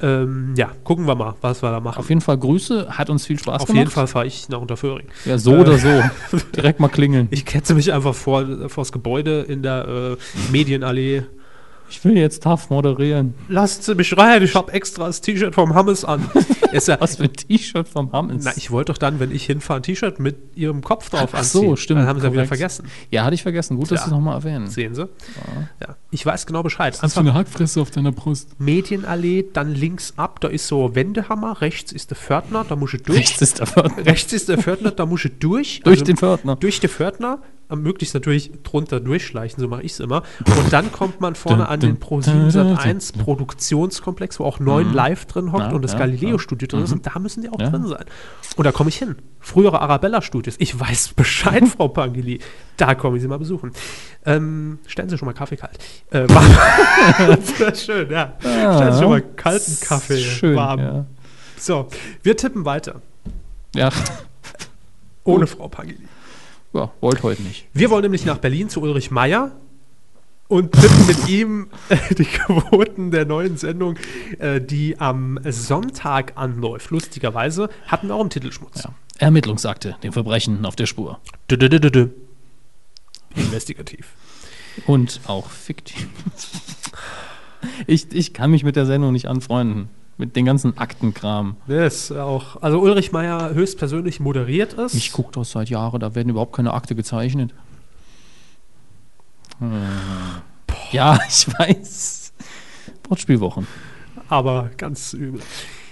Speaker 2: Ähm, ja, gucken wir mal, was wir da machen.
Speaker 1: Auf jeden Fall Grüße, hat uns viel Spaß
Speaker 2: Auf
Speaker 1: gemacht.
Speaker 2: jeden Fall fahre ich nach Unterföhring.
Speaker 1: Ja, so
Speaker 2: Äh.
Speaker 1: oder so. Direkt mal klingeln.
Speaker 2: Ich ketze mich einfach vor, vor das Gebäude in der äh, Medienallee.
Speaker 1: Ich will jetzt TAF moderieren.
Speaker 2: Lasst sie mich rein, ich habe extra das T-Shirt vom Hammes an. Ist ja,
Speaker 1: Was für ein T-Shirt vom Hammes.
Speaker 2: na, ich wollte doch dann, wenn ich hinfahre, ein T-Shirt mit ihrem Kopf drauf
Speaker 1: Ach so,
Speaker 2: anziehen.
Speaker 1: stimmt,
Speaker 2: Dann haben sie ja wieder
Speaker 1: korrekt. Ah.
Speaker 2: vergessen.
Speaker 1: Ja, hatte ich vergessen. Gut, dass
Speaker 2: Tja.
Speaker 1: Sie es nochmal erwähnen.
Speaker 2: Sehen Sie? Ja. Ich weiß genau Bescheid.
Speaker 1: Hast du eine Hackfresse auf deiner Brust?
Speaker 2: Medienallee, dann links ab, da ist so Wendehammer, rechts ist der Pförtner, da muss ich durch.
Speaker 1: Rechts ist der Pförtner.
Speaker 2: Rechts ist der Pförtner, da muss ich durch. Also
Speaker 1: Durch den Pförtner.
Speaker 2: Durch den Pförtner, am möglichst natürlich drunter durchschleichen, so mache ich es immer. Und dann kommt man vorne an den Pro701 Produktionskomplex, wo auch neun live drin hockt
Speaker 1: Mhm. Ja,
Speaker 2: und das
Speaker 1: ja, Mhm.
Speaker 2: Galileo-Studio drin ist. Und da müssen die auch
Speaker 1: Ja.
Speaker 2: drin sein. Und da komme ich hin. Frühere Arabella-Studios. Ich weiß Bescheid, Frau Pangeli. Da komme ich Sie mal besuchen. Ähm, stellen Sie schon mal Kaffee kalt. Äh, warm. Sehr schön, ja. Stellen Sie schon mal kalten Kaffee
Speaker 1: Ah, Schön.
Speaker 2: warm.
Speaker 1: Ja.
Speaker 2: So, wir tippen weiter.
Speaker 1: ja.
Speaker 2: Ohne Frau Pangeli.
Speaker 1: ja, wollt heute nicht.
Speaker 2: Wir wollen nämlich nach Berlin zu Ulrich Meier und tippen mit ihm äh, die Quoten der neuen Sendung, äh, die am Sonntag anläuft. Lustigerweise hatten wir auch im Titelschmutz.
Speaker 1: Ja. Ermittlungsakte, dem Verbrechen auf der Spur.
Speaker 2: Dü -dü -dü -dü -dü. Investigativ.
Speaker 1: Und auch fiktiv. ich, ich kann mich mit der Sendung nicht anfreunden. Mit den ganzen Aktenkram.
Speaker 2: Das ist auch, also Ulrich Meier höchstpersönlich moderiert ist.
Speaker 1: Ich gucke das seit Jahren, da werden überhaupt keine Akte gezeichnet. Hm. Ja, ich weiß. Wortspielwochen.
Speaker 2: aber ganz übel.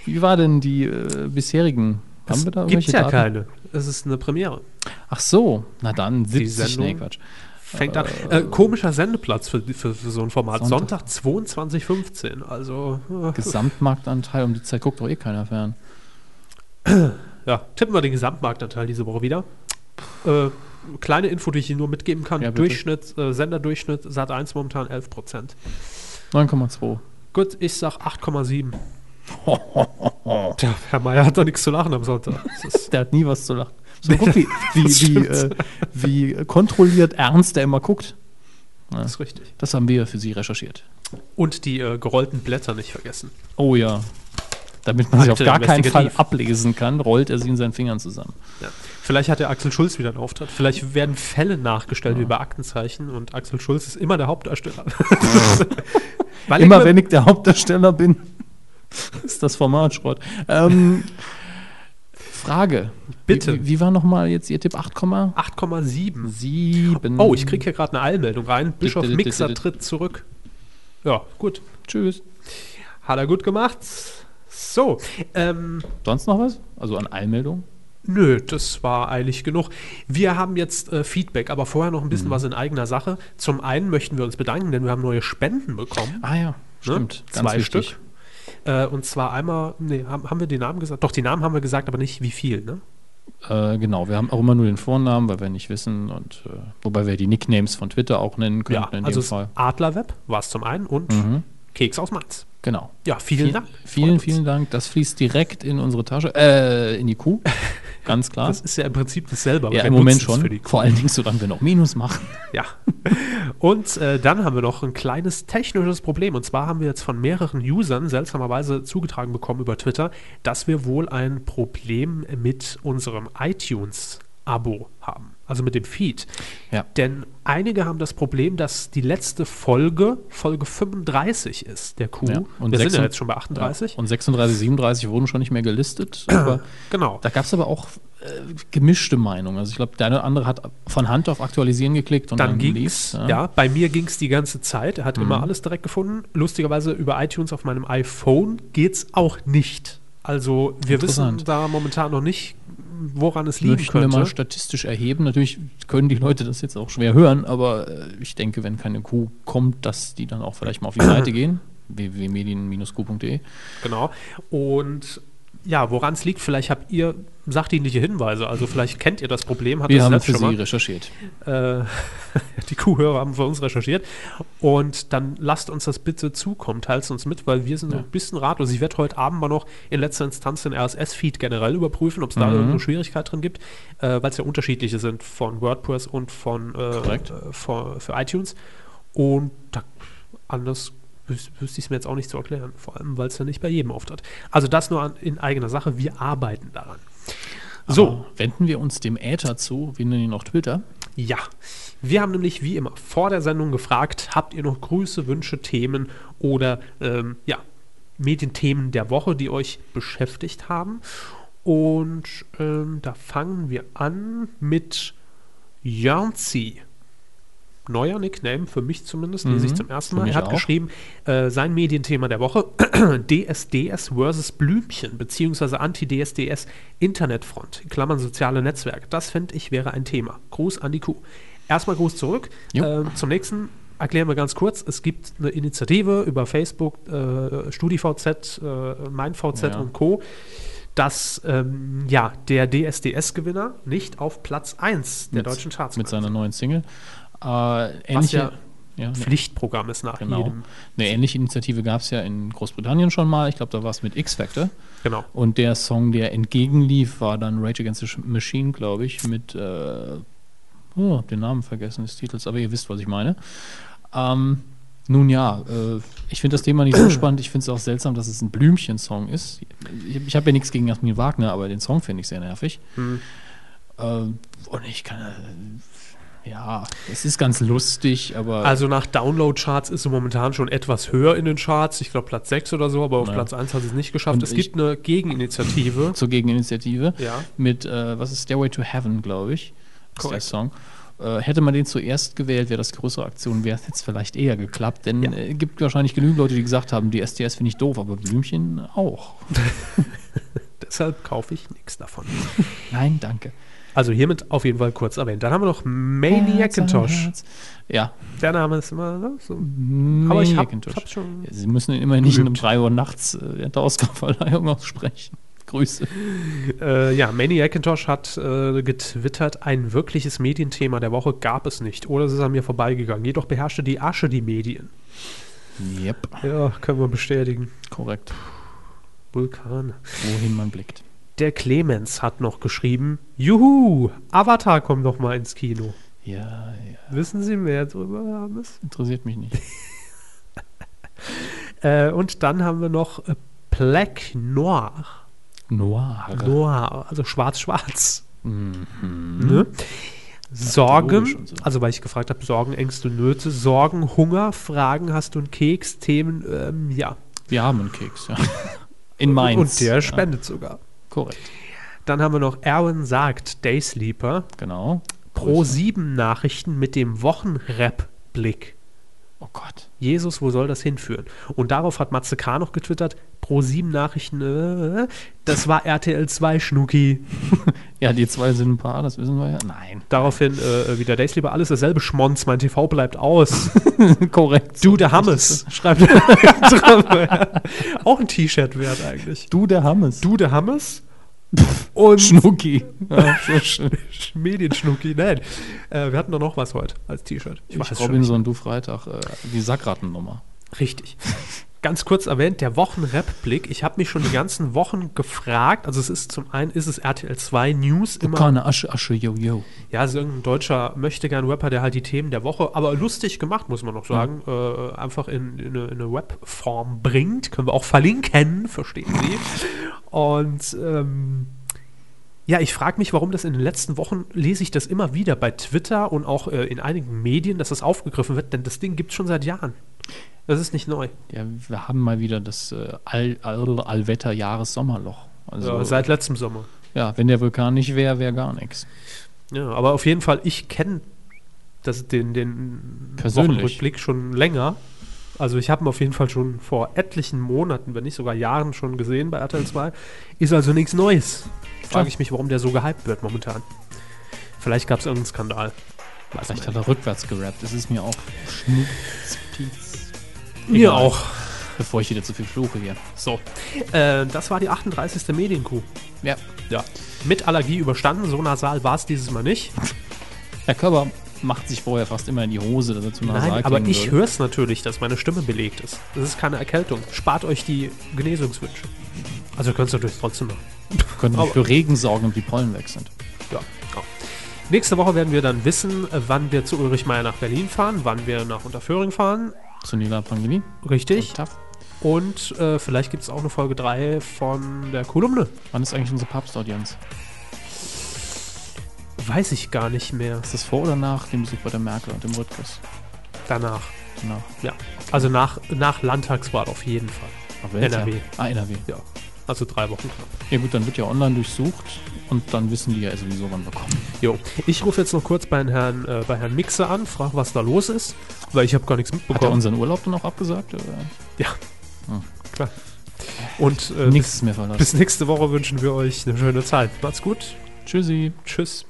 Speaker 1: Wie war denn die äh, bisherigen? Haben wir da
Speaker 2: Gibt
Speaker 1: irgendwelche
Speaker 2: ja
Speaker 1: Daten?
Speaker 2: keine. Es ist eine Premiere.
Speaker 1: Ach so, na dann 70.
Speaker 2: Sendung.
Speaker 1: Nee, Quatsch.
Speaker 2: Fängt an. Äh, komischer Sendeplatz für, für, für so ein Format. Sonntag, 22.15. Also, äh,
Speaker 1: Gesamtmarktanteil um die Zeit guckt doch eh keiner fern.
Speaker 2: Ja, tippen wir den Gesamtmarktanteil diese Woche wieder. Äh, kleine Info, die ich Ihnen nur mitgeben kann.
Speaker 1: Ja, bitte.
Speaker 2: Durchschnitt, äh, Senderdurchschnitt, Sat 1 momentan 11 Prozent.
Speaker 1: 9,2.
Speaker 2: Gut, ich sag 8,7. Tja, Herr Meier hat da nichts zu lachen am Sonntag. Das ist,
Speaker 1: Der hat nie was zu lachen. So guck, wie, wie,
Speaker 2: Das
Speaker 1: wie,
Speaker 2: stimmt.
Speaker 1: äh, wie kontrolliert ernst der immer guckt.
Speaker 2: das ist richtig.
Speaker 1: Das haben wir für Sie recherchiert.
Speaker 2: Und die äh, gerollten Blätter nicht vergessen.
Speaker 1: Oh ja. Damit man sie auf
Speaker 2: Akte
Speaker 1: gar keinen Fall
Speaker 2: investigativ.
Speaker 1: ablesen kann, rollt er sie in seinen Fingern zusammen.
Speaker 2: Ja. Vielleicht hat der Axel Schulz wieder einen Auftritt. Vielleicht werden Fälle nachgestellt wie bei Aktenzeichen und Axel Schulz ist immer der Hauptdarsteller. Weil ich
Speaker 1: Immer
Speaker 2: mir-
Speaker 1: wenn ich der Hauptdarsteller bin, ist das Format Schrott. Ähm, Frage.
Speaker 2: Bitte.
Speaker 1: Wie, wie war nochmal jetzt Ihr Tipp? 8,7?
Speaker 2: 8,7. Oh, ich kriege hier gerade eine Eilmeldung rein. Bischof
Speaker 1: dit, dit,
Speaker 2: Mixer
Speaker 1: dit.
Speaker 2: tritt zurück. Ja, gut.
Speaker 1: Tschüss.
Speaker 2: Hat er gut gemacht. So, ähm,
Speaker 1: Sonst noch was? Also an Eilmeldung?
Speaker 2: nö, das war eilig genug. Wir haben jetzt äh, Feedback, aber vorher noch ein bisschen
Speaker 1: Mhm.
Speaker 2: was in eigener Sache. Zum einen möchten wir uns bedanken, denn wir haben neue Spenden bekommen.
Speaker 1: Ah ja, stimmt.
Speaker 2: Ne?
Speaker 1: Ganz
Speaker 2: Zwei
Speaker 1: wichtig.
Speaker 2: Stück. Äh, und zwar einmal, nee, haben, haben wir die Namen gesagt? Doch, die Namen haben wir gesagt, aber nicht wie viel, ne?
Speaker 1: Äh, genau, wir haben auch immer nur den Vornamen, weil wir nicht wissen und äh, wobei wir die Nicknames von Twitter auch nennen könnten in
Speaker 2: also
Speaker 1: dem Fall.
Speaker 2: Adlerweb war es zum einen und Keks aus Mainz.
Speaker 1: Genau.
Speaker 2: Ja, vielen Dank.
Speaker 1: Vielen,
Speaker 2: Freut uns.
Speaker 1: vielen Dank. Das fließt direkt in unsere Tasche, äh, in die Kuh. Ganz klar.
Speaker 2: Das ist ja im Prinzip dasselbe. aber
Speaker 1: ja,
Speaker 2: wir
Speaker 1: im Moment
Speaker 2: nutzen es
Speaker 1: schon.
Speaker 2: Für die
Speaker 1: Vor allen Dingen, solange wir noch Minus machen.
Speaker 2: Ja. Und äh, dann haben wir noch ein kleines technisches Problem. Und zwar haben wir jetzt von mehreren Usern seltsamerweise zugetragen bekommen über Twitter, dass wir wohl ein Problem mit unserem iTunes-Abo haben. Also mit dem Feed.
Speaker 1: Ja.
Speaker 2: Denn einige haben das Problem, dass die letzte Folge, Folge 35 ist, der Q.
Speaker 1: Ja,
Speaker 2: Und wir sind
Speaker 1: sechsund-
Speaker 2: ja jetzt schon bei 38.
Speaker 1: Ja, und 36, 37 wurden schon nicht mehr gelistet. Aber
Speaker 2: genau.
Speaker 1: da gab es aber auch äh, gemischte Meinungen. Also ich glaube, der eine oder andere hat von Hand auf Aktualisieren geklickt und dann,
Speaker 2: Dann ging
Speaker 1: lief's, Mhm.
Speaker 2: es. Ja. bei mir ging es die ganze Zeit. Er hat immer alles direkt gefunden. Lustigerweise über iTunes auf meinem iPhone geht's auch nicht. Also wir wissen
Speaker 1: Interessant.
Speaker 2: da momentan noch nicht, woran es liegen
Speaker 1: Möchten wir
Speaker 2: könnte.
Speaker 1: mal statistisch erheben. Natürlich können die Leute das jetzt auch schwer hören, aber äh, ich denke, wenn keine Kuh kommt, dass die dann auch vielleicht mal auf die Seite gehen. www.medien-q.de.
Speaker 2: Genau. Und ja, woran es liegt, vielleicht habt ihr sachdienliche Hinweise. Also vielleicht kennt ihr das Problem, hat
Speaker 1: Wir
Speaker 2: das
Speaker 1: haben
Speaker 2: selbst
Speaker 1: für
Speaker 2: schon
Speaker 1: Sie
Speaker 2: mal.
Speaker 1: recherchiert.
Speaker 2: Äh, die Kuhhörer haben für uns recherchiert. Und dann lasst uns das bitte zukommen, teilt es uns mit, weil wir sind so ein bisschen ratlos. Ich werde heute Abend mal noch in letzter Instanz den RSS-Feed generell überprüfen, ob es da irgendeine Schwierigkeit drin gibt, äh, weil es ja unterschiedliche sind von WordPress und von, äh,
Speaker 1: Korrekt.
Speaker 2: äh, von für iTunes. Und da, anders wüs wüsste ich es mir jetzt auch nicht zu erklären, vor allem, weil es ja nicht bei jedem auftritt. Also das nur an, in eigener Sache. Wir arbeiten daran. So,
Speaker 1: Aber Wenden wir uns dem Äther zu. Wir nennen ihn auch Twitter.
Speaker 2: ja, wir haben nämlich wie immer vor der Sendung gefragt, habt ihr noch Grüße, Wünsche, Themen oder ähm, ja, Medienthemen der Woche, die euch beschäftigt haben? Und ähm, da fangen wir an mit Jörnzi. Neuer Nickname, für mich zumindest, lese ich zum ersten
Speaker 1: Mhm, für
Speaker 2: Mal.
Speaker 1: mich
Speaker 2: Er hat
Speaker 1: auch.
Speaker 2: geschrieben, äh, sein Medienthema der Woche, DSDS versus Blümchen, beziehungsweise Anti-DSDS Internetfront, in Klammern soziale Netzwerke. Das finde ich wäre ein Thema. Gruß an die Kuh. Erstmal Gruß zurück.
Speaker 1: Jo.
Speaker 2: Ähm, zum nächsten erklären wir ganz kurz, es gibt eine Initiative über Facebook, äh, StudiVZ, äh, MeinVZ
Speaker 1: Ja.
Speaker 2: und Co., dass ähm, ja, der DSDS-Gewinner nicht auf Platz 1 der
Speaker 1: Mit-
Speaker 2: deutschen Charts
Speaker 1: Mit
Speaker 2: war.
Speaker 1: seiner neuen Single. Äh, ähnliche,
Speaker 2: ja
Speaker 1: ja, ne,
Speaker 2: Pflichtprogramm ist nach
Speaker 1: genau.
Speaker 2: jedem.
Speaker 1: Eine ähnliche Initiative gab es ja in Großbritannien schon mal. Ich glaube, da war es mit X-Factor.
Speaker 2: Genau.
Speaker 1: Und der Song, der entgegenlief, war dann Rage Against the Machine, glaube ich, mit, äh, oh, hab den Namen vergessen des Titels, aber ihr wisst, was ich meine. Ähm, nun ja, äh, ich finde das Thema nicht so spannend. Ich finde es auch seltsam, dass es ein Blümchen-Song ist. Ich, ich habe ja nichts gegen Jasmin Wagner, aber den Song finde ich sehr nervig. Ähm, und ich kann, äh, ja, es ist ganz lustig, aber
Speaker 2: Also nach Download-Charts ist sie momentan schon etwas höher in den Charts. Ich glaube Platz 6 oder so, aber auf
Speaker 1: Ja.
Speaker 2: Platz 1 hat sie es nicht geschafft.
Speaker 1: Und
Speaker 2: es
Speaker 1: ich-
Speaker 2: gibt eine Gegeninitiative.
Speaker 1: zur Gegeninitiative.
Speaker 2: Ja.
Speaker 1: Mit, äh, was ist Stairway to Heaven, glaube ich, ist der
Speaker 2: Korrekt.
Speaker 1: Song. Äh, hätte man den zuerst gewählt, wäre das größere Aktion, wäre es jetzt vielleicht eher geklappt. Denn es äh, gibt wahrscheinlich genügend Leute, die gesagt haben, die STS finde ich doof, aber Blümchen auch.
Speaker 2: Deshalb kaufe ich nichts davon.
Speaker 1: Nein, danke.
Speaker 2: Also hiermit auf jeden Fall kurz erwähnt. Dann haben wir noch Maniacintosh.
Speaker 1: Herz, Herz. Ja,
Speaker 2: Der Name ist immer ne, so.
Speaker 1: aber
Speaker 2: ich hab- hab schon
Speaker 1: Sie müssen ihn immerhin nicht um
Speaker 2: geübt.
Speaker 1: 3 Uhr nachts äh, während der Oscarverleihung aussprechen. Grüße.
Speaker 2: Äh, ja, Maniacintosh hat äh, getwittert, ein wirkliches Medienthema der Woche gab es nicht. Oder es ist an mir vorbeigegangen. Jedoch beherrschte die Asche die Medien.
Speaker 1: Yep,
Speaker 2: Ja, können wir bestätigen.
Speaker 1: korrekt.
Speaker 2: Vulkan.
Speaker 1: Wohin man blickt.
Speaker 2: Der Clemens hat noch geschrieben, Juhu, Avatar kommt noch mal ins Kino.
Speaker 1: Ja, ja,
Speaker 2: Wissen Sie mehr drüber, Hermes?
Speaker 1: interessiert mich nicht.
Speaker 2: Äh, und dann haben wir noch äh, Black Noir.
Speaker 1: Noir.
Speaker 2: Noir, also schwarz-schwarz. Ne? Sorgen,
Speaker 1: Mhm. logisch und so.
Speaker 2: also weil ich gefragt habe, Sorgen, Ängste, Nöte, Sorgen, Hunger, Fragen, hast du einen Keks, Themen, ähm, ja.
Speaker 1: Wir haben einen Keks, ja. In Mainz.
Speaker 2: Und der
Speaker 1: ja,
Speaker 2: spendet sogar.
Speaker 1: Korrekt,
Speaker 2: Dann haben wir noch Erwin sagt, Daysleeper,
Speaker 1: genau.
Speaker 2: Pro
Speaker 1: Grüße.
Speaker 2: 7 Nachrichten mit dem Wochenrap-Blick.
Speaker 1: Oh Gott.
Speaker 2: Jesus, wo soll das hinführen? Und darauf hat Matze K. noch getwittert, Pro 7 Nachrichten, äh, das war RTL 2, Schnucki.
Speaker 1: Ja, die zwei sind ein Paar, das wissen wir ja. Nein.
Speaker 2: Daraufhin äh, wieder Daysleeper, alles dasselbe Schmonz, mein TV bleibt aus.
Speaker 1: Korrekt.
Speaker 2: Du der Hammes, schreibt er drüber. Auch ein T-Shirt wert eigentlich.
Speaker 1: Du der Hammes.
Speaker 2: Du der Hammes und
Speaker 1: Schnucki. Ja, so schön.
Speaker 2: Medienschnucki. Nein, äh, wir hatten doch noch was heute als T-Shirt.
Speaker 1: Ich
Speaker 2: schon
Speaker 1: Robinson, du Freitag. Äh, die Sackrattennummer.
Speaker 2: Richtig. Ganz kurz erwähnt, der Wochenrepblick. Ich habe mich schon die ganzen Wochen gefragt. Also es ist zum einen ist es RTL 2 News immer.
Speaker 1: Kana, Asche, Asche, yo, yo.
Speaker 2: Ja, es ist irgendein deutscher Möchtegern-Rapper, der halt die Themen der Woche, aber lustig gemacht, muss man noch sagen, äh, einfach in, in eine, in eine Webform bringt. Können wir auch verlinken, verstehen Sie. Und ähm, ja, ich frage mich, warum das in den letzten Wochen lese ich das immer wieder bei Twitter und auch äh, in einigen Medien, dass das aufgegriffen wird, denn das Ding gibt es schon seit Jahren. Das ist nicht neu.
Speaker 1: Ja, wir haben mal wieder das äh, All, All, Allwetter-Jahres-Sommerloch. Also,
Speaker 2: Ja, seit letztem Sommer.
Speaker 1: ja, wenn der Vulkan nicht wäre, wäre gar nichts.
Speaker 2: Ja, aber auf jeden Fall, ich kenne den, den
Speaker 1: Persönlich.
Speaker 2: Wochenrückblick schon länger. Also ich habe ihn auf jeden Fall schon vor etlichen Monaten, wenn nicht sogar Jahren schon gesehen bei RTL 2. Ist also nichts Neues. Frage ich mich, warum der so gehypt wird momentan. Vielleicht gab es irgendeinen Skandal. Weiß
Speaker 1: Vielleicht
Speaker 2: man
Speaker 1: hat er rückwärts gerappt. Es ist mir auch schnutzpiez.
Speaker 2: nicht. Mir auch.
Speaker 1: Bevor ich wieder zu viel fluche hier.
Speaker 2: So, äh, das war die 38. Medienkuh.
Speaker 1: Ja.
Speaker 2: Ja. Mit Allergie überstanden, so nasal war es dieses Mal nicht.
Speaker 1: Der Körper macht sich vorher fast immer in die Hose, dass er zu nasal
Speaker 2: Nein, aber
Speaker 1: klingen
Speaker 2: ich
Speaker 1: würde.
Speaker 2: höre es natürlich, dass meine Stimme belegt ist. Das ist keine Erkältung. Spart euch die Genesungswünsche. Also könnt ihr natürlich trotzdem machen.
Speaker 1: Könnte
Speaker 2: aber-
Speaker 1: nicht für Regen sorgen, ob die Pollen weg sind.
Speaker 2: Ja. ja. Nächste Woche werden wir dann wissen, äh, wann wir zu Ulrich Meier nach Berlin fahren, wann wir nach Unterföhring fahren.
Speaker 1: Zu Nila Pangeli.
Speaker 2: Richtig.
Speaker 1: Tough.
Speaker 2: Und äh, vielleicht gibt es auch eine Folge 3 von der Kolumne.
Speaker 1: Wann ist eigentlich unsere Papstaudienz?
Speaker 2: Weiß ich gar nicht mehr.
Speaker 1: Ist das vor oder nach dem Besuch bei der Merkel und dem Rüttges?
Speaker 2: Danach.
Speaker 1: Genau.
Speaker 2: Ja. Also nach, nach Landtagswahl auf jeden Fall.
Speaker 1: Aber
Speaker 2: NRW.
Speaker 1: Ah, NRW.
Speaker 2: Ja. Also drei Wochen knapp.
Speaker 1: Ja gut, dann wird ja online durchsucht und dann wissen die ja sowieso, wann wir kommen.
Speaker 2: Jo, ich rufe jetzt noch kurz bei Herrn, äh, bei Herrn Mixer an, frage, was da los ist, weil ich habe gar nichts
Speaker 1: Hat er
Speaker 2: mitbekommen.
Speaker 1: unseren Urlaub dann auch abgesagt? Oder?
Speaker 2: ja, klar. Und äh,
Speaker 1: Nichts ist mehr verlassen.
Speaker 2: bis, bis nächste Woche wünschen wir euch eine schöne Zeit. Macht's gut.
Speaker 1: Tschüssi.
Speaker 2: Tschüss.